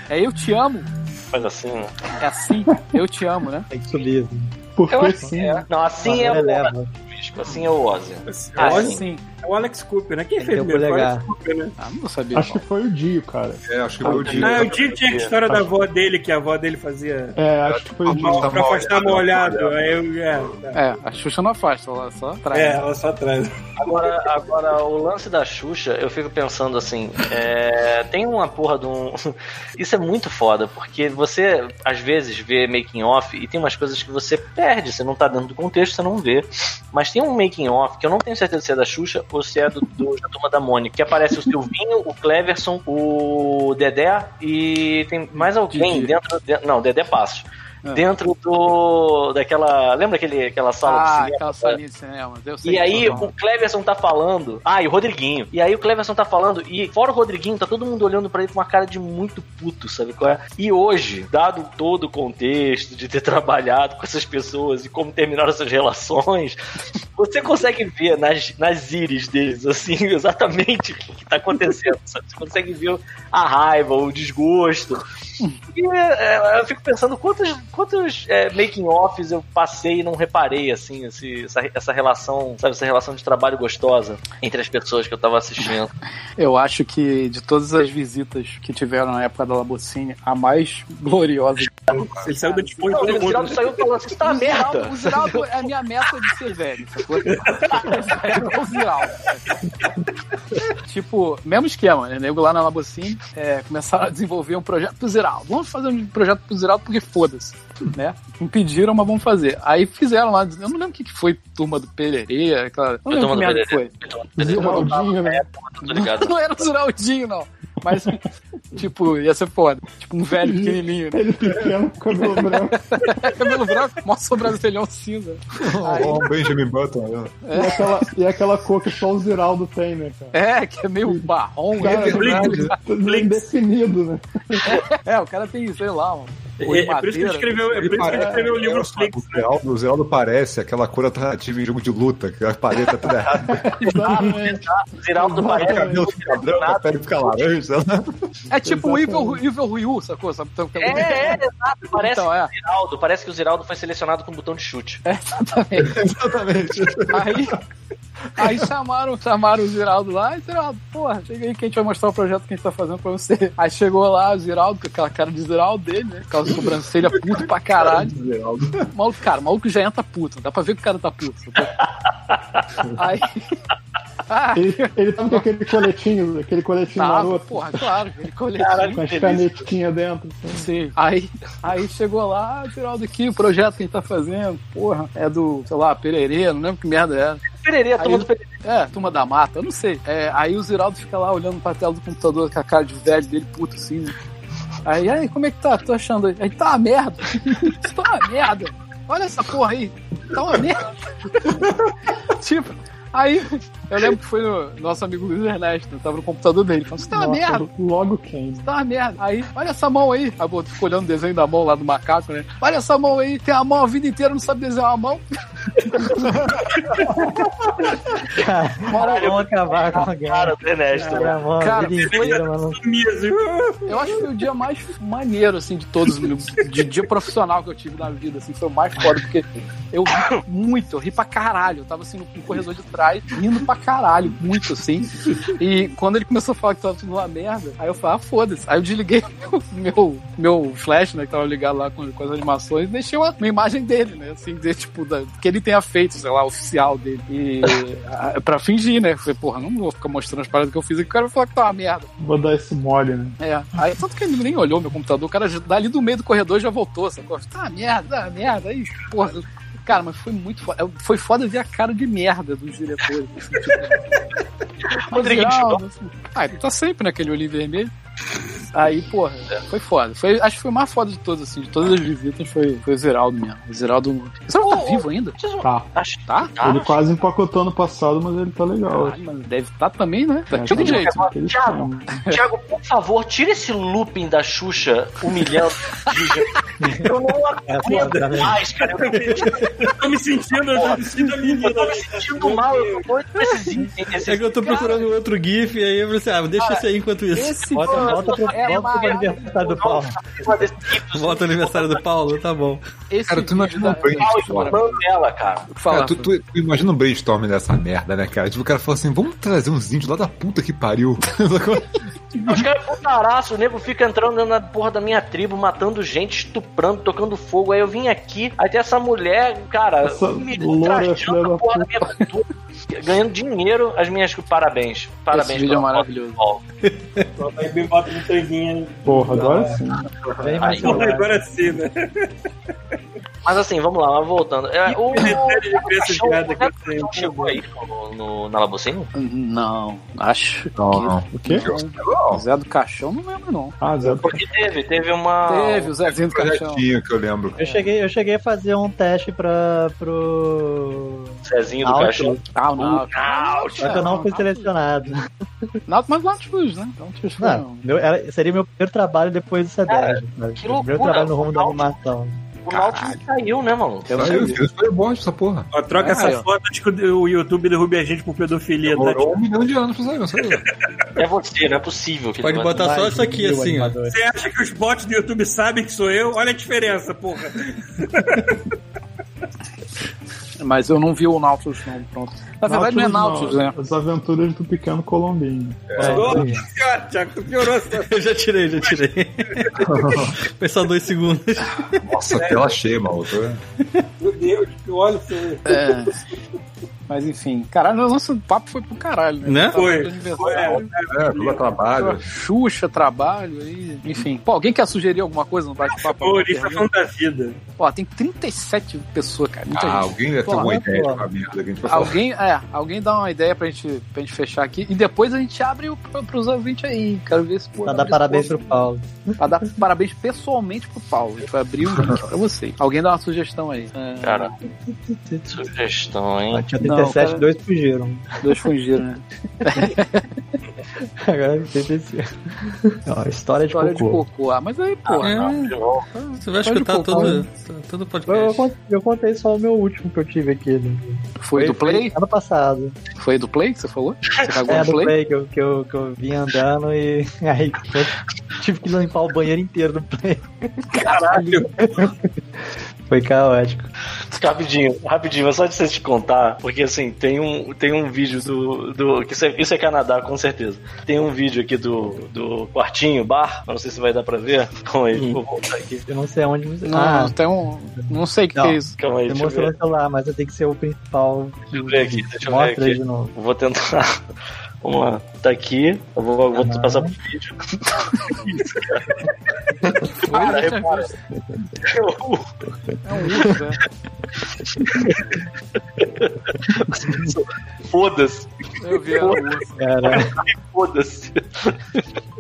É eu te amo? Faz assim, né? É assim? Eu te amo, né? Tem que subir. Porque Eu acho que sim. é. Não, assim é Agora o eleva. Ozzy. Assim é o Ozzy. assim, Ah, o Alex- sim. É o Alex Cooper, né? Quem Ele fez tem o primeiro? Foi o Alex polegar. Cooper, né? Ah, não vou saber. Acho que Paulo. foi o Dio, cara. É, acho que foi o Diego. Ah, o Dio tinha a história da avó dele, que a avó dele fazia É, acho que foi o Dio. Tá mal, pra afastar mal olhado. molhado. Aí eu, é, É, a Xuxa não afasta, ela só traz. é, ela só traz. Agora, agora, o lance da Xuxa, eu fico pensando assim, é, tem uma porra de um. Isso é muito foda, porque você às vezes vê making off e tem umas coisas que você perde, você não tá dentro do contexto, você não vê. Mas tem um making off que eu não tenho certeza se é da Xuxa ou se é do, do- da turma da Mônica, que aparece o Silvinho, o Cleverson, o Dedé e tem mais alguém Didi. Ah. dentro. de- não, Dedé Passos. dentro do. daquela. Lembra aquele, aquela sala de Ah, cinema? aquela salinha de cinema. Eu sei E aí qual é o o nome. Cleverson tá falando. Ah, e o Rodriguinho. E aí o Cleverson tá falando. E fora o Rodriguinho, tá todo mundo olhando pra ele com uma cara de muito puto, sabe qual é? E hoje, dado todo o contexto de ter trabalhado com essas pessoas e como terminaram essas relações, você consegue ver nas, nas íris deles, assim, exatamente o que tá acontecendo, sabe? Você consegue ver a raiva, o desgosto. E é, é, eu fico pensando quantos, quantos é, making-offs eu passei e não reparei, assim, esse- essa, essa relação, sabe, essa relação de trabalho gostosa entre as pessoas que eu tava assistindo. Eu acho que de todas as visitas que tiveram na época da Labocine, a mais gloriosa. Ele saiu do dispor de Não, todo o Ziraldo mundo. saiu falando assim, tá uma merda. O Ziraldo é a minha meta de ser velho, sacou? É igual o Ziraldo. Tipo, mesmo esquema, né? Nego lá na Labocine é, começaram a desenvolver um projeto pro Ziraldo. Vamos fazer um projeto pro Ziraldo porque foda-se, né? Impediram, mas vamos fazer. Aí fizeram lá, eu não lembro o que que foi Turma do Pereira, claro. Não Eu lembro tô que merda mandando que foi. Ziraldinho, né? tô ligado. Não era o Ziraldinho, não. Mas, tipo, ia ser foda. Tipo, um velho pequenininho, né? É Ele pequeno, cabelo branco. Cabelo branco, mó sobrancelhão cinza. Ó, o Benjamin Button. né? E, aquela, e aquela cor que só o Ziraldo tem, né, cara? É, que é meio marrom. Cara, né? é indefinido, né? É, o cara tem, sei lá, um. É, é por isso que ele escreveu, é por isso que ele escreveu o livro o, Flix, né? Zeraldo, o Zeraldo parece aquela cor alternativa em jogo de luta, que a parede tá tudo errada, Exatamente. O Ziraldo o parece cabelo fica branco, a pele fica laranja. É tipo o Evil, Evil Ryu, sacou? Sabe? Então, É, é, exato. Parece Então, é. o Ziraldo, parece que o Ziraldo foi selecionado com botão de chute. exatamente. Exatamente. Aí, aí chamaram, chamaram o Ziraldo lá, e Ziraldo, porra, chega aí que a gente vai mostrar o projeto que a gente tá fazendo pra você. Aí chegou lá o Ziraldo, com aquela cara de Ziraldo dele, né? Com aquela sobrancelha puto pra caralho. O maluco, cara, o maluco já entra puto, dá pra ver que o cara tá puto. sacou? Aí. Ah, Ele, ele tava com aquele coletinho, aquele Tá. coletinho tava, maroto. porra, claro, ele colheu. com as canetinhas dentro. assim. Sim. Aí, aí chegou lá, Geraldo, aqui o projeto que a gente tá fazendo, porra, é do, sei lá, Pereira, não lembro que merda é, era. Pereira, Aí todo ele- É, turma da mata, eu não sei. É, aí o Ziraldo fica lá olhando pra tela do computador com a cara de velho dele, puto assim. Aí, aí, como é que tá? Tô achando aí. Aí tá uma merda. Isso tá uma merda. Olha essa porra aí. Tá uma merda. tipo, aí eu lembro que foi no nosso amigo Luiz Ernesto, tava no computador dele. Falando, isso tá uma Nossa, merda. Logo quem? Tá uma merda. Aí, olha essa mão aí. Aí eu fico olhando o desenho da mão lá do macaco, né? Olha essa mão aí, tem a mão a vida inteira, não sabe desenhar uma mão. Cara, vamos acabar com a guerra. Cara, do Ernesto. É. Cara, mano, Cara, vida foi- inteira, mano. Mesmo. Eu acho que foi o dia mais maneiro, assim, de todos, de dia profissional que eu tive na vida, assim, foi o mais foda, porque eu ri muito, eu ri pra caralho. Eu tava, assim, no, no corredor de trás, rindo pra caralho, muito, assim. E quando ele começou a falar que tava tudo uma merda, aí eu falei, ah, foda-se. Aí eu desliguei meu, meu, meu flash, né, que tava ligado lá com, com as animações, e deixei uma, uma imagem dele, né, assim, de, tipo, da, que ele tenha feito, sei lá, oficial dele. E ah, pra fingir, né, eu falei, porra, não vou ficar mostrando as paradas que eu fiz aqui, o cara vai falar que tá uma merda. Vou dar esse mole, né? É, aí tanto que ele nem olhou meu computador, o cara já- dali do meio do corredor já voltou, sacou? Tá, merda, tá, merda, aí, porra. Cara, mas foi muito foda. Foi foda ver a cara de merda dos diretores. Assim, tipo, Rodriguinho Mas, Geraldo, assim, Ah, ele tá sempre naquele olho vermelho. Aí, porra, foi foda. Foi, acho que foi o mais foda de todos, assim, de todas as visitas foi, foi o Zeraldo mesmo. O Zeraldo. O Zeraldo tá Ô, ô, vivo ainda? Vocês não- Tá. Acho que Tá? tá. ele quase empacotou no passado, mas ele tá legal. Caralho, mas deve estar tá também, né? Tá É, de tá jeito. legal, aquele Thiago. esquema. Thiago, por favor, tira esse looping da Xuxa humilhando. eu não aguento mais, cara. Eu tô me sentindo, eu tô me sentindo né? a menina. Eu tô me sentindo mal, eu tô muito precisinho. É que eu tô procurando outro GIF e aí eu falei assim, ah, deixa isso aí enquanto isso. Esse Volta, cara volta pro, é volta pro maravilhoso. aniversário do Paulo. Volta ao aniversário do Paulo, tá bom. Esse Cara, tu não vídeo imagina da- o brainstorm. da- Mano dela, cara. Cara, Fala, tu, tu- tu imagina um brainstorm dessa merda, né, cara? Tipo, o cara fala assim, vamos trazer uns índios lá da puta que pariu. um Os caras é putaraço, o nego fica entrando dentro da porra da minha tribo, matando gente, estuprando, tocando fogo. Aí eu vim aqui, aí tem essa mulher, cara, Essa me loura filha trajando da a porra da minha cultura, ganhando dinheiro, as minhas parabéns. Parabéns Esse vídeo é pela foto. maravilhoso. Aí bem bota no né? tanguinho. é. Porra, agora sim. um. Vem, Marcelo. Porra, agora sim, né? Mas assim, vamos lá, mas voltando. É, o Ministério de Crianças cachorro, Viadas né, que eu não chegou aí no, no, na Labocínio? Não, acho que. O quê? Zé do Caixão não lembro, não. Ah, Zé. Porque teve, teve uma. Teve o Zezinho do Caixão. Tinha que eu lembro. Eu cheguei, eu cheguei a fazer um teste pra, pro. Cezinho um do Náutico. cachorro. Ah, o Náutico. Só que eu não tá fui selecionado. Náutico, Mas o Náutico Cruz, né? Então, Náutico Cruz, Não, meu- era- seria meu primeiro trabalho depois do C10. Cara, né? que meu loucura, primeiro trabalho no rumo da o Náutico- animação. O Nautilus caiu, né, mano? Eu Saiu, saiu Cyborg, essa porra. Ó, troca Ah, essa aí, ó. foto antes que o YouTube derrube a gente por pedofilia, tá? Demorou um milhão de anos pra sair, não saiu. É você, não é possível. Que Pode ele- botar só isso aqui, assim, ó. Você acha que os bots do YouTube sabem que sou eu? Olha a diferença, porra. não. Mas eu não vi o Nautilus, não. Pronto. Na verdade, não é Nautilus, né? As aventuras do pequeno colombinho. Nossa senhora, Thiago, piorou essa Eu já tirei, já tirei. Foi só dois segundos. Nossa, tela cheia, maluco. né? Meu Deus, que olha o filme. É. Mas enfim, caralho, o nosso papo foi pro caralho, né? Né? Tava Foi. de aniversário, É, pelo trabalho. Xuxa, trabalho aí. Enfim. Pô, alguém quer sugerir alguma coisa no bate-papo? Alguma Horrorista pergunta? fantasida. Pô, tem 37 pessoas, cara. Muita Ah, gente. alguém deve ter Porra, alguma né, ideia porra. de uma merda que a gente vai falar. Alguém, é, alguém dá uma ideia pra gente, pra gente fechar aqui e depois a gente abre o, pro- pros ouvintes aí. Quero ver se pô, Pra abre dar esse parabéns posto. pro Paulo. Pra dar parabéns pessoalmente pro Paulo. A gente vai abrir um link pra vocês. Alguém dá uma sugestão aí. É, Cara, sugestão, hein? Tinha Não, 37, cara. dois fugiram. dois fugiram, né? Agora é 37. Ó, história de História de cocô. cocô. Ah, mas aí, pô. É, De novo. você vai Pode escutar colocar, todo, todo Eu, é. eu podcast. cont- eu contei só o meu último que eu tive aqui. né? Foi do Play? Ano passado. Foi do Play que você falou? Você cagou É, no do Play? Play, que eu, que, eu, que eu vim andando e aí eu tive que limpar o banheiro inteiro do Play. Caralho. Foi caótico. Rapidinho, rapidinho, mas só de você te contar, porque assim, tem um, tem um vídeo do. do que isso, é, isso é Canadá, com certeza. Tem um vídeo aqui do, do quartinho, bar, eu não sei se vai dar pra ver. Calma aí, vou voltar aqui. Eu não sei onde você. Não, ah, tem um. Não sei o que, Não. que é isso. Calma aí, você deixa eu mostrou ver. no celular, mas eu tenho que ser o principal. Deixa eu ver aqui, deixa eu ver Mostra aí aqui. de novo. Vou tentar. Vamos lá, tá aqui. Eu vou, vou Ah. passar pro vídeo. Cara, repara. Eu- né? É um urso, né? Foda-se, Eu vi, é um urso. Cara, foda-se.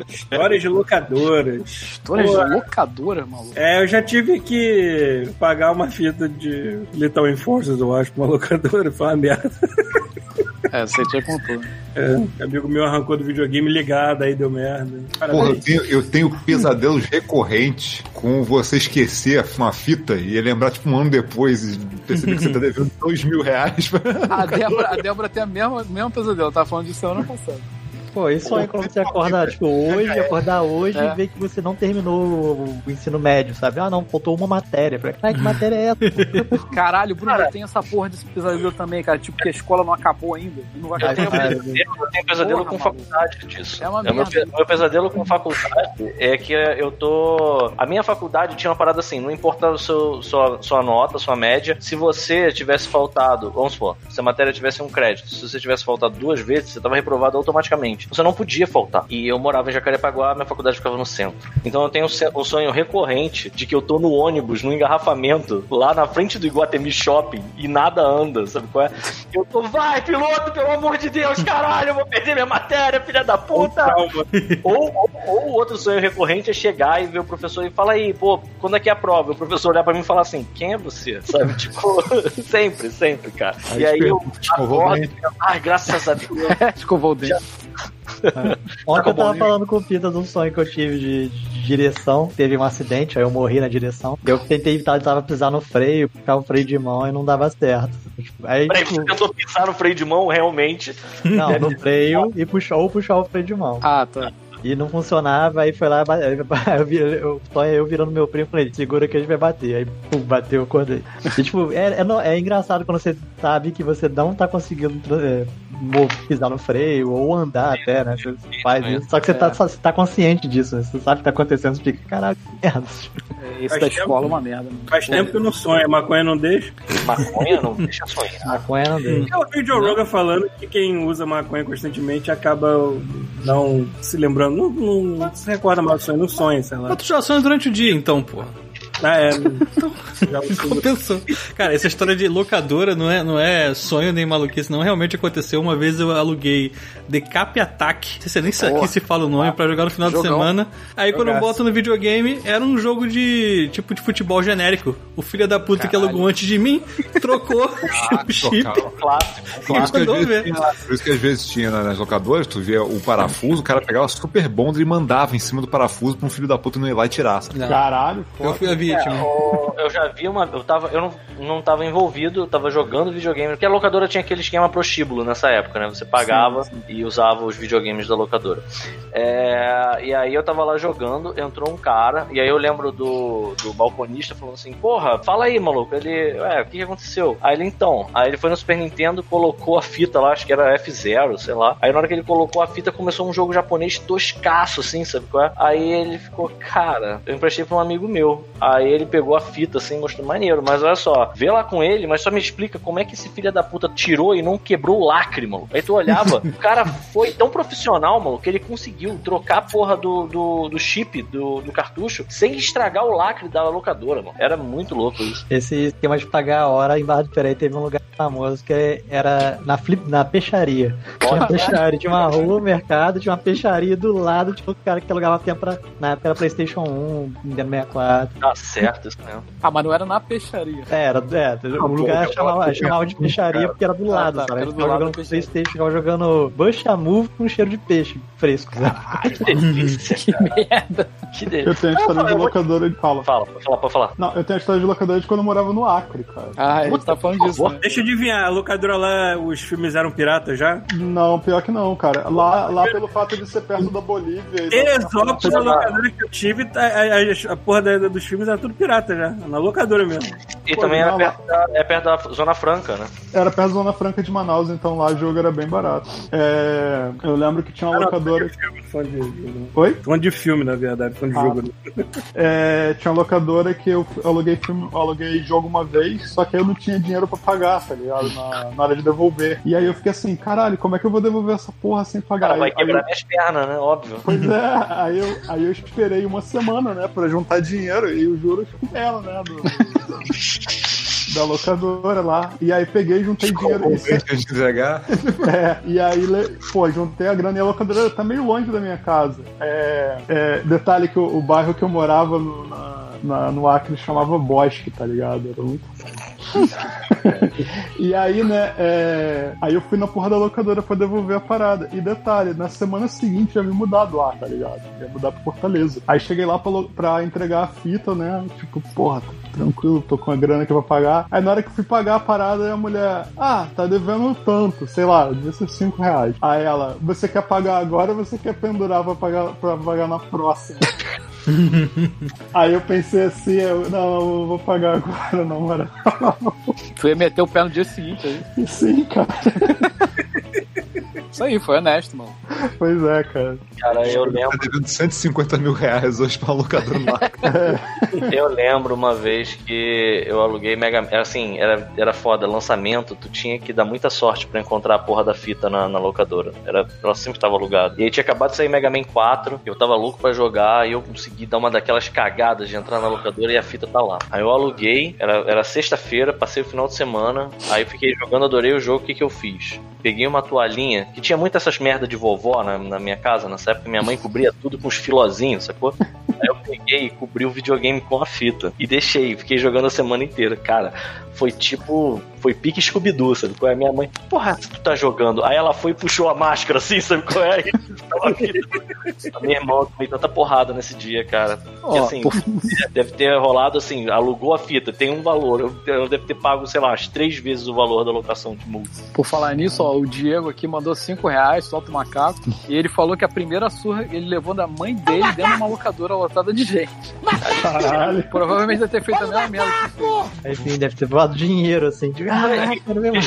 Histórias de locadoras. História de Pô, locadora, maluco. É, eu já tive que pagar uma fita de Little Enforcers, eu acho, pra uma locadora. Foi uma merda. É, você tinha contou. É, amigo meu arrancou do videogame ligado, aí deu merda. Porra, eu Parabéns. tenho, eu tenho pesadelos recorrentes com você esquecer uma fita e lembrar, tipo, um ano depois e perceber que você tá devendo dois mil reais. A Débora, a Débora tem a mesma, mesmo pesadelo. Eu tava falando disso ano passado. pô, isso aí quando você acordar, tipo, hoje, acordar hoje É. e ver que você não terminou o ensino médio, sabe? Ah, não, faltou uma matéria. Falei, Ai, que matéria é essa? Caralho, Bruno, eu tenho essa porra desse pesadelo também, cara. Tipo, que a escola não acabou ainda. E não vai Ai, acabar. cara, Eu tenho pesadelo Porra, com maluco. faculdade disso. É uma o meu, merda. pe- meu pesadelo com faculdade é que eu tô. A minha faculdade tinha uma parada assim: não importa o seu, sua, sua nota, sua média, se você tivesse faltado, vamos supor, se a matéria tivesse um crédito, se você tivesse faltado duas vezes, você tava reprovado automaticamente. Você não podia faltar. E eu morava em Jacarepaguá, minha faculdade ficava no centro. Então eu tenho um se- um sonho recorrente de que eu tô no ônibus, no engarrafamento, lá na frente do Iguatemi Shopping e nada anda, sabe qual é? Eu tô, vai, piloto, pelo amor de Deus, caralho, eu vou perder minha matéria, filha da puta. Calma. Ou, ou, ou outro sonho recorrente é chegar e ver o professor e falar aí, pô, quando é que é a prova? E o professor olhar pra mim e falar assim, quem é você? Sabe, tipo, sempre, sempre, cara. e aí eu vou acordo, ai, graças a Deus. Escovou o dente. Ontem eu bom, tava né? falando com o Pita de um sonho que eu tive de, de direção. Teve um acidente, aí eu morri na direção. Eu tentei evitar, eu tava pisar no freio, ficar o freio de mão e não dava certo. Tipo, Aí, Peraí, tipo, você tentou pisar no freio de mão realmente. não, no freio e puxou, ou puxar o freio de mão. Ah, tá. E não funcionava, aí foi lá, ba- eu, vi- eu, só eu virando meu primo, falei, segura que a gente vai bater. Aí, pum, bateu, acordei. E, tipo, é, é no- é engraçado quando você sabe que você não tá conseguindo tra- é, mo- pisar no freio, ou andar até, né? Você faz isso, só que você, tá, só- você tá consciente disso, né? Você sabe o que tá acontecendo, você fica, caralho, que merda. É, Esse Acho da que é escola é uma merda. mano. Faz tempo que eu não sonho, a maconha não deixa. Maconha não deixa sonhar. Maconha não deu. Eu ouvi o Joe Rogan falando que quem usa maconha constantemente acaba não se lembrando, não, não se recorda mais do sonho, não sonha, sei lá. Mas tu já sonha durante o dia, então, pô. Ah, é. Compensou. Cara, essa história de locadora não é, não é sonho nem maluquice, não. Realmente aconteceu. Uma vez eu aluguei The Cap Attack. Não sei se é nem se aqui se fala o nome pra jogar no final Ah, de Jogão. semana. Aí quando eu Jogaço. boto no videogame, era um jogo de tipo de futebol genérico. O filho da puta que alugou antes de mim trocou Ah, o chip. trocava. Clássico. Por isso, que às Mandou vezes, ver. tinha- por isso que às vezes tinha na- nas locadoras, tu via o parafuso, o cara pegava super bonder e mandava em cima do parafuso pra um filho da puta não ir lá e tirar. sabe? Eu fui a vítima. É, o- eu já vi uma. Eu, tava, eu não, não tava envolvido, eu tava jogando videogame. Porque a locadora tinha aquele esquema prostíbulo nessa época, né? Você pagava e usava os videogames da locadora. É, e aí eu tava lá jogando, entrou um cara, e aí eu lembro do, do balconista falando assim: Porra, fala aí, maluco. Ele, ué, o que, que aconteceu? Aí ele então. Aí ele foi no Super Nintendo, colocou a fita lá, acho que era F0, sei lá. Aí na hora que ele colocou a fita, começou um jogo japonês toscaço, assim, sabe qual é? Aí ele ficou, cara, eu emprestei pra um amigo meu. Aí ele pegou a fita, assim, mostrou maneiro, mas olha só, vê lá com ele, mas só me explica como é que esse filho da puta tirou e não quebrou o lacre, mano. Aí tu olhava, o cara foi tão profissional, mano, que ele conseguiu trocar a porra do, do, do chip, do, do cartucho, sem estragar o lacre da locadora, mano. Era muito louco isso. Esse esquema de pagar a hora em Barra do Peraí teve um lugar famoso que é, era na, flip, na peixaria. Tinha né? uma peixaria, tinha uma rua, um mercado, tinha uma peixaria do lado, tipo, o cara que alugava tempo pra, na época era Playstation 1, Nintendo 64. Tá certo isso mesmo. Ah, mas não era na peixaria. É, Era, é, o lugar chamava, chamava de peixaria porque era do Ah, lado, tá, sabe? era Eles do ficavam lado jogando Playstation, ficavam jogando Bucha Move com cheiro de peixe fresco. sabe? Que Eu tenho a história de locadora de fala. Fala, pode falar, pode falar. Não, eu tenho a história de locadora de quando eu morava no Acre, cara. Ah, ele tá falando disso. Né? Deixa eu adivinhar, a locadora lá, os filmes eram piratas já? Não, pior que não, cara. Lá, lá pelo fato de ser perto da Bolívia. e da- Exópolis, a locadora que eu tive, tá- a, a- a porra da- dos filmes era tudo pirata já, na locadora mesmo. E Pô, também não, era perto, da, é perto da Zona Franca, né? Era perto da Zona Franca de Manaus, então lá o jogo era bem barato. É, eu lembro que tinha uma locadora. Fã de jogo. né? Oi? Fã de filme, na verdade, fã de Ah. jogo. né? É, tinha uma locadora que eu aluguei filme, eu aluguei jogo uma vez, só que eu não tinha dinheiro pra pagar, tá ligado? Na, na hora de devolver. E aí eu fiquei assim, caralho, como é que eu vou devolver essa porra sem pagar? Cara, vai Aí- aí quebrar eu- minhas pernas, né? Óbvio. Pois é, aí eu, aí eu esperei uma semana, né, pra juntar dinheiro e os juros comeram, né, do- do- da locadora lá. E aí peguei, juntei dinheiro. Convence a gente a entregar. tá É, e aí, le- pô, juntei a grana e a locadora tá meio longe da minha casa. É, é, detalhe que o, o bairro que eu morava no, na- na- no Acre chamava Bosque, tá ligado? Era muito e aí, né, é, aí eu fui na porra da locadora pra devolver a parada. E detalhe, na semana seguinte eu ia me mudar do ar, tá ligado? Ia mudar pra Fortaleza. Aí cheguei lá pra, lo- pra entregar a fita, né, tipo, porra, tô tranquilo, tô com a grana que eu vou pagar. Aí na hora que eu fui pagar a parada, a mulher, ah, tá devendo tanto, sei lá, devia ser 5 reais. Aí ela, você quer pagar agora ou você quer pendurar pra pagar, pra pagar na próxima? Aí eu pensei assim, eu, não, eu vou pagar agora, na moral. né? Tu ia meter o pé no dia seguinte aí. Sim, cara. Isso aí, foi honesto, mano. Pois é, cara. Cara, eu Tá lembro, devendo 150 mil reais hoje pra locadora lá. eu lembro uma vez que eu aluguei Mega era Assim, era, era foda, lançamento, tu tinha que dar muita sorte pra encontrar a porra da fita na, na locadora. Era, ela sempre tava alugada. E aí tinha acabado de sair Mega Man 4, eu tava louco pra jogar, e eu consegui dar uma daquelas cagadas de entrar na locadora e a fita tá lá. Aí eu aluguei, era, era sexta-feira, passei o final de semana, aí eu fiquei jogando, adorei o jogo, o que que eu fiz? Peguei uma toalhinha, que tinha muito essas merda de vovó na, na minha casa, nessa época minha mãe cobria tudo com os filozinhos, sacou? Aí eu peguei e cobri o videogame com a fita. E deixei, fiquei jogando a semana inteira. Cara, foi tipo. Foi pique Scooby-Doo, sabe? Qual é? Minha mãe, porra, tu tá jogando. Aí ela foi e puxou a máscara assim, sabe qual é? E tava a fita. Meu irmão, eu tomei tanta porrada nesse dia, cara. Porque Ó, assim, por- deve ter rolado assim, alugou a fita, tem um valor. Eu, eu devo ter pago, sei lá, umas três vezes o valor da locação de multa. Por falar nisso, ó, o Diego aqui mandou 5 reais, solta o macaco. E ele falou que a primeira surra ele levou da mãe dele dentro de uma locadora lotada de gente. Caralho. Provavelmente deve ter feito a mesma merda. Aí sim, deve ter voado dinheiro assim. De, ah, cara, meu irmão."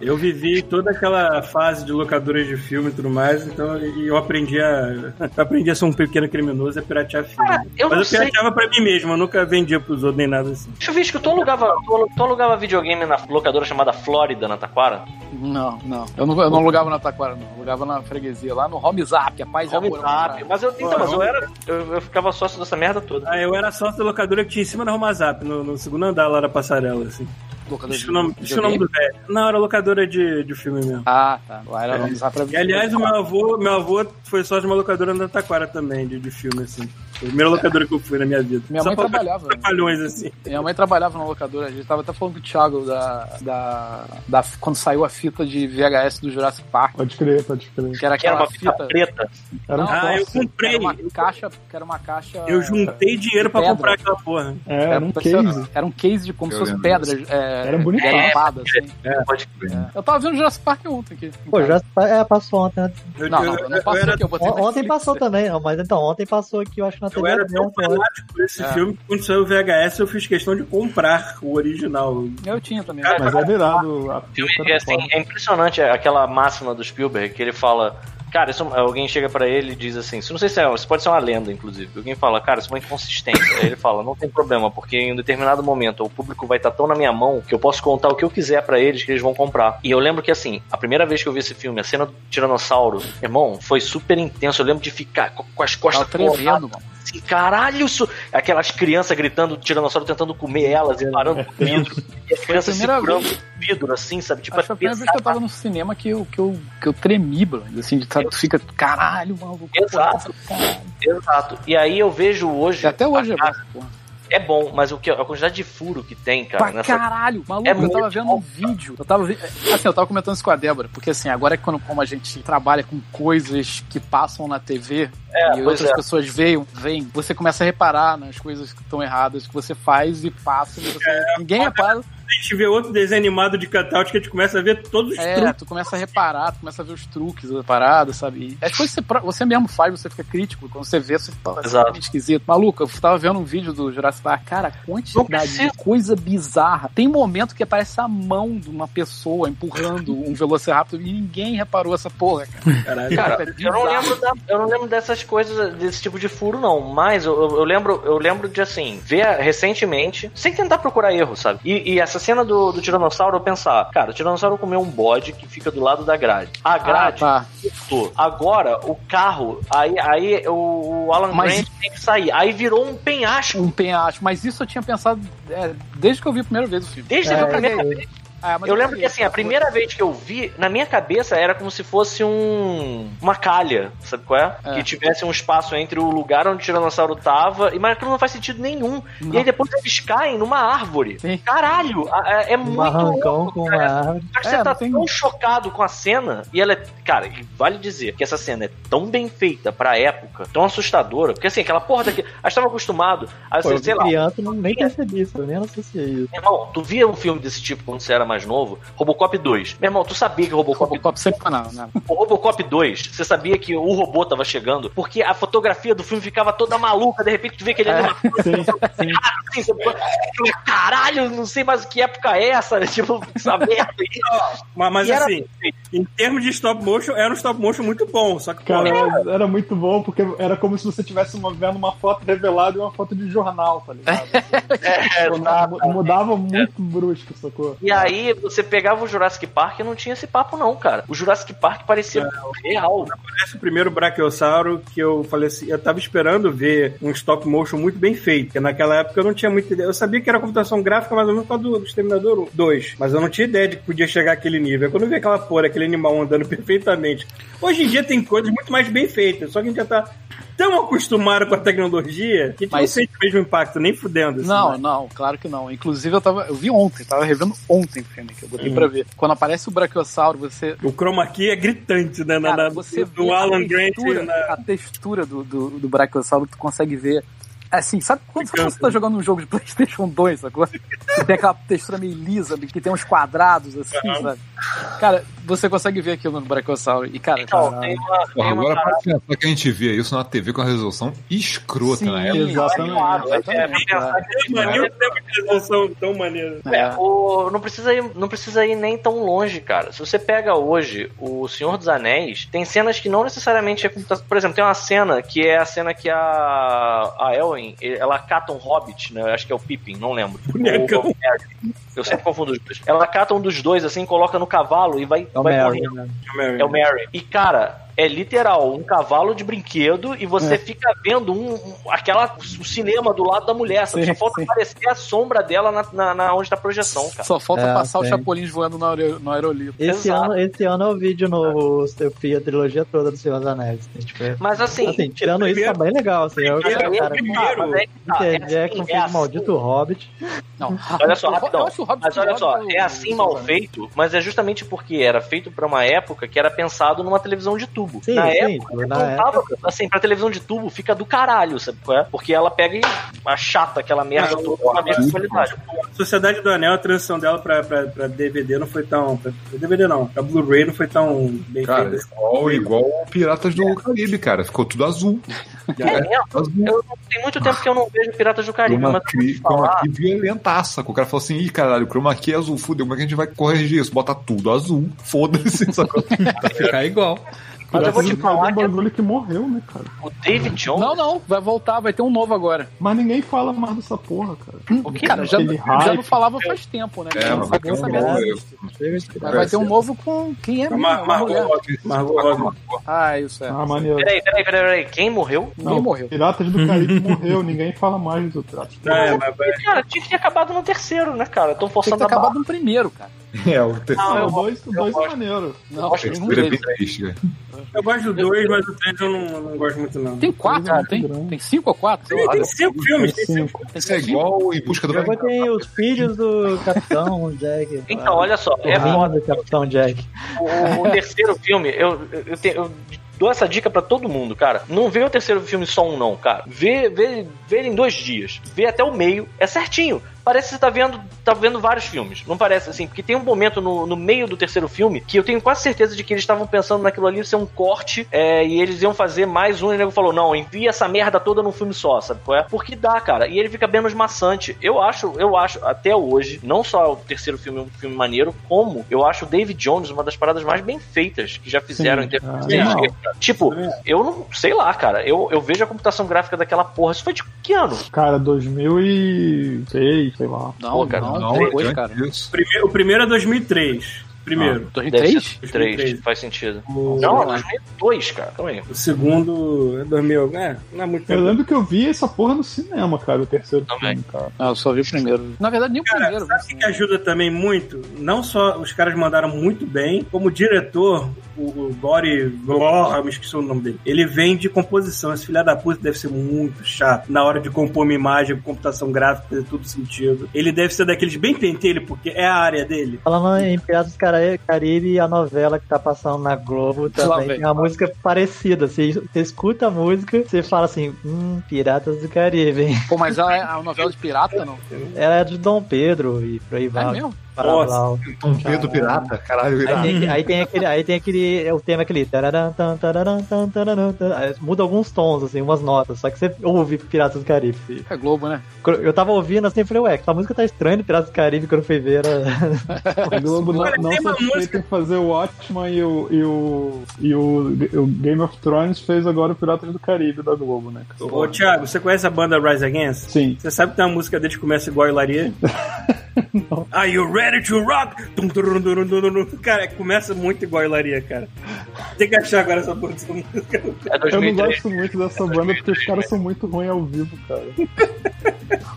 Eu vivi toda aquela fase de locadora de filme e tudo mais, então e eu aprendi a. aprendi a ser um pequeno criminoso e a piratear filme. eu não Mas eu sei. pirateava pra mim mesmo, eu nunca vendia pros outros nem nada assim. Deixa eu ver, que tu alugava, tu, tu alugava videogame na locadora chamada Flórida, na Taquara? Não, não. Eu não, eu não alugava na Taquara, não. Eu alugava na freguesia, lá no Home Zap, a paz Home amor, Zap, mas eu, então, Uhum. mas eu era. Eu, eu ficava sócio dessa merda toda. Ah, eu era sócio da locadora que tinha em cima da Romazap, no, no segundo andar lá da passarela, assim. Locadora Isso de o nome, isso o nome do velho. Não, era locadora de, de filme mesmo. Ah, tá. Lá era É. Home Zap pra E, aliás, o meu avô, meu avô foi sócio de uma locadora na Taquara também, de, de filme, assim. Foi a primeira locadora que eu fui na minha vida. Minha mãe pra- trabalhava. Trapalhões, assim. Minha mãe trabalhava na locadora, a gente tava até falando com o Thiago da, da, da- quando saiu a fita de VHS do Jurassic Park. Pode crer, pode crer. Que era Que aquela era uma fita preta. Era um Não, Ah, eu fóssil. comprei. Era uma caixa, que era uma caixa. Eu juntei dinheiro pra Ah, Pedra. comprar aquela porra. né? É, era um parecia- case. Era um case de como Eu se fossem lembro pedras. É, Era um bonito. garimpadas, assim. Pode crer. É. Eu tava vendo Jurassic Park ontem aqui. Pô, já é, passou ontem. né? Eu, Não, eu, não, eu, não passou era, aqui, eu botei O- Ontem Netflix. né? passou também, não, mas então, ontem passou aqui, eu acho que na eu TV. era aberta, tão fanático por esse É. filme que quando saiu o VHS eu fiz questão de comprar o original. Eu tinha também. Mas é virado. A... filme é, assim, é impressionante aquela máxima do Spielberg que ele fala. Cara, isso, alguém chega pra ele e diz assim, isso não sei se é, isso pode ser uma lenda, inclusive. Alguém fala, cara, isso é uma inconsistência. Aí ele fala, não tem problema, porque em um determinado momento o público vai estar tão na minha mão que eu posso contar o que eu quiser pra eles que eles vão comprar. E eu lembro que assim, a primeira vez que eu vi esse filme, a cena do Tiranossauro, irmão, foi super intenso. Eu lembro de ficar co- com as Tava costas coladas, tremendo, mano. assim, caralho, isso. Aquelas crianças gritando, o Tiranossauro tentando comer elas e parando com o vidro. E as crianças primeira segurando o vidro, assim, sabe? Tipo, Acho que foi a primeira vez que eu tava no cinema que eu, que eu, que eu tremi, Bruno. Assim, de, sabe, tu fica, caralho, maluco. tá Exato. Exato. E aí eu vejo hoje. E até hoje é a- bom. porra. é bom, mas o que, a quantidade de furo que tem, cara, pra nessa. caralho, maluco, É eu tava muito vendo bom. um vídeo. Eu tava vendo. Assim, eu tava comentando isso com a Débora, porque assim, agora que quando como a gente trabalha com coisas que passam na TV e pois outras é. pessoas veem, veem, você começa a reparar nas coisas que estão erradas que você faz e passa. E você- É, ninguém repara. A gente vê outro desenho animado de cutout que a gente começa a ver todos os É, truques. tu começa a reparar, tu começa a ver os truques da parada, sabe? E as coisas que você, pro- você mesmo faz, você fica crítico. Quando você vê, você fala Exato. "Isso é esquisito. Maluco, eu tava vendo um vídeo do Jurassic Park. Cara, a Não quantidade precisa. de coisa bizarra. Tem momento que aparece a mão de uma pessoa empurrando um Velociraptor e ninguém reparou essa porra, cara. Caralho. Cara, É eu não, bizarro. lembro da- eu não lembro dessas coisas, desse tipo de furo, não. Mas eu, eu- eu lembro, eu lembro de assim, ver recentemente, sem tentar procurar erro, sabe? E, e essa cena do, do Tiranossauro, eu pensar, cara, o Tiranossauro comeu um bode que fica do lado da grade. A grade tá. Pô, Agora, o carro, aí, aí o, o Alan Mas- Grant tem que sair. Aí virou um penhasco. Um penhacho. Mas isso eu tinha pensado é, desde que eu vi a primeira vez o filme. Desde a primeira vez. Ah, mas eu É, lembro falei, que assim, a cara, primeira vez que eu vi, na minha cabeça era como se fosse um. uma calha, sabe qual é? É. Que tivesse um espaço entre o lugar onde o Tiranossauro tava, e mas aquilo não faz sentido nenhum. Não. E aí depois eles caem numa árvore. Sim. Caralho, a- a- é Um muito barrancão louco, com uma cara. árvore. Só que É, você tá não tem- tão chocado com a cena, e ela é. Cara, e vale dizer que essa cena é tão bem feita pra época, tão assustadora, porque assim, aquela porra daqui. A gente tava acostumado a Pô, ser, eu sei lá. criança, não, nem percebi isso, eu nem associei isso. Meu irmão, tu via um filme desse tipo quando você era mais novo? Robocop 2. Meu irmão, tu sabia que Robocop, Robocop sempre não, né? o Robocop 2, você sabia que o robô tava chegando? Porque a fotografia do filme ficava toda maluca, de repente tu vê que ele é. numa Sim, sim. assim, você fala, caralho, não sei mais que época é essa, né? Tipo, essa merda aí. Mas, mas E era- assim, em termos de stop motion, era um stop motion muito bom. Só que, pô, Cara, era- era muito bom, porque era como se você estivesse uma- vendo uma foto revelada e uma foto de jornal, tá ligado? É, Assim, mu- mudava muito brusco, sacou? E aí você pegava o Jurassic Park e não tinha esse papo, não, cara. O Jurassic Park parecia um real. esse primeiro Brachiosauro que eu falei assim, eu tava esperando ver um stop motion muito bem feito, porque naquela época eu não tinha muita ideia. Eu sabia que era computação gráfica, mais ou menos por causa do Exterminador 2, mas eu não tinha ideia de que podia chegar àquele nível. Aí Quando eu vi aquela porra, aquele animal andando perfeitamente. Hoje em dia tem coisas muito mais bem feitas, só que a gente já tá tão acostumado com a tecnologia que a gente não Mas- sente o mesmo impacto, nem fudendo. assim, Não, né? não, claro que não. Inclusive, eu tava. Eu vi ontem, tava revendo ontem o filme que eu botei Hum. pra ver. Quando aparece o Brachiosauro, você. O chroma key é gritante, né? na- Cara, na- você do vê Alan a textura, Grant na- a textura do, do, do Brachiosauro, tu consegue ver. Assim, sabe quando sabe quando você tá jogando um jogo de Playstation 2, sacou? Que tem aquela textura meio lisa, que tem uns quadrados assim, sabe? Cara, você consegue ver aquilo no Brachiosauro. E, cara, Então, tá- tem uma. Porra, Tem uma agora parada- para pensar que a gente via isso na TV com a resolução escrota né? Sim, na né? época. exatamente. um é, exatamente. pensar que Maneiro tempo de resolução tão maneiro. É, o- não, precisa ir, não precisa ir nem tão longe, cara. Se você pega hoje o Senhor dos Anéis, tem cenas que não necessariamente é computação. Por exemplo, tem uma cena que é a cena que a, a Elwin, ela cata um hobbit, né? Eu acho que é o Pippin, não lembro. Bonecão. Ou o Mary. Eu sempre confundo os dois. Ela cata um dos dois, assim, coloca no cavalo e vai, É o vai Mary, correndo. né? É Uhum. o Mary. E, cara, é literal, um cavalo de brinquedo e você fica vendo um, um- aquela, o cinema do lado da mulher. sabe? Sim, Só falta sim. aparecer a sombra dela na, na, na- onde tá a projeção, cara. Só falta É, passar os tem. chapulins voando no, aero, no aerolito. Esse Exato. ano, esse ano é o vídeo novo, eu fiz a trilogia toda do Senhor dos Anéis. né? Tipo, é- Mas assim, assim, tirando isso, tá bem legal. Assim, eu, mas cara, é cara, que Peter tá, mas é que tá, é assim, Jackson é fez o assim. maldito Hobbit. Não, Olha só, Hum. Eu rapidão. acho o Hobbit Mas olha melhor só, do- né? é assim do- mal feito, mas é justamente porque era feito pra uma época que era pensado numa televisão de tubo. Sim, na sim, época, na não época. tava, assim, pra televisão de tubo fica do caralho, sabe? qual é? Porque ela pega e achata aquela merda Ah, toda com a mesma qualidade. Sociedade do Anel, a transição dela pra, pra, pra DVD não foi tão. Pra, pra DVD não, pra Blu-ray não foi tão bem Cara, feita. assim. igual, igual Piratas do Caribe, cara. Ficou tudo azul. É mesmo? Azul. Eu não- é tem muito tempo que eu não vejo Piratas do Caribe, Chroma mas eu vou key, te chroma falar. key violentaça. O cara falou assim: ih, caralho, chroma key é azul, fudeu, como é que a gente vai corrigir isso? Bota tudo azul, foda-se, sacou? Vai é. ficar igual. Mas eu vou te falar um que é bagulho que morreu, né, cara? o David Jones. Não, não, vai voltar, vai ter um novo agora. Mas ninguém fala mais dessa porra, cara. Cara, já, Aquele já não hype. falava faz tempo, né? É, cara? mas vai ter um Essa novo. galera- eu- Mas vai ter um novo com quem é mesmo? Mar- Uma Margot mulher. Robbie. Margot Robbie. Ah, isso é. Ah, maneiro. Peraí, peraí, peraí, peraí. Quem morreu? Ninguém Não, morreu. Piratas do Caribe morreu, ninguém fala mais do Piratas. Não, é, mas vai- Cara, tinha que ter acabado no terceiro, né, cara? Tinha Estão que forçando ter a barra. acabado no primeiro, cara. É, o terceiro. Não, eu o dois, o eu dois é gosto. maneiro. Não, o nenhum terceiro é bem deles. triste, cara. Eu gosto do dois, mas o três eu não, não gosto muito, não. Tem quatro, não tem? é Tem cinco ou quatro? Sei Tem, lá. tem cinco filmes, tem cinco. Isso é igual o em busca do Depois tem os filhos do Capitão Jack. Então, olha só, o é foda. do Capitão Jack. O, o terceiro filme, eu, eu, eu te- eu dou essa dica pra todo mundo, cara. Não vê o terceiro filme só um, não, cara. Vê, vê, vê ele em dois dias. Vê até o meio. É certinho. Parece que você tá vendo, tá vendo vários filmes. Não parece assim, porque tem um momento no, no meio do terceiro filme que eu tenho quase certeza de que eles estavam pensando naquilo ali ser um corte é, e eles iam fazer mais um. E o nego falou: não, envia essa merda toda num filme só, sabe qual é? Porque dá, cara. E ele fica menos maçante. Eu acho, eu acho, até hoje, não só o terceiro filme um filme maneiro, como eu acho o David Jones uma das paradas mais bem feitas que já fizeram em termos de Ah, CG, cara. Tipo, eu não sei lá, cara. Eu, eu vejo a computação gráfica daquela porra. Isso foi de que ano? Cara, 2006, sei lá. Não, Pô, cara, não, é não, um depois, antes cara. disso. Primeiro- o primeiro é 2003. Ah, Primeiro. 2003? 3, 2003. faz sentido. Hum. O, então Não, é 2002, cara. Calma aí. o segundo é 2000. É, não é muito Eu tempo. lembro que eu vi essa porra no cinema, cara, o terceiro Também. filme, cara. Ah, eu só vi o primeiro. Na verdade, nem o Cara, primeiro. né? sabe o que é que ajuda também muito? Não só os caras mandaram muito bem, como o diretor, o, o Gori Glor, me esqueci o nome dele. Ele vem de composição. Esse filho da puta deve ser muito chato na hora de compor uma imagem, computação gráfica, fazer tudo sentido. Ele deve ser daqueles bem pentelho, porque é a área dele. Falando em Piratas do Cara- Caribe, a novela que tá passando na Globo Lá também vem. tem uma música parecida. Você, você escuta a música, você fala assim, hum, Piratas do Caribe, hein? Pô, mas a, a novela de pirata, não? Ela é de Dom Pedro e por aí É vai. mesmo? blá, blá, Nossa. blá. Tom Pedro Pirata, caralho, Aí irado. tem, aí tem aquele, aí tem aquele, é o tema aquele tararam, tan, tararam, tan, tararam, tan. Aí muda alguns tons assim, umas notas, só que você ouve Piratas do Caribe. É Globo, né? Eu tava ouvindo assim, falei, ué, essa música tá estranha do Piratas do Caribe quando eu fui ver era O Globo não, Olha, não tem uma satisfeito música- em fazer o Watchman e o, e, o, e o o Game of Thrones fez agora o Piratas do Caribe da Globo, né? cara? Ô, Thiago, você conhece a banda Rise Against? Sim. Você sabe que tem uma música dele que começa igual a Hilaria? Are you ready to rock? Tum, turum, turum, turum, turum. Cara, começa muito igual a Hilaria, cara. Tem que achar agora essa porra dessa música. É Eu não 2003. gosto muito dessa banda porque os caras são muito ruins ao vivo, cara.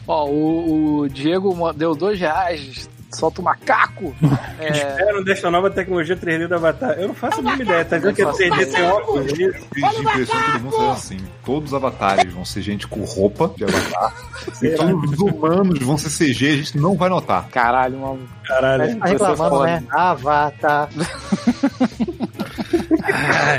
Ó, o, o Diego mo- deu dois reais. Solta o macaco. É, É, não deixa a nova tecnologia 3D do Avatar. Eu não faço a mínima ideia, tá vendo que é 3D tem óculos nisso? Fiz de impressão que todo mundo será assim. Todos os avatares vão ser gente com roupa de avatar. e todos os humanos vão ser CG, a gente não vai notar. caralho, mano. É. Caralho. né? né, tá reclamando, foda. né? Avatar. Ah,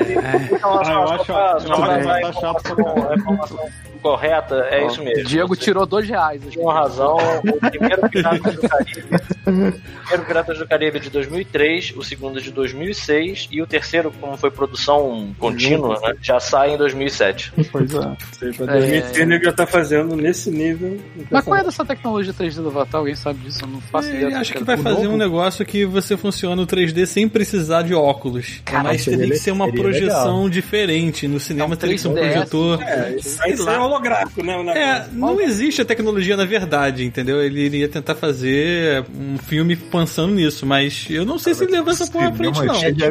Só- só pra- só pra dar Tá chato pra informação- a informação correta, é isso mesmo. Diego tirou dois reais. Com razão, o primeiro Piratas do Caribe. O primeiro Piratas do Caribe é de 2003, o segundo é de 2006 e o terceiro, como foi produção contínua, né, já sai em 2007. Pois é. Pra 2006 É. o nego já tá fazendo nesse nível. Então, Mas qual é dessa tecnologia 3D do Avatar? Alguém sabe disso? Eu não faço ideia. Eu do acho que é. vai O fazer novo? um negócio que você funciona o 3D sem precisar de óculos. Cara, Mas seria teria que le- ser uma seria projeção legal. É diferente. No cinema teria que ser um 3DS, projetor. É, isso aí é holográfico, né? o É, negócio. não existe a tecnologia na verdade, entendeu? Ele iria tentar fazer um filme pensando nisso, mas eu não sei se ele leva essa porra à frente, não. É tipo,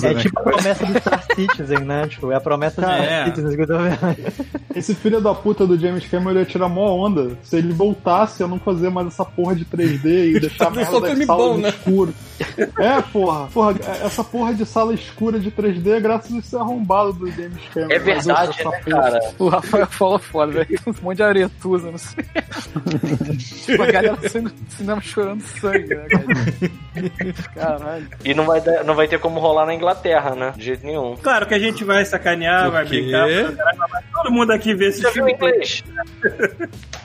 né? é tipo a promessa do Star Citizen, né? Tipo, é a promessa do É. Star Citizen que eu tô vendo. Esse filho da puta do James Cameron ia tirar mó onda. Se ele voltasse, eu não fazia mais essa porra de 3D e deixar a Fazer só merda de filme sala bom, de né? escuro. É, porra. Porra, essa porra de sala escura de 3D é graças a esse arrombado do James Cameron. É verdade, Essa né, porra. cara? O Rafael falou fora, velho. Um monte de aretusa, não sei. Uma galera saindo do cinema chorando sangue, né, cara? Caralho. E não vai, dar- não vai ter como rolar na Inglaterra, né? De jeito nenhum. Claro que a gente vai sacanear, vai quê? brincar, vai caralho, mas todo mundo aqui vê esse Já viu filme. inglês?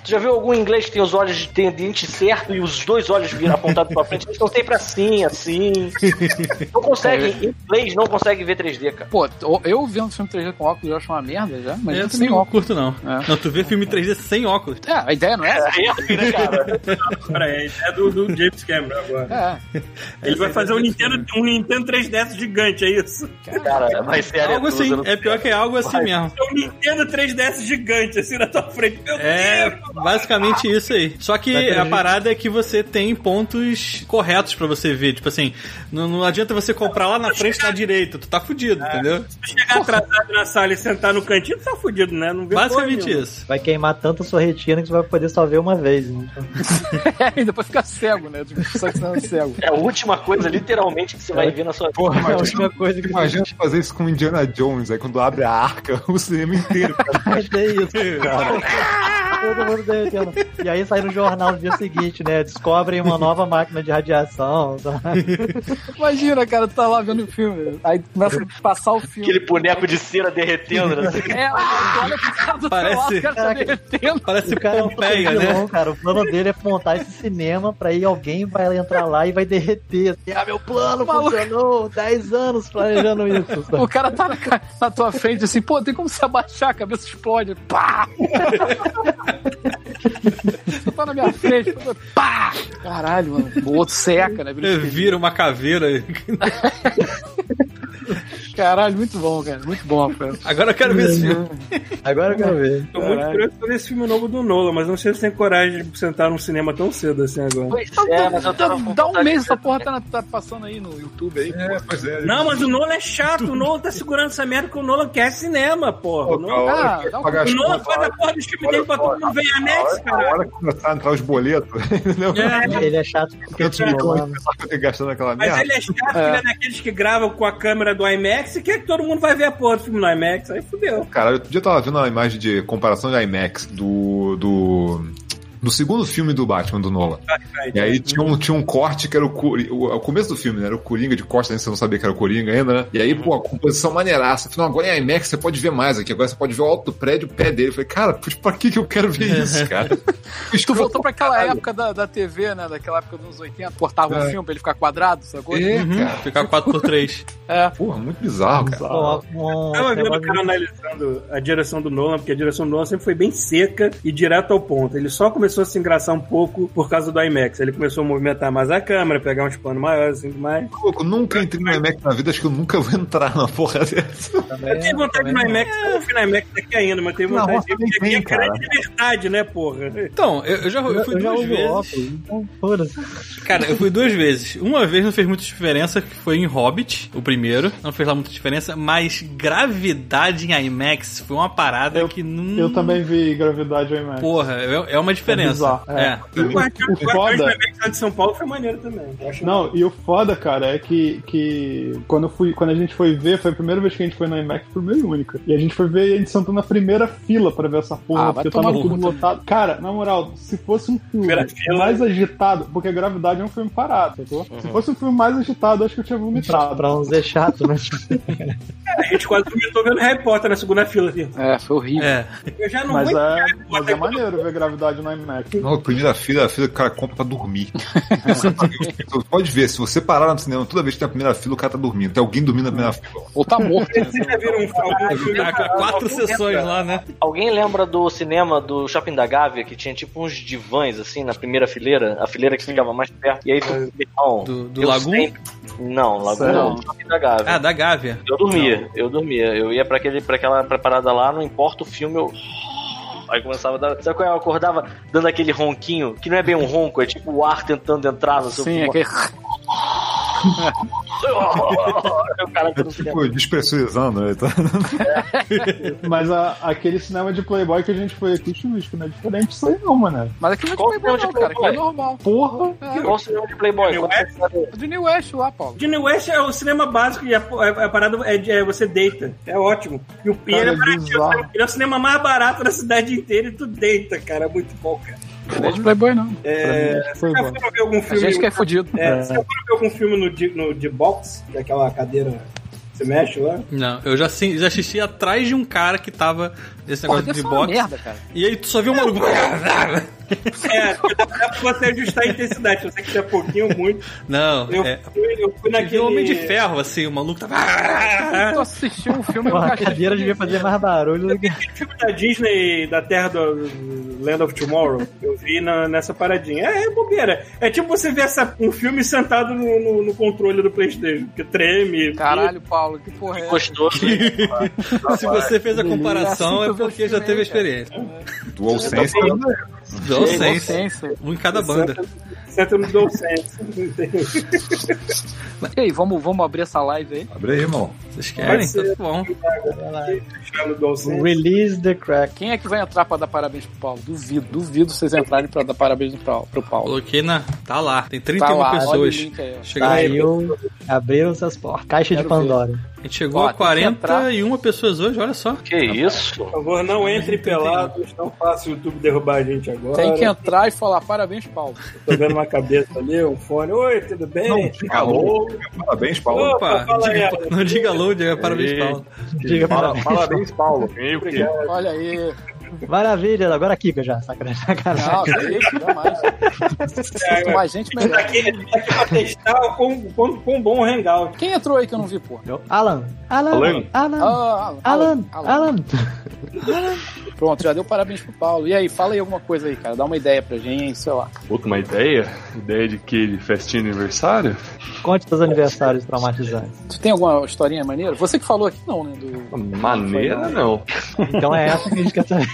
Tu já viu algum inglês que tem os olhos, tem o dente certo e os dois olhos viram apontados pra frente? Eles estão sempre assim, assim. Não consegue, inglês não consegue ver 3D, cara. Pô, eu vendo filme 3D com óculos eu acho uma merda já, mas É, eu sem também não óculos. curto, não. Não, tu vê filme 3D sem óculos. É, a ideia não é essa. É isso, né, cara? Pera aí, é do, do James Cameron agora. É, Ele vai fazer um Nintendo, um Nintendo 3DS gigante, é isso? Cara, vai ser Algo aretusa, assim, não sei. é pior que é algo assim mesmo. É um Nintendo 3DS gigante, assim, na tua frente. Meu É Deus! basicamente isso aí. Só que a parada é que você tem pontos corretos pra você ver. Tipo assim, não, não adianta você comprar lá na frente na direita, tu tá fudido, É, entendeu? Se tu chegar atrasado na sala e sentar no cantinho, tu tá fudido, né? Não vê Basicamente porra nenhuma. isso. Vai queimar tanta sua retina que você vai poder só ver uma vez. Né? e depois fica cego, né? Tipo, só que você não é cego. É a última coisa, literalmente, que você vai ver na sua vida. Porra, É a mas última coisa que imagina tu fazer isso com o Indiana Jones, aí quando abre a arca, o cinema inteiro. cara. Mas é isso, cara. Todo mundo derretendo. E aí sai no jornal no dia seguinte, né? Descobrem uma nova máquina de radiação. sabe? Imagina, cara, tu tá lá vendo o filme. Aí começa a passar o filme. Aquele boneco de cera derretendo, né? É, olha pro cara do Parece- seu lado, o cara tá derretendo. Parece O cara é um Pompeia, né? vilão, cara. O plano dele é montar esse cinema pra ir alguém vai entrar lá e vai derreter. Assim, ah, meu plano Maluco. funcionou! 10 anos planejando isso. sabe? O cara tá na, ca- na tua frente assim, pô, tem como se abaixar, a cabeça explode. Pá! Você tá na minha frente, pô, pá! Caralho, mano. O outro seca, né? É, Vira uma caveira. Caralho, muito bom, cara. Muito bom, cara. Agora eu quero ver esse Uhum. filme. Agora eu quero ver. Tô muito curioso pra ver esse filme novo do Nola, mas não sei se tem coragem de sentar num cinema tão cedo assim agora. Pois é, mas dá, eu tava com dá um vontade mês de essa porra tá, na- tá passando aí no YouTube aí. É, pois é. Não, mas o Nola é chato, o Nola tá segurando essa merda porque o Nola quer cinema, porra. Pô, O Nola, a hora Ah, que dá um- pagar as o Nola contas, faz a porra do filme dele pra todo mundo ver em anexo, a cara. hora que começar a entrar os boletos, entendeu? Ele é chato porque eu Tantos te milhões de pessoas que eu tenho gastando naquela Mas merda. ele é chato, ele é daqueles que gravam com a câmera do IMAX e quer que todo mundo vai ver a porra do filme no IMAX. Aí fudeu. Cara, outro dia eu tava vendo uma imagem de comparação de IMAX do. do. do segundo filme do Batman do Nolan. E aí tinha um, tinha um corte que era o, Cori- o, o começo do filme, né? Era o Coringa de Costa, ainda você não sabia que era o Coringa ainda, né? E aí, pô, a composição maneiraça. Eu falei, não, agora em IMAX você pode ver mais aqui, agora você pode ver o alto do prédio, o pé dele. Eu falei, cara, putz, pra que que eu quero ver isso, cara? Tu voltou pra aquela época da, da TV, né? Daquela época dos anos 80, cortava um É. filme pra ele ficar quadrado, sacou? É, Uhum, cara. Ficar 4x3. É. Porra, muito bizarro, cara. Pô, Tá um Eu tava vendo o negócio- cara analisando a direção do Nolan, porque a direção do Nolan sempre foi bem seca e direto ao ponto. Ele só começou a se engraçar um pouco por causa do IMAX. Ele começou a movimentar mais a câmera, pegar uns panos maiores assim, mais. Louco, eu nunca entrei no IMAX na vida, acho que eu nunca vou entrar na porra dessa. Eu tenho vontade de ir no IMAX, eu não fui no IMAX aqui ainda, mas tenho Não, vontade você de ir, porque aqui tem, é cara. grande de verdade, né, porra? Então, eu, eu já eu Eu, fui eu já duas uso vezes. óculos, então foda-se. Cara, eu fui duas vezes. Uma vez não fez muita diferença, que foi em Hobbit, o primeiro. Não fez lá muita diferença, mas gravidade em IMAX foi uma parada que não. Eu também vi Gravidade IMAX. Porra, é é uma diferença. bizarro. É. É. O- o foda- de São Paulo foi maneiro também. Eu acho Não, e o foda, cara, é que, que quando, eu fui, quando a gente foi ver, foi a primeira vez que a gente foi na IMAX, primeira e única. E a gente foi ver e a gente sentou na primeira fila pra ver essa porra, Ah, vai porque tomar tava no cu tudo lotado. Cara, na moral, se fosse um filme Primeira fila. mais agitado, porque Gravidade é um filme parado, sacou? Se Uhum. fosse um filme mais agitado, acho que eu tinha vomitado. Pra uns é chato, né? A gente quase vomitou vendo Harry Potter na segunda fila ali. É, foi horrível. É. Eu já não Mas vou é, Potter mas é quando- maneiro ver Gravidade na IMAX. Não, primeira fila, a fila que o cara compra pra dormir. Você pode ver, se você parar no cinema, toda vez que tem a primeira fila, o cara tá dormindo. Tem alguém dormindo na primeira fila. Ou tá morto. né? Vocês já viram um algum filme Há qu- Tá Quatro sessões lá, né? Alguém lembra do cinema do Shopping da Gávea que tinha tipo uns divãs assim na primeira fileira? A fileira que ficava mais perto. E aí tu. Não, Do- do eu Lagoon? sempre- Não, Lagoon não. Shopping da Gávea. Ah, da Gávea. Eu dormia, eu dormia. Eu ia pra, aquele, pra aquela preparada lá, não importa o filme, eu. Aí começava a dar. Sabe quando eu acordava dando aquele ronquinho? Que não é bem um ronco, é tipo o ar tentando entrar no seu Sim, é pulmão. aquele... O cara tá no É. cinema. Tipo, despressurizando, né? Tá- Mas a- aquele cinema de Playboy que a gente foi aqui, chuvisco, não é diferente disso aí não, mano. Mas aqui não é Qual de Playboy, filme de não, cara. Aqui é Playboy? normal. Porra! Qual É o cinema de Playboy? Meu Quando você sabe- É Do New West lá, Paulo. Disney West é o cinema básico e a, a- a parada é, de- é você deita. É ótimo. E o e ele Cara, é é baratinho. bizarro. Ele é o cinema mais barato da cidade inteira e tu deita, cara. É muito bom, cara. Não é de Playboy, não. É, foi Já bom. foram ver algum A filme? gente que é fudido. é, Você já foram ver algum filme no, D- no D-Box? Que é aquela cadeira que você mexe lá? Não, eu já, assi- já assisti atrás de um cara que tava nesse Porra, negócio deve de ser uma boxe. merda, cara. E aí tu só viu um maluco. É, dá pra você ajustar a intensidade. Se você quiser pouquinho, muito. Não, Eu, é. fui, eu Naquele... fui naquele... Homem de Ferro, assim, o maluco tava. Tu assistiu um filme com Porra, a cadeira devia fazer mais barulho do que. filme da Disney da Terra do Land of Tomorrow, eu vi na- nessa paradinha. É, é bobeira. É tipo você ver essa- um filme sentado no, no- no controle do Playstation, que treme. Caralho, Paulo, que porra é essa? Gostoso. Se você fez a comparação, Assim que é eu vi porque os já filmes, teve a cara. experiência. DualSense DualSense. Sense. Um em cada banda. Senta, senta no DualSense. Entendeu? E aí, vamos, vamos abrir essa live aí? Abre aí, irmão. Vocês querem? Pode ser. Então tá bom. Fechar no DualSense. Release the crack. Quem é que vai entrar pra dar parabéns pro Paulo? Duvido, duvido vocês entrarem pra dar parabéns pro, pro Paulo. Coloquei na. Tá lá. Tem 31 lá, olha pessoas. o link aí, ó. Chegou Saiu, abriram essas portas. Caixa Quero de Pandora. A gente chegou Ó, a tem que entrar. 41 pessoas hoje, olha só. Que isso? Por favor, não entre pelados, não faça o YouTube derrubar a gente agora. Tem que entrar e falar parabéns, Paulo. Tô vendo uma cabeça ali, um fone. Oi, tudo bem? Alô? Parabéns, Paulo. Opa, fala aí, diga- Alex. não diga alô, diga parabéns, Ei. Paulo. Diga pra mim. Parabéns, Paulo. Meio que Obrigado. Olha aí. Maravilha, agora Kika já, sacanagem. Não, que isso, jamais. Quanto mais gente, Tá melhor. aqui, tá aqui pra testar o quão, quão, quão bom o Hangout. Quem entrou aí que eu não vi, porra? Eu- Alan, Alan, Alan, Alan, Ah, Alan, Pronto, já deu parabéns pro Paulo. E aí, fala aí alguma coisa aí, cara. Dá uma ideia pra gente, sei lá. Puta, uma ideia? Ideia de que? De festinha de aniversário? Conte seus aniversários traumatizantes. Tu tem alguma historinha maneira? Você que falou aqui, não, né? Do... Maneira não. Então é essa que a gente quer saber.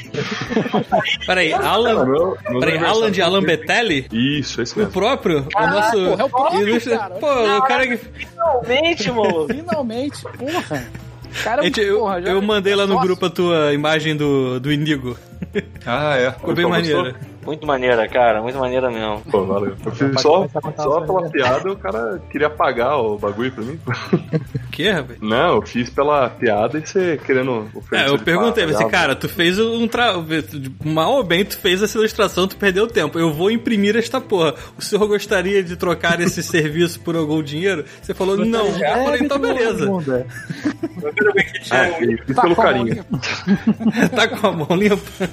Peraí, Alan. é Meu- meus Peraí, Alan aniversários- de Alan Betelli? Isso, é isso O mesmo. próprio? o nosso. porra, é o próprio, ilustre- cara. Pô, o cara que. Finalmente, mano. Finalmente, porra. Cara, Gente, eu, porra, já- eu mandei lá no Nossa, grupo a tua imagem do, do Indigo. Ah, é. Ficou bem Gostou, maneiro. Muito maneira, cara. Muito maneira mesmo. Pô, valeu. Eu fiz Rapaz, só, começa a contar só os pela piada, o cara queria pagar o bagulho pra mim. O quê, rapaz? Não, eu fiz pela piada e você querendo É, oferecer eu de perguntei, pagar. assim, você, cara, tu fez um tra... Mal ou bem, tu fez essa ilustração, tu perdeu tempo. Eu vou imprimir esta porra. O senhor gostaria de trocar esse serviço por algum dinheiro? Você falou, não. Eu falei, então beleza. Eu quero ver que tinha Ah, um fiz, fiz tá pelo com a mão carinho. limpa. Tá com a mão limpa.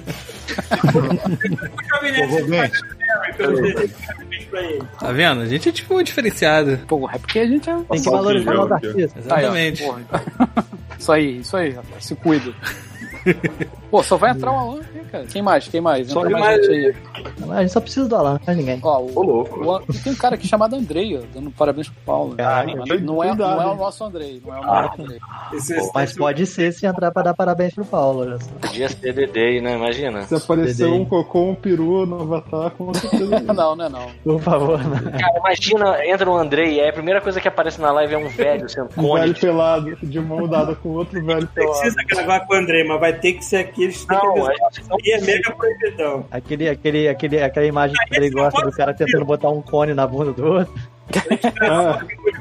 O Jovem Nerd Ô, Rubens, Harry, pelo jeito, parabéns pra ele. Tá vendo? A gente é tipo diferenciado. Porra, é porque a gente é. Tem que Passar o né? valorizar o feijão nosso aqui, ó. artista. Exatamente. Aí, ó, porra. então. isso aí, isso aí, rapaz. Se cuida. Pô, só vai entrar o Alan aqui, cara. Quem mais? Quem mais? Entra Só mais mais- gente aí. A gente só precisa do Alan, não é ninguém. Ó, Ô, o, louco. o An- tem um cara aqui chamado Andrei, ó, dando parabéns pro Paulo. Ah, Não é- então não, é, cuidado, não é o hein. nosso Andrei, não é o Ah. nosso Andrei. Esse- esse- Mas pode ser se entrar pra dar parabéns pro Paulo, olha só. Podia ser DD, né? Imagina. Se aparecer Dedei. um cocô, um peru no Avatar, com certeza. Não, não é não. Por favor, né? não. Cara, imagina, entra o Andrei e aí a primeira coisa que aparece na live é um velho Um sentone. velho pelado, de mão dada com outro velho pelado. Precisa gravar com o Andrei, mas vai ter que ser aqueles não, é, é mega proibidão. Aquele, aquele, aquele, aquela imagem que ele gosta do cara tentando botar um cone na bunda do outro. É, Ah.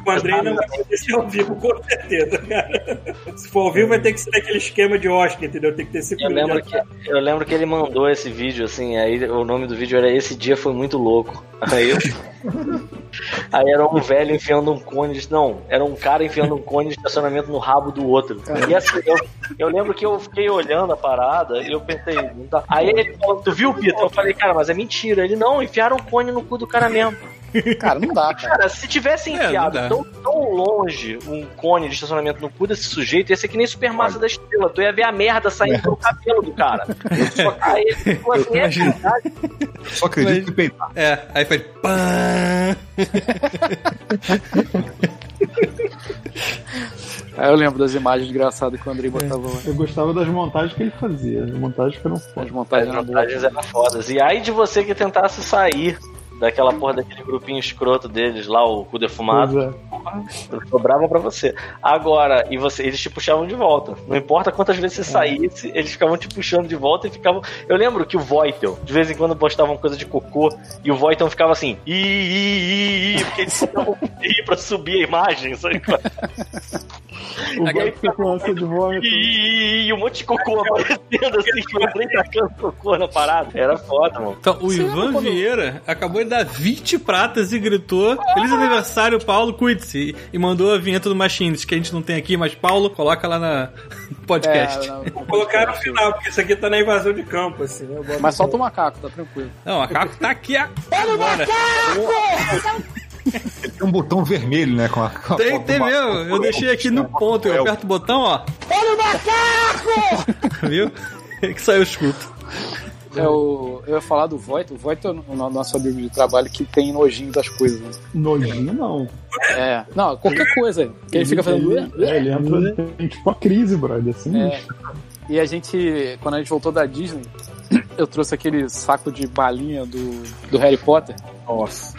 O Andrei não vai acontecer ao vivo, com certeza, cara. Se for ao vivo, vai ter que ser aquele esquema de Oscar, entendeu? Tem que ter é, eu lembro, que, eu lembro que ele mandou esse vídeo, assim, aí o nome do vídeo era Esse Dia Foi Muito Louco. Aí eu... Aí era um velho enfiando um cone. De... Não, era um cara enfiando um cone de estacionamento no rabo do outro. E assim, eu, eu lembro que eu fiquei olhando a parada e eu pensei. Não dá. Aí ele falou: Tu viu, Peter? Eu falei: Cara, mas é mentira. Ele: Não, enfiaram um cone no cu do cara mesmo. Cara, não dá, cara. Cara, se tivesse enfiado é, tão, tão longe um cone de estacionamento no cu desse sujeito, ia ser que nem supermassa da estrela. Tu ia ver a merda saindo é. do cabelo do cara. Só que aí ele ficou assim, é verdade. Só acredito que peitar. É, aí faz. Ah, eu lembro das imagens engraçadas que o Andrei botava lá. Eu gostava das montagens que ele fazia. As montagens que eram foda. As montagens, As montagens eram fodas. E aí de você que tentasse sair daquela porra daquele grupinho escroto deles lá, o cu defumado. É. Sobrava pra você. Agora, e você, eles te puxavam de volta. Não importa quantas vezes você saísse, eles ficavam te puxando de volta e ficavam. Eu lembro que o Voitel, de vez em quando postavam coisa de cocô, e o Voitel ficava assim, i, i, i, i, porque eles ficavam pra subir a imagem, sabe? O Agora fica com ânsia de vômito. E, e, um monte de cocô aparecendo assim, que eu tacando cocô na parada. Era foda, mano. Então, o Você Ivan quando... Vieira acabou de dar 20 pratas e gritou: Ah! Feliz aniversário, Paulo, cuide-se. E mandou a vinheta do Machines, que a gente não tem aqui, mas Paulo, coloca lá na podcast. É, Vou colocar no final, porque isso aqui tá na invasão de campo, assim. Né? Mas solta o macaco, tá tranquilo. Não, o macaco tá aqui agora. Tem um botão vermelho, né? Com a, com tem, tem uma... mesmo. Eu deixei aqui no ponto. Eu aperto o botão, ó. Olha o macaco! Viu? É que saiu escuto. É o, eu ia falar do Voito. O Voito é o nosso amigo de trabalho que tem nojinho das coisas. Né? Nojinho não. É. Não, qualquer coisa. Que ele, fica fazendo. Ele, é, ele entra em tipo uma crise, brother. Assim. É. E a gente, quando a gente voltou da Disney, eu trouxe aquele saco de balinha do, do Harry Potter. Nossa.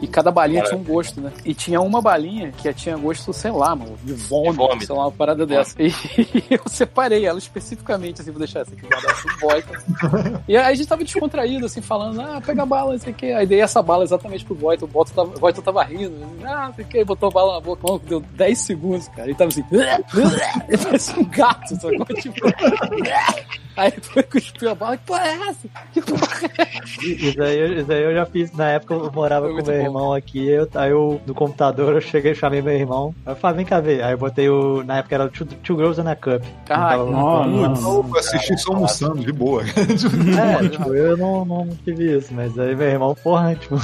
E cada balinha Caraca. tinha um gosto, né? E tinha uma balinha que tinha gosto, sei lá, mano, de vômito, vômito. sei lá, uma parada dessa. E eu separei ela especificamente, assim, vou deixar essa aqui guardada assim, Voita. E aí a gente tava descontraído, assim, falando, ah, pega a bala, sei assim, que. Aí dei essa bala exatamente pro Voita, o Voita tava, o Voita tava rindo, ah, sei assim, que, botou a bala na boca, mano, deu 10 segundos, cara. Ele tava assim, ele parece um gato, sacou? Tipo. Aí foi cuspiu a bala, que porra é essa? Que porra é essa? Isso aí, eu, isso aí eu já fiz, na época eu morava com meu bom. irmão aqui, eu, aí eu, no computador, eu cheguei, chamei meu irmão, aí eu falei, vem cá ver, aí eu botei o, na época era o Two, Two Girls and a Cup. Ai, tava, não, não, não, não, assisti só almoçando, de boa. É, tipo, eu não, não tive isso, mas aí meu irmão, porra, tipo...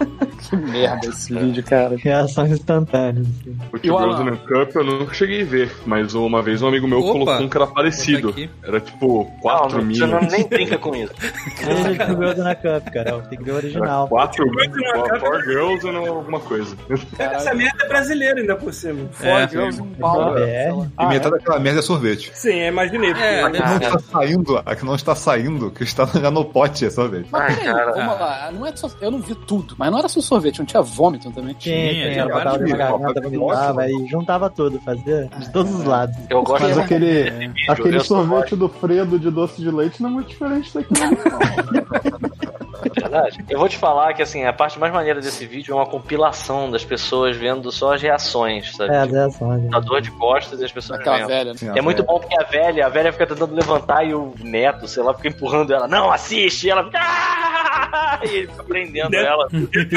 Que merda esse vídeo, cara. Reações instantâneas. Assim. O Two Girls and a Cup eu nunca cheguei a ver, mas uma vez um amigo meu Opa, colocou um que era Tá parecido. Era tipo 4 não, mil. Não, nem brinca com isso. Tem que ver o Dona Cup, cara. Tem que ver o original. 4 mil, 4 Girls ou alguma coisa. Cara, essa merda é brasileira ainda por cima. É, né? Girls, um pau. É. E metade daquela merda é sorvete. Sim, eu imaginei. É, a, que não está saindo, a que não está saindo, que está já no pote é sorvete. Mas, Ah, cara, vamos lá. Não é só, eu não vi tudo, mas não era só sorvete, não tinha vômito também. Tinha, tinha. Botava na garganta, vomitava e juntava tudo, fazia de todos os lados. Eu gosto mas Tipo, aquele, aquele sorvete do Fredo de doce de leite não é muito diferente daqui, não. Verdade. Eu vou te falar que assim, a parte mais maneira desse vídeo é uma compilação das pessoas vendo só as reações, sabe? Tipo, É, as reações. A dor de costas e as pessoas Aquela velha. né? Sim, é velha. muito bom porque a velha, a velha fica tentando levantar e o neto, sei lá, fica empurrando ela. Não, assiste! E ela fica. Ah! E ele fica prendendo Deve... ela.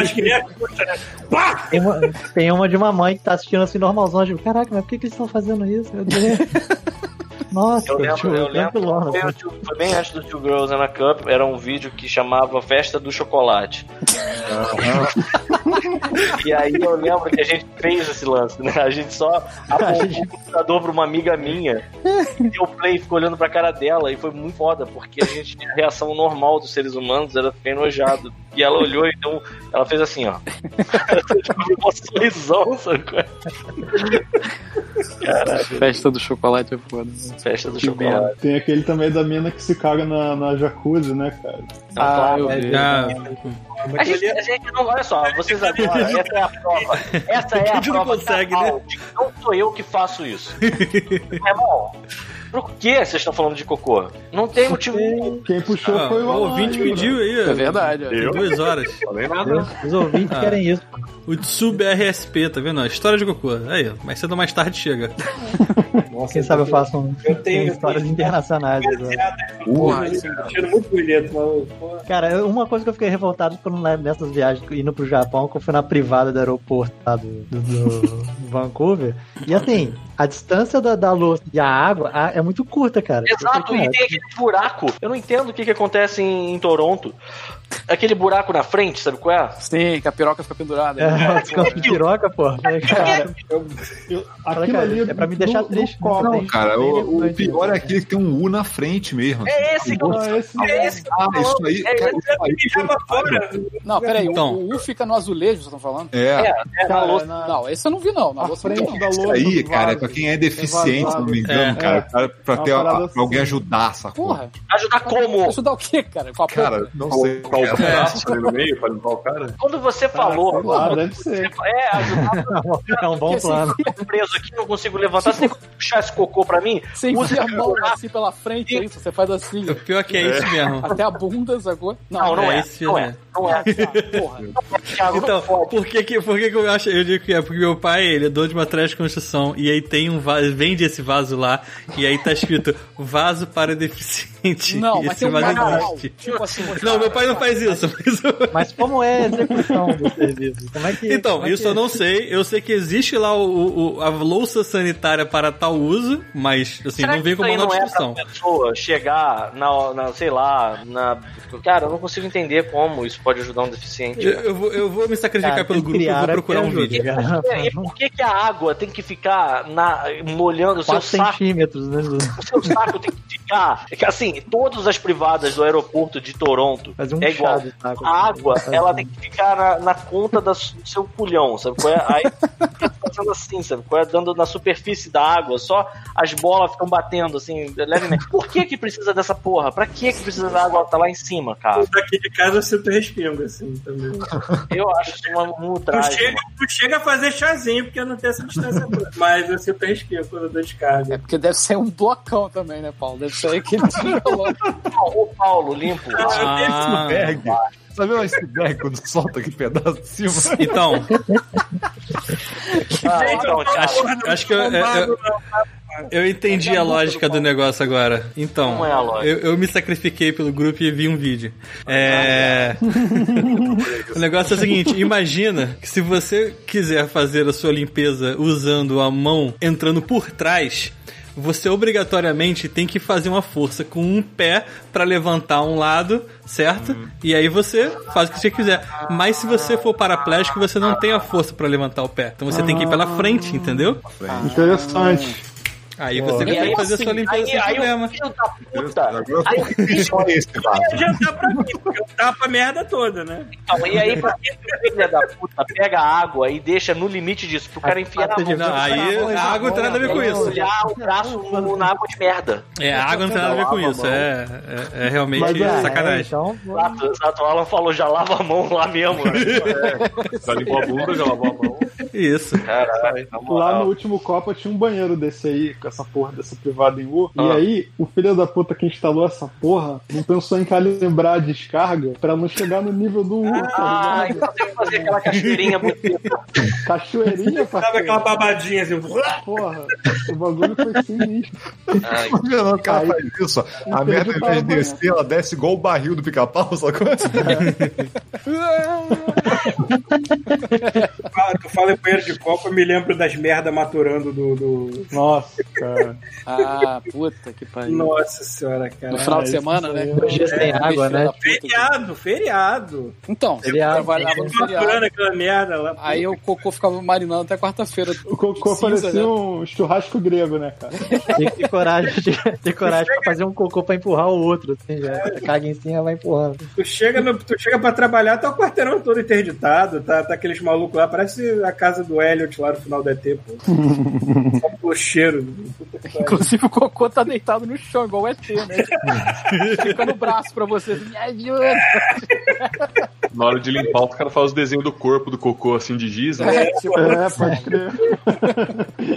Acho que nem a puxa, né? Pá! Tem uma, tem uma de uma mãe que tá assistindo assim normalzão, tipo, caraca, mas por que, que eles estão fazendo isso? Meu Deus. Nossa, tipo, eu lembro, tio, eu lembro. Logo, foi, assim. foi, bem antes do Two Girls and a Cup, era um vídeo que chamava Festa do Chocolate. e aí eu lembro que a gente fez esse lance, né? A gente só apontou o computador pra uma amiga minha e o Play ficou olhando pra cara dela e foi muito foda, porque a gente tinha a reação normal dos seres humanos, era ficar enojado. E ela olhou, então ela fez assim, ó. uma sorrisão, sabe? Caralho. Festa do chocolate é foda. Né? Festa do que chocolate. Merda. Tipo, Tem aquele também da mina que se caga na, na jacuzzi, né, cara? Ah, ah eu vi. Ah. A, gente, a gente não, olha só, vocês agora, essa é a prova. Essa é a, a prova. Não, consegue, né? não sou eu que faço isso. Meu irmão. Por que vocês estão falando de cocô? Não tem motivo. Quem puxou Ah, foi o o Alan, ouvinte né? pediu aí. É verdade, Tem eu? duas horas. Falei nada. Os ouvintes querem isso. O Tsub RSP, tá vendo? A história de Goku. Aí, ó, mais cedo ou mais tarde chega. Quem sabe eu faço um, Eu tenho- um histórias internacionais né? agora. Porra, isso é um tiro muito bonito, mano. Porra. Cara, eu- uma coisa que eu fiquei revoltado quando lá nessas viagens indo pro Japão, que eu fui na privada do aeroporto lá do, do- do Vancouver. E assim, a distância da, da luz e a água a- é muito curta, cara. Eu Exato, falei, e cara, tem aquele buraco. Eu não entendo o que, que acontece em, em Toronto. Aquele buraco na frente, sabe qual é? Sim, que a piroca fica pendurada. né? É, os campos de piroca, porra. Falei, Cara, Aquilo cara, ali é pra me deixar triste. copo. não tem- Cara, tem o, o depois. pior é aquele que tem um U na frente mesmo. É esse que eu Ah, esse não. é esse que eu Ah, tô falando. isso aí, É cara, esse- isso aí foi Não, peraí, Então. o, o U fica no azulejo, vocês estão falando? É. É, é na louça. Não, esse eu não vi, não. Na louça eu não vi, não. Isso aí, cara, é pra quem é deficiente, se não me engano, É. cara, pra, pra É uma ter a- parada pra assim. alguém ajudar, sacou? Porra. Ajudar como? Ajudar o quê, Tá cara? Com a Cara, boca? não sei. é Tá os braços ali no meio pra limpar o cara? Quando você falou. lá, Ah, deve ser. É, ajudar É um bom Porque plano. eu tô preso aqui, não consigo levantar. Você tem como puxar esse cocô pra mim? Você Usa- enfia a mão assim pela frente, é isso? Você faz assim. ó. Pior que é isso mesmo. Até a bunda, sacou? Não, não Ah, É é. esse não, é mesmo. não é. Porra. Thiago, Então, por que que, por que que eu acho? Eu digo que é porque meu pai, ele é dono de materiais de construção e aí tem um vaso, vende esse vaso lá e aí tá escrito vaso para deficiente. Não, E mas esse tem um vaso manual. existe. Tipo assim, você- Não, meu pai não faz isso. mas- Mas como é a execução do serviço? Como é que, Então, como é isso que- eu não sei. Eu sei que existe lá o- o- o- a louça sanitária para tal uso, mas assim, Será não vem que com isso aí manual de não é pra instrução. pessoa chegar na, na, sei lá, na. Cara, eu não consigo entender como isso pode ajudar um deficiente. Eu, eu vou, eu vou me sacrificar Cara, pelo vocês grupo e vou criaram procurar um ajuda, vídeo. cara. E por que, que a água tem que ficar na, molhando o seu 4 saco? centímetros, né? O seu saco tem que ficar. É que assim, todas as privadas do aeroporto de Toronto Fazer um é igual. chá de saco. A água, ela tem que ficar na, na conta da su- do seu culhão, sabe? Qual é? Aí fica fazendo assim, sabe? Qual é? Dando na superfície da água, só as bolas ficam batendo assim, levemente. Por que que precisa dessa porra? Pra que que precisa da água tá lá em cima, cara? Daqui de casa eu sinto respingo, assim, também. Eu acho isso uma multa. Não chega, não chega a fazer chazinho, porque eu não tenho essa distância toda. Mas eu sinto respingo quando eu dou de casa. É porque deve ser um blocão também, né, Paulo? Deve ser aquele dia louco. Ô, Paulo, limpo. Ah, Iceberg. Sabe o iceberg quando solta aquele pedaço de cima? então, Ah, então, Thiago, acho, acho que eu, é, eu, eu entendi a lógica do negócio agora. Então, Como é a lógica? eu, eu me sacrifiquei pelo grupo e vi um vídeo. É. O negócio é o seguinte: imagina que se você quiser fazer a sua limpeza usando a mão entrando por trás. Você obrigatoriamente tem que fazer uma força com um pé pra levantar um lado, certo? Uhum. E aí você faz o que você quiser. Mas se você for paraplégico, você não tem a força pra levantar o pé. Então você tem que ir pela frente, entendeu? Ah. Interessante. Aí você E consegue aí, fazer a assim, sua limpeza aí- sem aí o problema. filho da puta. Agora Aí, por que só esse vaso? Adiantar pra mim, porque eu tapo a merda toda, né? então, e aí, pra que que o filho da puta pega a água e deixa no limite disso pro cara enfiar na mão? Não, aí a água não tem nada a ver com isso. Olhar o braço no- na água de merda. É, a água não tem nada a ver com isso. É, é, é realmente Mas, ah, sacanagem. então, Exato, exato. O Alan falou, já lava a mão lá mesmo. né? Já limpou a bunda, já lavou a mão. é, Isso. Caralho, na Lá no moral. último Copa tinha um banheiro desse aí, com essa porra dessa privada em U. E Ah. aí, o filho da puta que instalou essa porra não pensou em calibrar a descarga pra não chegar no nível do U. tá Ah, ligado? então tem que fazer aquela cachoeirinha bonita. Cachoeirinha, Sabe aquela parceiro. babadinha assim, Porra, o bagulho foi sinistro. Ai, Não, não, o cara Aí- faz isso. ó. A merda, em vez de né? descer, ela desce igual o barril do pica-pau, sacou? fala- tu fala em banheiro de copa, eu me lembro das merdas maturando do. do- Nossa, cara. Ah, puta que pariu. Nossa senhora, cara. No final de isso semana, aí né? é- Hoje sem água, né? Filha da puta, Feriado, feriado. Então, eu Feriado. trabalhava no feriado. Maturando aquela merda lá. Aí o cocô ficava marinando até quarta-feira. O cocô Cinza, parecia né? um churrasco grego, né, cara? Tem que ter coragem, tem que ter coragem pra fazer um cocô pra empurrar o outro. Assim, já. Caga em cima, vai empurrando. É Tu chega, no, tu chega pra trabalhar, tá o quarteirão todo interditado, tá, tá aqueles malucos lá, parece a casa do Elliot lá no final do ET, pô. Só pelo cheiro. Inclusive o cocô tá deitado no chão, igual o ET, né? Fica no braço pra você. Me ajuda! Na hora de limpar, o cara faz o desenho do corpo do cocô, assim, de giz, né? É, tipo, é pode crer.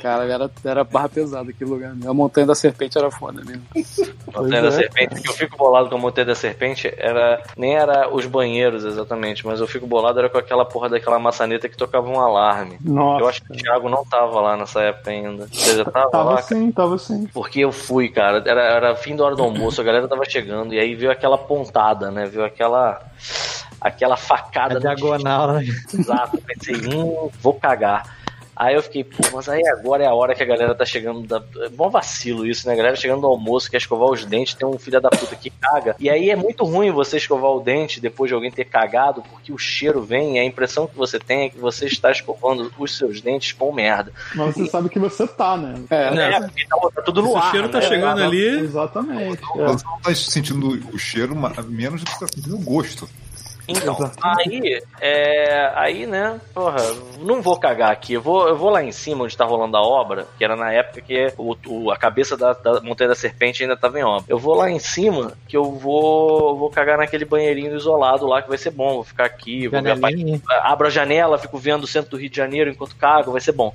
Cara, era, era barra pesada aquele lugar mesmo. A Montanha da Serpente era foda mesmo. Montanha é, da Serpente, que eu fico bolado com a Montanha da Serpente, era, nem era os banheiros exatamente, mas eu fico bolado era com aquela porra daquela maçaneta que tocava um alarme. Nossa. Eu acho que o Thiago não tava lá nessa época ainda. Você já tava, tava lá? sim, tava sim. Porque eu fui, cara. Era, era fim da hora do almoço, a galera tava chegando, e aí veio aquela pontada, né? Veio aquela aquela facada. A diagonal, né? Exato. Pensei, hum, vou cagar. Aí eu fiquei, pô, mas aí agora é a hora que a galera tá chegando da. É bom vacilo isso, né? A galera chegando do almoço, quer escovar os dentes, tem um filho da puta que caga. E aí é muito ruim você escovar o dente depois de alguém ter cagado, porque o cheiro vem e a impressão que você tem é que você está escovando os seus dentes com merda. Mas você sabe que você tá, né? É, né? É, tá, tudo no Esse ar. O cheiro tá né? chegando é, ali. Exatamente. é. Você não tá sentindo o cheiro, menos do que tá sentindo o gosto. Então, aí, é, aí, né, porra, não vou cagar aqui. Eu vou, eu vou lá em cima onde tá rolando a obra, que era na época que o, o a cabeça da, da, Montanha da Serpente ainda tava em obra. Eu vou lá em cima que eu vou, vou cagar naquele banheirinho isolado lá que vai ser bom. Vou ficar aqui, vou Janelinha. abro a janela, fico vendo o centro do Rio de Janeiro enquanto cago, vai ser bom.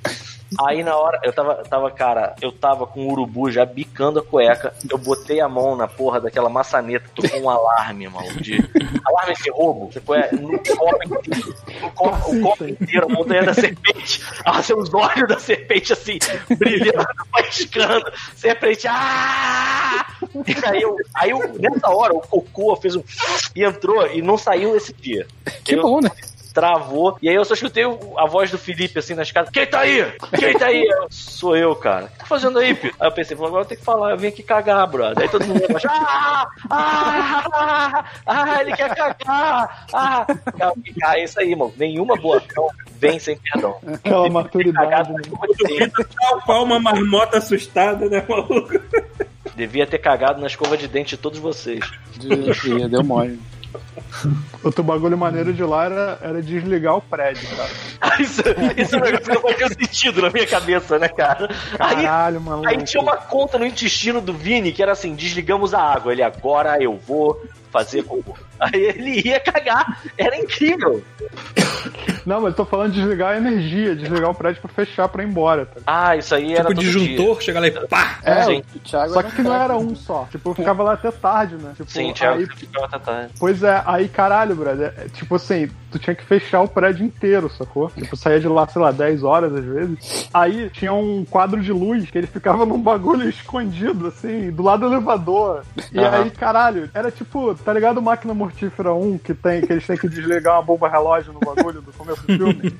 Aí na hora, eu tava, tava, cara, eu tava com o urubu já bicando a cueca. Eu botei a mão na porra daquela maçaneta, tocou um alarme, maluco. De... Alarme de roubo. Tipo, é, no copo inteiro. No copo, o copo inteiro, a montanha da serpente. Assim, os olhos da serpente assim, brilhando, piscando. Serpente, ah! E aí, eu, aí eu, nessa hora, o cocô fez um. E entrou e não saiu esse dia. Que eu, bom, né? travou. E aí eu só escutei a voz do Felipe assim na escada. Quem tá aí? Quem tá aí? Eu, Sou eu, cara. O que tá fazendo aí, Pio? Aí eu pensei, agora eu tenho que falar, eu vim aqui cagar, brother. Aí todo mundo vai ah, ah, ah, ah, ele quer cagar. Ah, ah, é isso aí, mano. Nenhuma boa ação vem sem perdão. Aquela maturidade. né? Tchau, uma marmota assustada, né, maluco? Devia ter cagado na escova de dente de todos vocês. Devia, deu mole. Outro bagulho maneiro de lá era, era desligar o prédio, cara. isso, isso é um negócio que não fazia sentido na minha cabeça, né, cara? Caralho, aí, maluco. Aí tinha um- uma conta no intestino do Vini que era assim: desligamos a água. Ele, agora eu vou fazer cocô. Aí ele ia cagar. Era incrível. Não, mas eu tô falando de desligar a energia, desligar o prédio pra fechar pra ir embora. Tá? Ah, isso aí era. Tipo disjuntor, dia. chegar lá e pá! É, Sim. só que não era um só. Tipo, eu ficava lá até tarde, né? Tipo, tá. Sim, Thiago, aí... ficava até tarde. Pois é, aí caralho, brother. Tipo assim, tu tinha que fechar o prédio inteiro, sacou? Tipo, saía de lá, sei lá, 10 horas às vezes. Aí tinha um quadro de luz que ele ficava num bagulho escondido, assim, do lado do elevador. E uhum. aí, caralho, era tipo, tá ligado Máquina Mortífera 1 que tem, que eles têm que desligar uma bomba relógio no bagulho do começo do filme?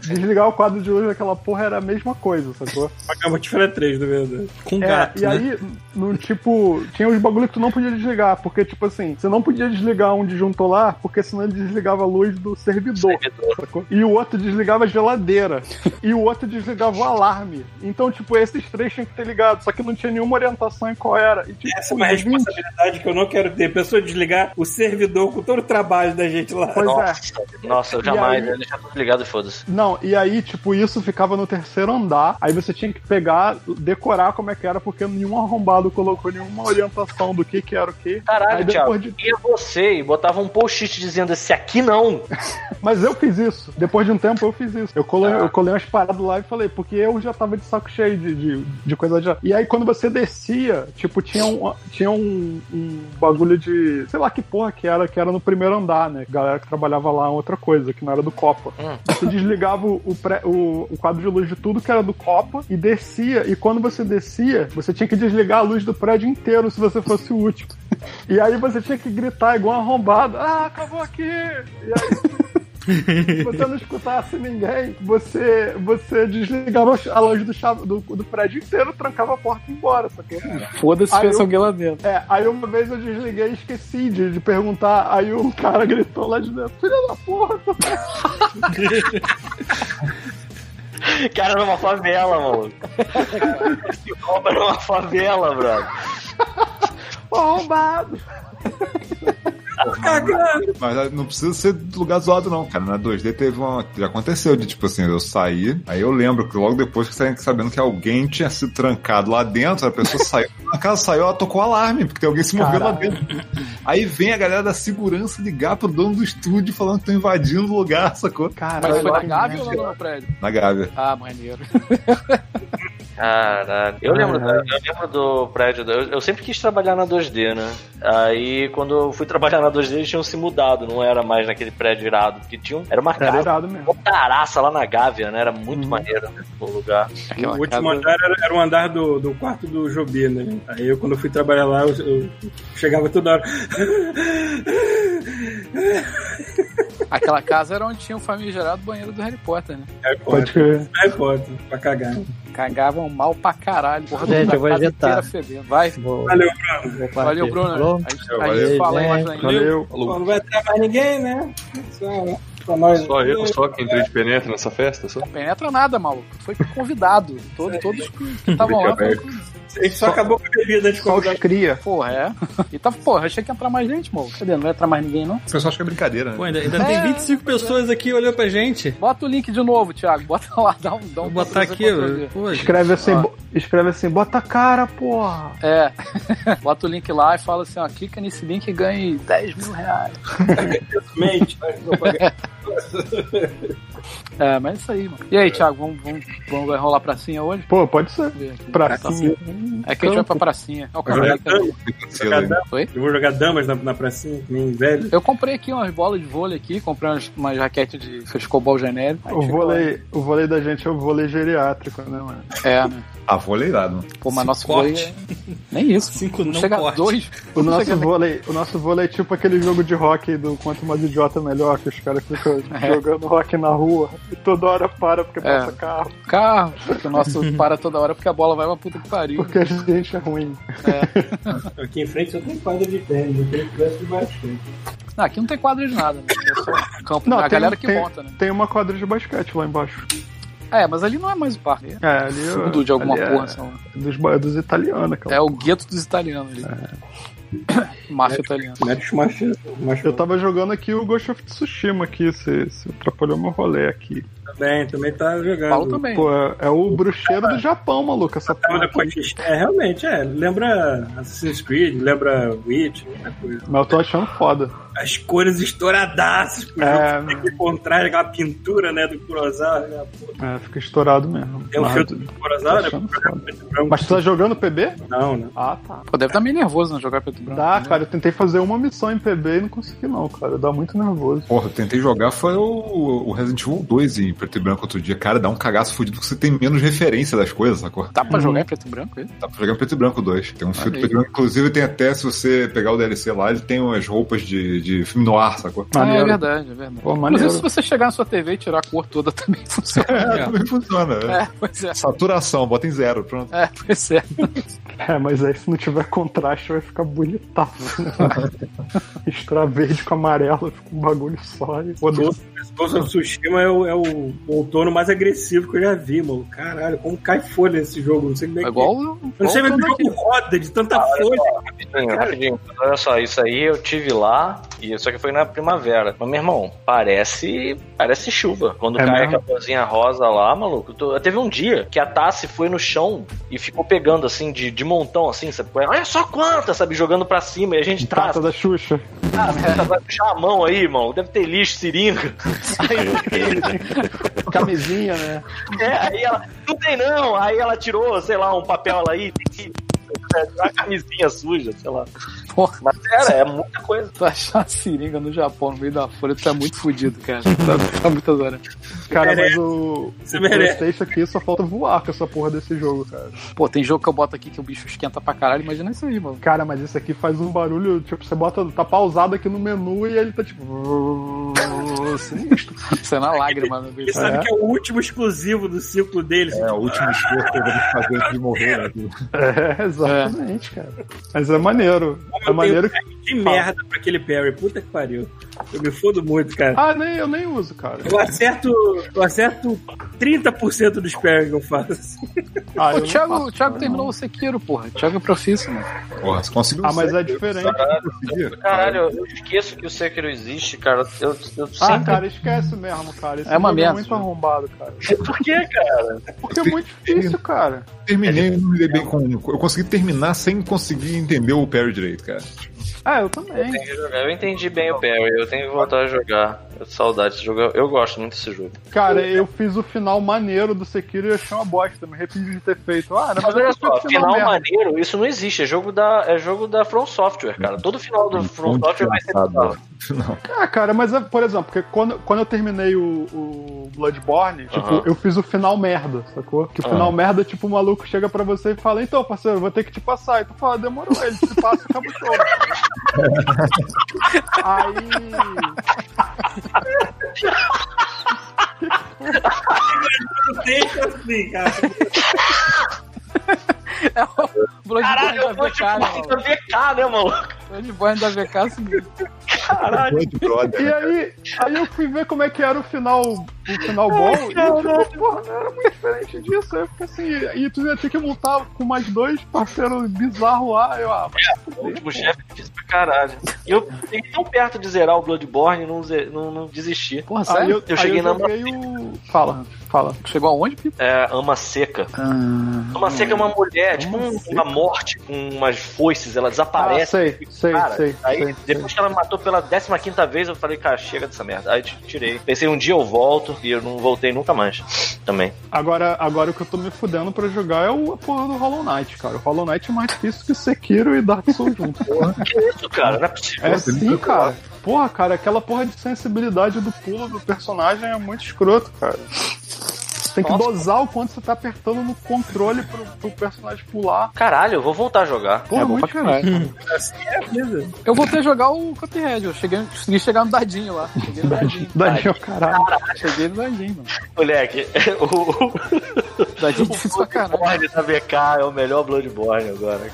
Desligar o quadro de luz daquela porra era a mesma coisa, sacou? Máquina Mortífera 3, na verdade. Com é, gato, E né? aí, no tipo, tinha uns bagulhos que tu não podia desligar, porque, tipo assim, você não podia desligar um disjuntor lá, porque senão ele desligava a luz do servidor. servidor. E o outro desligava a geladeira. e o outro desligava o alarme. Então, tipo, esses três tinham que ter ligado, só que não tinha nenhuma orientação em qual era. E, tipo, Essa é uma responsabilidade gente... que eu não quero ter. A pessoa desligar o servidor com todo o trabalho da gente lá. Pois Nossa, é. Nossa eu jamais aí... ia deixar tudo ligado, foda-se. Não, e aí, tipo, isso ficava no terceiro andar. Aí você tinha que pegar, decorar como é que era, porque nenhum arrombado colocou nenhuma orientação do que que era o que. Caralho, aí, Thiago, de... e você? E botava um post-it dizendo esse aqui não. Mas eu fiz isso. Depois de um tempo eu fiz isso. Eu colei, ah. eu colei umas paradas lá e falei, porque eu já tava de saco cheio de, de, de coisa de. E aí quando você descia, tipo, tinha um, tinha um, um, bagulho de. sei lá que porra que era, que era no primeiro andar, né? Galera que trabalhava lá outra coisa, que não era do Copa. Hum. Você desligava o, pré, o, o, quadro de luz de tudo que era do Copa e descia. E quando você descia, você tinha que desligar a luz do prédio inteiro se você fosse o último. E aí você tinha que gritar igual arrombado. Ah, acabou aqui! E aí. Se você não escutasse ninguém, você, você desligava a luz do, chave, do, do prédio inteiro, trancava a porta e ia embora, sacou? Foda-se que alguém lá dentro. É, aí uma vez eu desliguei e esqueci de, de perguntar, aí um cara gritou lá de dentro, filha da porra! Cara, numa favela, maluco. Se rouba numa favela, brother. Arrombado! Mas ah, não precisa ser do lugar zoado, não, cara. Na 2D teve uma. Já aconteceu de tipo assim, eu saí, aí eu lembro que logo depois que saí sabendo que alguém tinha sido trancado lá dentro, a pessoa saiu, na casa saiu, ela tocou o alarme, porque tem alguém se movendo lá dentro. Aí vem a galera da segurança ligar pro dono do estúdio falando que estão invadindo o lugar, sacou? Caralho, Mas foi né? na Gávea ou lá no prédio? Na Gávea. Ah, maneiro. Caralho. Eu lembro, da- eu lembro do prédio. da- Eu, eu sempre quis trabalhar na 2D, né? Aí quando eu fui trabalhar na 2D, eles tinham se mudado, não era mais naquele prédio irado. Porque tinha um, era uma Era casa. irado mesmo. Uma taraça lá na Gávea, né? Era muito maneiro né, o lugar. O último andar era, era o andar do, do quarto do Jobi, né? Aí eu, quando eu fui trabalhar lá, eu, eu chegava toda hora. Aquela casa era onde tinha o famigerado banheiro do Harry Potter, né? Harry Pode crer. Harry Potter, é pra cagar. Cagavam mal pra caralho. Porra, Gente, toda eu vou a casa injetar. inteira fedendo. Vai. Valeu, Bruno. Valeu, Bruno. Vou partir. Falou? A gente, a Valeu, gente fala gente. mais lá em Valeu. Pô, não vai entrar mais ninguém, né? Só, só nós. Só eu, só que entrei de penetra nessa festa, só. Penetra nada, maluco. Tu foi convidado. Todo, todos que que estavam lá. É, foram Fica convidados. A gente só acabou com a bebida de Só os convidado. cria. Porra, é. E tava, porra, achei que ia entrar mais gente, maluco. Cadê? Não vai entrar mais ninguém, não? O pessoal acha que é brincadeira, né? Pô, ainda, ainda tem 25 pessoas aqui olhando pra gente. Bota o link de novo, Thiago. Bota lá, dá um. Dá um Vou botar Ctrl+Z, aqui, Ctrl+Z. velho. Pô, Escreve assim, bo- escreve assim, bota a cara, porra. É. Bota o link lá e fala assim, ó, clica nesse link e ganhe 10 mil reais. Mente, faz propaganda. É, mas é isso aí, mano. E aí, Thiago, vamos, vamos, vamos vai rolar pracinha hoje? Pô, pode ser. Pra Tá cima. É que a gente vai pra pracinha. Ó, o Vou jogar cara, damas. Sei Jogar lá. damas. Oi? Eu vou jogar damas na, na pracinha, que nem velho. Eu comprei aqui umas bolas de vôlei aqui, comprei umas, umas raquetes de frescobol genérico. Aí O fica vôlei, o vôlei da gente é o vôlei geriátrico, né, mano? lá. É, né? Ah, vou leirado. Pô, mas nosso corte. vôlei é... Nem isso. Cinco Não não chega a corte. dois. O nosso, vôlei, o nosso vôlei é tipo aquele jogo de rock do quanto mais idiota melhor, que os caras ficam É. jogando rock na rua e toda hora para porque É. passa carro, Carro, que o nosso para toda hora porque a bola vai pra puta que pariu. porque a gente é ruim. Aqui em frente só tem quadra de tênis. Eu queria que tivesse de basquete. Não, aqui não tem quadra de nada, né? É só campo. a galera que tem, monta, né? Tem uma quadra de basquete lá embaixo. É, mas ali não é mais o parque. É É, ali é- fundo de alguma ali é porra, sei lá. dos, ba- dos italianos, aquela É o gueto dos italianos ali. É. Máfia italiana. Mete os machistas. Eu tava jogando aqui o Ghost of Tsushima aqui, você você atrapalhou meu rolê aqui. Também, também tá jogando. Paulo também. Pô, é, é o bruxeiro do Japão, maluco, essa Tava porra. da Conquista. É, realmente, é. Lembra Assassin's Creed, lembra Witch, muita coisa. Mas eu tô achando foda. As cores estouradaças, pro É, jogo tem que encontrar aquela pintura, né, do Kurosawa, né, pô. É, fica estourado mesmo. Tem um Mas- filtro do Kurosawa, né, Tô achando pro foda. preto e branco. Mas tu tá jogando PB? Não, né. Ah, tá. Pô, deve estar meio nervoso não jogar preto e branco. né? Dá, cara, eu tentei fazer uma missão em PB e não consegui não, cara. Dá muito nervoso. Porra, eu tentei jogar foi o, o Resident Evil 2 em preto e branco outro dia. Cara, dá um cagaço fudido porque você tem menos referência das coisas, sacou? Dá pra Uhum. jogar em preto e branco é ele? Dá pra jogar em é preto e branco 2. Tem um filtro Olha aí. preto e branco. Inclusive tem até, se você pegar o DLC lá, ele tem umas roupas de, de filme no ar, sacou? Ah, é Maneiro. verdade, é verdade. Pô, maneiro. Inclusive, se você chegar na sua TV e tirar a cor toda, também funciona. É, também funciona. é. É, pois é. Saturação, bota em zero, pronto. É, pois é. É, mas aí se não tiver contraste vai ficar bonitaço, né? Extra verde com amarelo, fica um bagulho só. E... Foda-se. Ghost of Tsushima é o, é o outono mais agressivo que eu já vi, mano. Caralho, como cai folha nesse jogo, não sei como é É que igual. Eu não sei como é que igual o jogo roda de tanta folha. Rapidinho, rapidinho. Olha só, isso aí eu tive lá, e só que foi na primavera. Mas, meu irmão, parece parece chuva. Quando É cai mesmo? aquela cozinha rosa lá, maluco. tu- Teve um dia que a Tassi foi no chão e ficou pegando, assim, de, de montão, assim, sabe? Olha só quanta, sabe? Jogando pra cima. E a gente tá, Tata da Xuxa. ah, cara, vai puxar a mão aí, irmão. Deve ter lixo, seringa. Camisinha, né? É, aí ela, não tem não. Aí ela tirou, sei lá, um papel lá aí, tem que. é, Uma camisinha suja, sei lá. que- Porra, Mas era, é muita coisa. tu achar a seringa no Japão, no meio da folha, tu tá muito fudido, cara. Tá, tá muitas horas. Cara, mas o, Você né? o merece. Playstation aqui só falta voar com essa porra desse jogo, cara. Pô, tem jogo que eu boto aqui que o bicho esquenta pra caralho, imagina isso aí, mano. Cara, mas isso aqui faz um barulho, tipo, você bota, tá pausado aqui no menu e ele tá tipo... Sinistro. Você na lágrima, né, Ele bicho? sabe É. que é o último exclusivo do ciclo deles. É o último esforço que eu vou fazer antes de morrer. Né? É, exatamente, cara. Mas é maneiro. Como É eu tenho maneiro que Que merda pra aquele Perry, puta que pariu. Eu me fodo muito, cara. Ah, nem, eu nem uso, cara. Eu acerto, eu acerto 30% dos pairs que eu faço. Ah, Pô, eu o Thiago, faço, o Thiago cara, terminou não. o Sekiro, porra. O Thiago é profício, mano. Porra, você conseguiu Ah, mas é diferente. Caralho, caralho, eu esqueço que o Sekiro existe, cara. Eu, eu sempre... Ah, cara, esquece mesmo, cara. Esse é uma merda. É muito arrombado, cara. Por que, cara? Porque é muito difícil, cara. Terminei, eu não me dei bem com. Eu consegui terminar sem conseguir entender o parry direito, cara. Ah, eu também. Eu, eu entendi bem o Barry, eu tenho que voltar a jogar. Eu saudade desse jogo, eu gosto muito desse jogo. Cara, eu fiz o final maneiro do Sekiro e achei uma bosta, me arrependi de ter feito. Ah, mas olha só, final, final maneiro, isso não existe, é jogo da, é jogo da From Software, cara. Todo final do From Software vai ser final. Não. Ah, cara, mas por exemplo, porque quando, quando eu terminei o, o Bloodborne, tipo, uh -huh. eu fiz o final merda, sacou? Que o final uh -huh. merda, tipo, o maluco chega pra você e fala, então, parceiro, vou ter que te passar. E tu fala, demorou, ele te passa e acaba o jogo. Aí. Deixa assim, cara. É o Bloodborne da VK, né, mano? VK, né, maluco? Bloodborne da VK, assim. Caralho. E aí, aí eu fui ver como é que era o final, o final bom, é, cara, e tipo, né? porra, não era muito diferente disso. Aí eu fiquei assim, e tu ia ter que montar com mais dois parceiros bizarros lá. Eu, ah, é, o último chefe difícil pra caralho. E eu fiquei tão perto de zerar o Bloodborne e não, não, não desisti. Porra, sério? Aí eu, É eu cheguei eu na. Eu... Fala. Fala. Chegou aonde, Pipo? É, Ama Seca. Ah, ama Seca é uma mulher, ama tipo um, uma morte com umas foices, ela desaparece. Ah, sei, fica, sei, cara, sei, Aí, sei, depois sei. que ela matou pela 15 vez, eu falei, cara, chega dessa merda. Aí tirei. Pensei, um dia eu volto e eu não voltei nunca mais. Também. Agora, agora o que eu tô me fudendo pra jogar é o a porra do Hollow Knight, cara. O Hollow Knight é mais difícil que Sekiro e Dark Souls junto. Porra. Que isso, cara? Não é possível. É sim, cara. Porra, cara, aquela porra de sensibilidade do pulo do personagem é muito escroto, cara. Tem que Nossa. dosar o quanto você tá apertando no controle pro, pro personagem pular. Caralho, eu vou voltar a jogar. Pô, é muito caralho. eu voltei a jogar o Cuphead, eu cheguei, consegui chegar no dadinho lá. Cheguei no dadinho. dadinho, caralho. caralho. Cheguei no dadinho, mano. Moleque, o... Dadinho é difícil pra caralho. Bloodborne da VK é o melhor Bloodborne agora,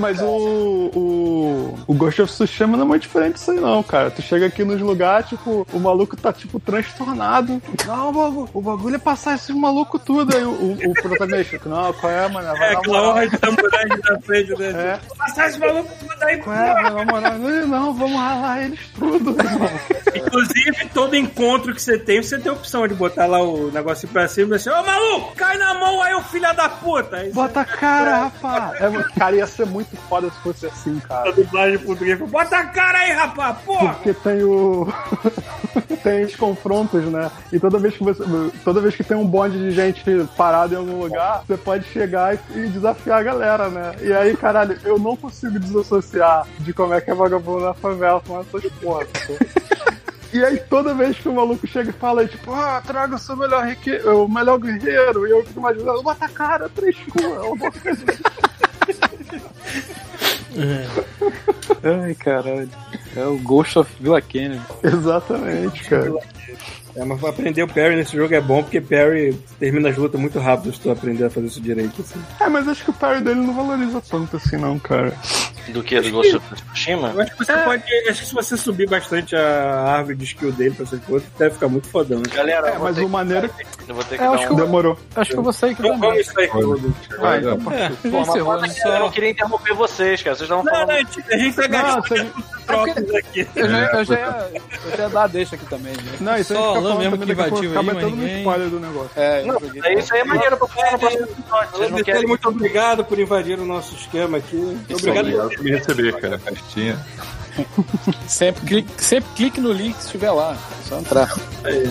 mas o, o, o Ghost of Tsushima não é muito diferente disso aí, não, cara. Tu chega aqui nos lugares, tipo, o maluco tá, tipo, transtornado. Não, o bagulho, o bagulho é passar esse maluco tudo. Aí o, o, o protagonista, não, qual é, mano? Vai é, Claudio de Tamburani na frente dele. É. Passar esse maluco tudo aí, qual é, meu namorado? Não, vamos ralar eles tudo, irmão. Inclusive, todo encontro que você tem, você tem a opção de botar lá o negócio pra cima e assim, ô oh, maluco, cai na mão aí, ô filha da puta. Aí Bota a cara, rapaz. É, cara, ia ser muito foda se fosse assim, cara. A dublagem em português bota a cara aí, rapaz, porra! Porque tem o. tem os confrontos, né? E toda vez que você. Toda vez que tem um bonde de gente parado em algum lugar, você pode chegar e, desafiar a galera, né? E aí, caralho, eu não consigo desassociar de como é que é vagabundo na favela com essas porras. E aí toda vez que o maluco chega e fala, tipo, ah, traga o seu melhor, rique... o melhor guerreiro, e eu fico imaginando, bota a cara, três cu, é Ai, caralho. É o Ghost of Villa Kennedy. Exatamente, cara. É, mas aprender o parry nesse jogo é bom, porque parry termina as lutas muito rápido se tu aprender a fazer isso direito, assim. É, mas acho que o parry dele não valoriza tanto assim, não, cara. Do que? Do Ghost of Tsushima? Eu acho que você é. pode. Acho que se você subir bastante a árvore de skill dele pra ser coisa, deve ficar muito fodão. Né? Galera, é, mas o maneiro. Eu vou ter que é, acho um... que Demorou. Acho que eu vou sair que não, vamos sair que ah, então, é. Pô, mas né? foda que eu não queria interromper vocês, cara. Vocês estavam falando. Não, não, a gente tá gastando trocos aqui. Eu é, já, eu, já ia, eu já ia dar a deixa aqui também, né? Não, isso Só lã mesmo que invadiu aí, mas ninguém... spoiler do negócio. É, não, é isso aí é maneiro pra falar no próximo episódio. Muito obrigado por invadir o nosso esquema aqui. Obrigado por me receber, cara. Festinha. sempre, clique, sempre clique no link se estiver lá. É só entrar. É. É.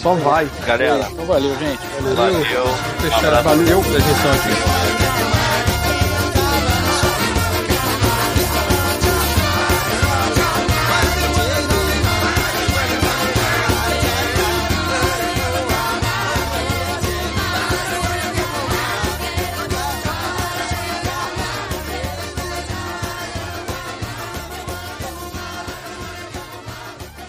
Só vai. Galera. Então valeu, gente. Valeu. Valeu. Fechar, valeu pela gestão aqui.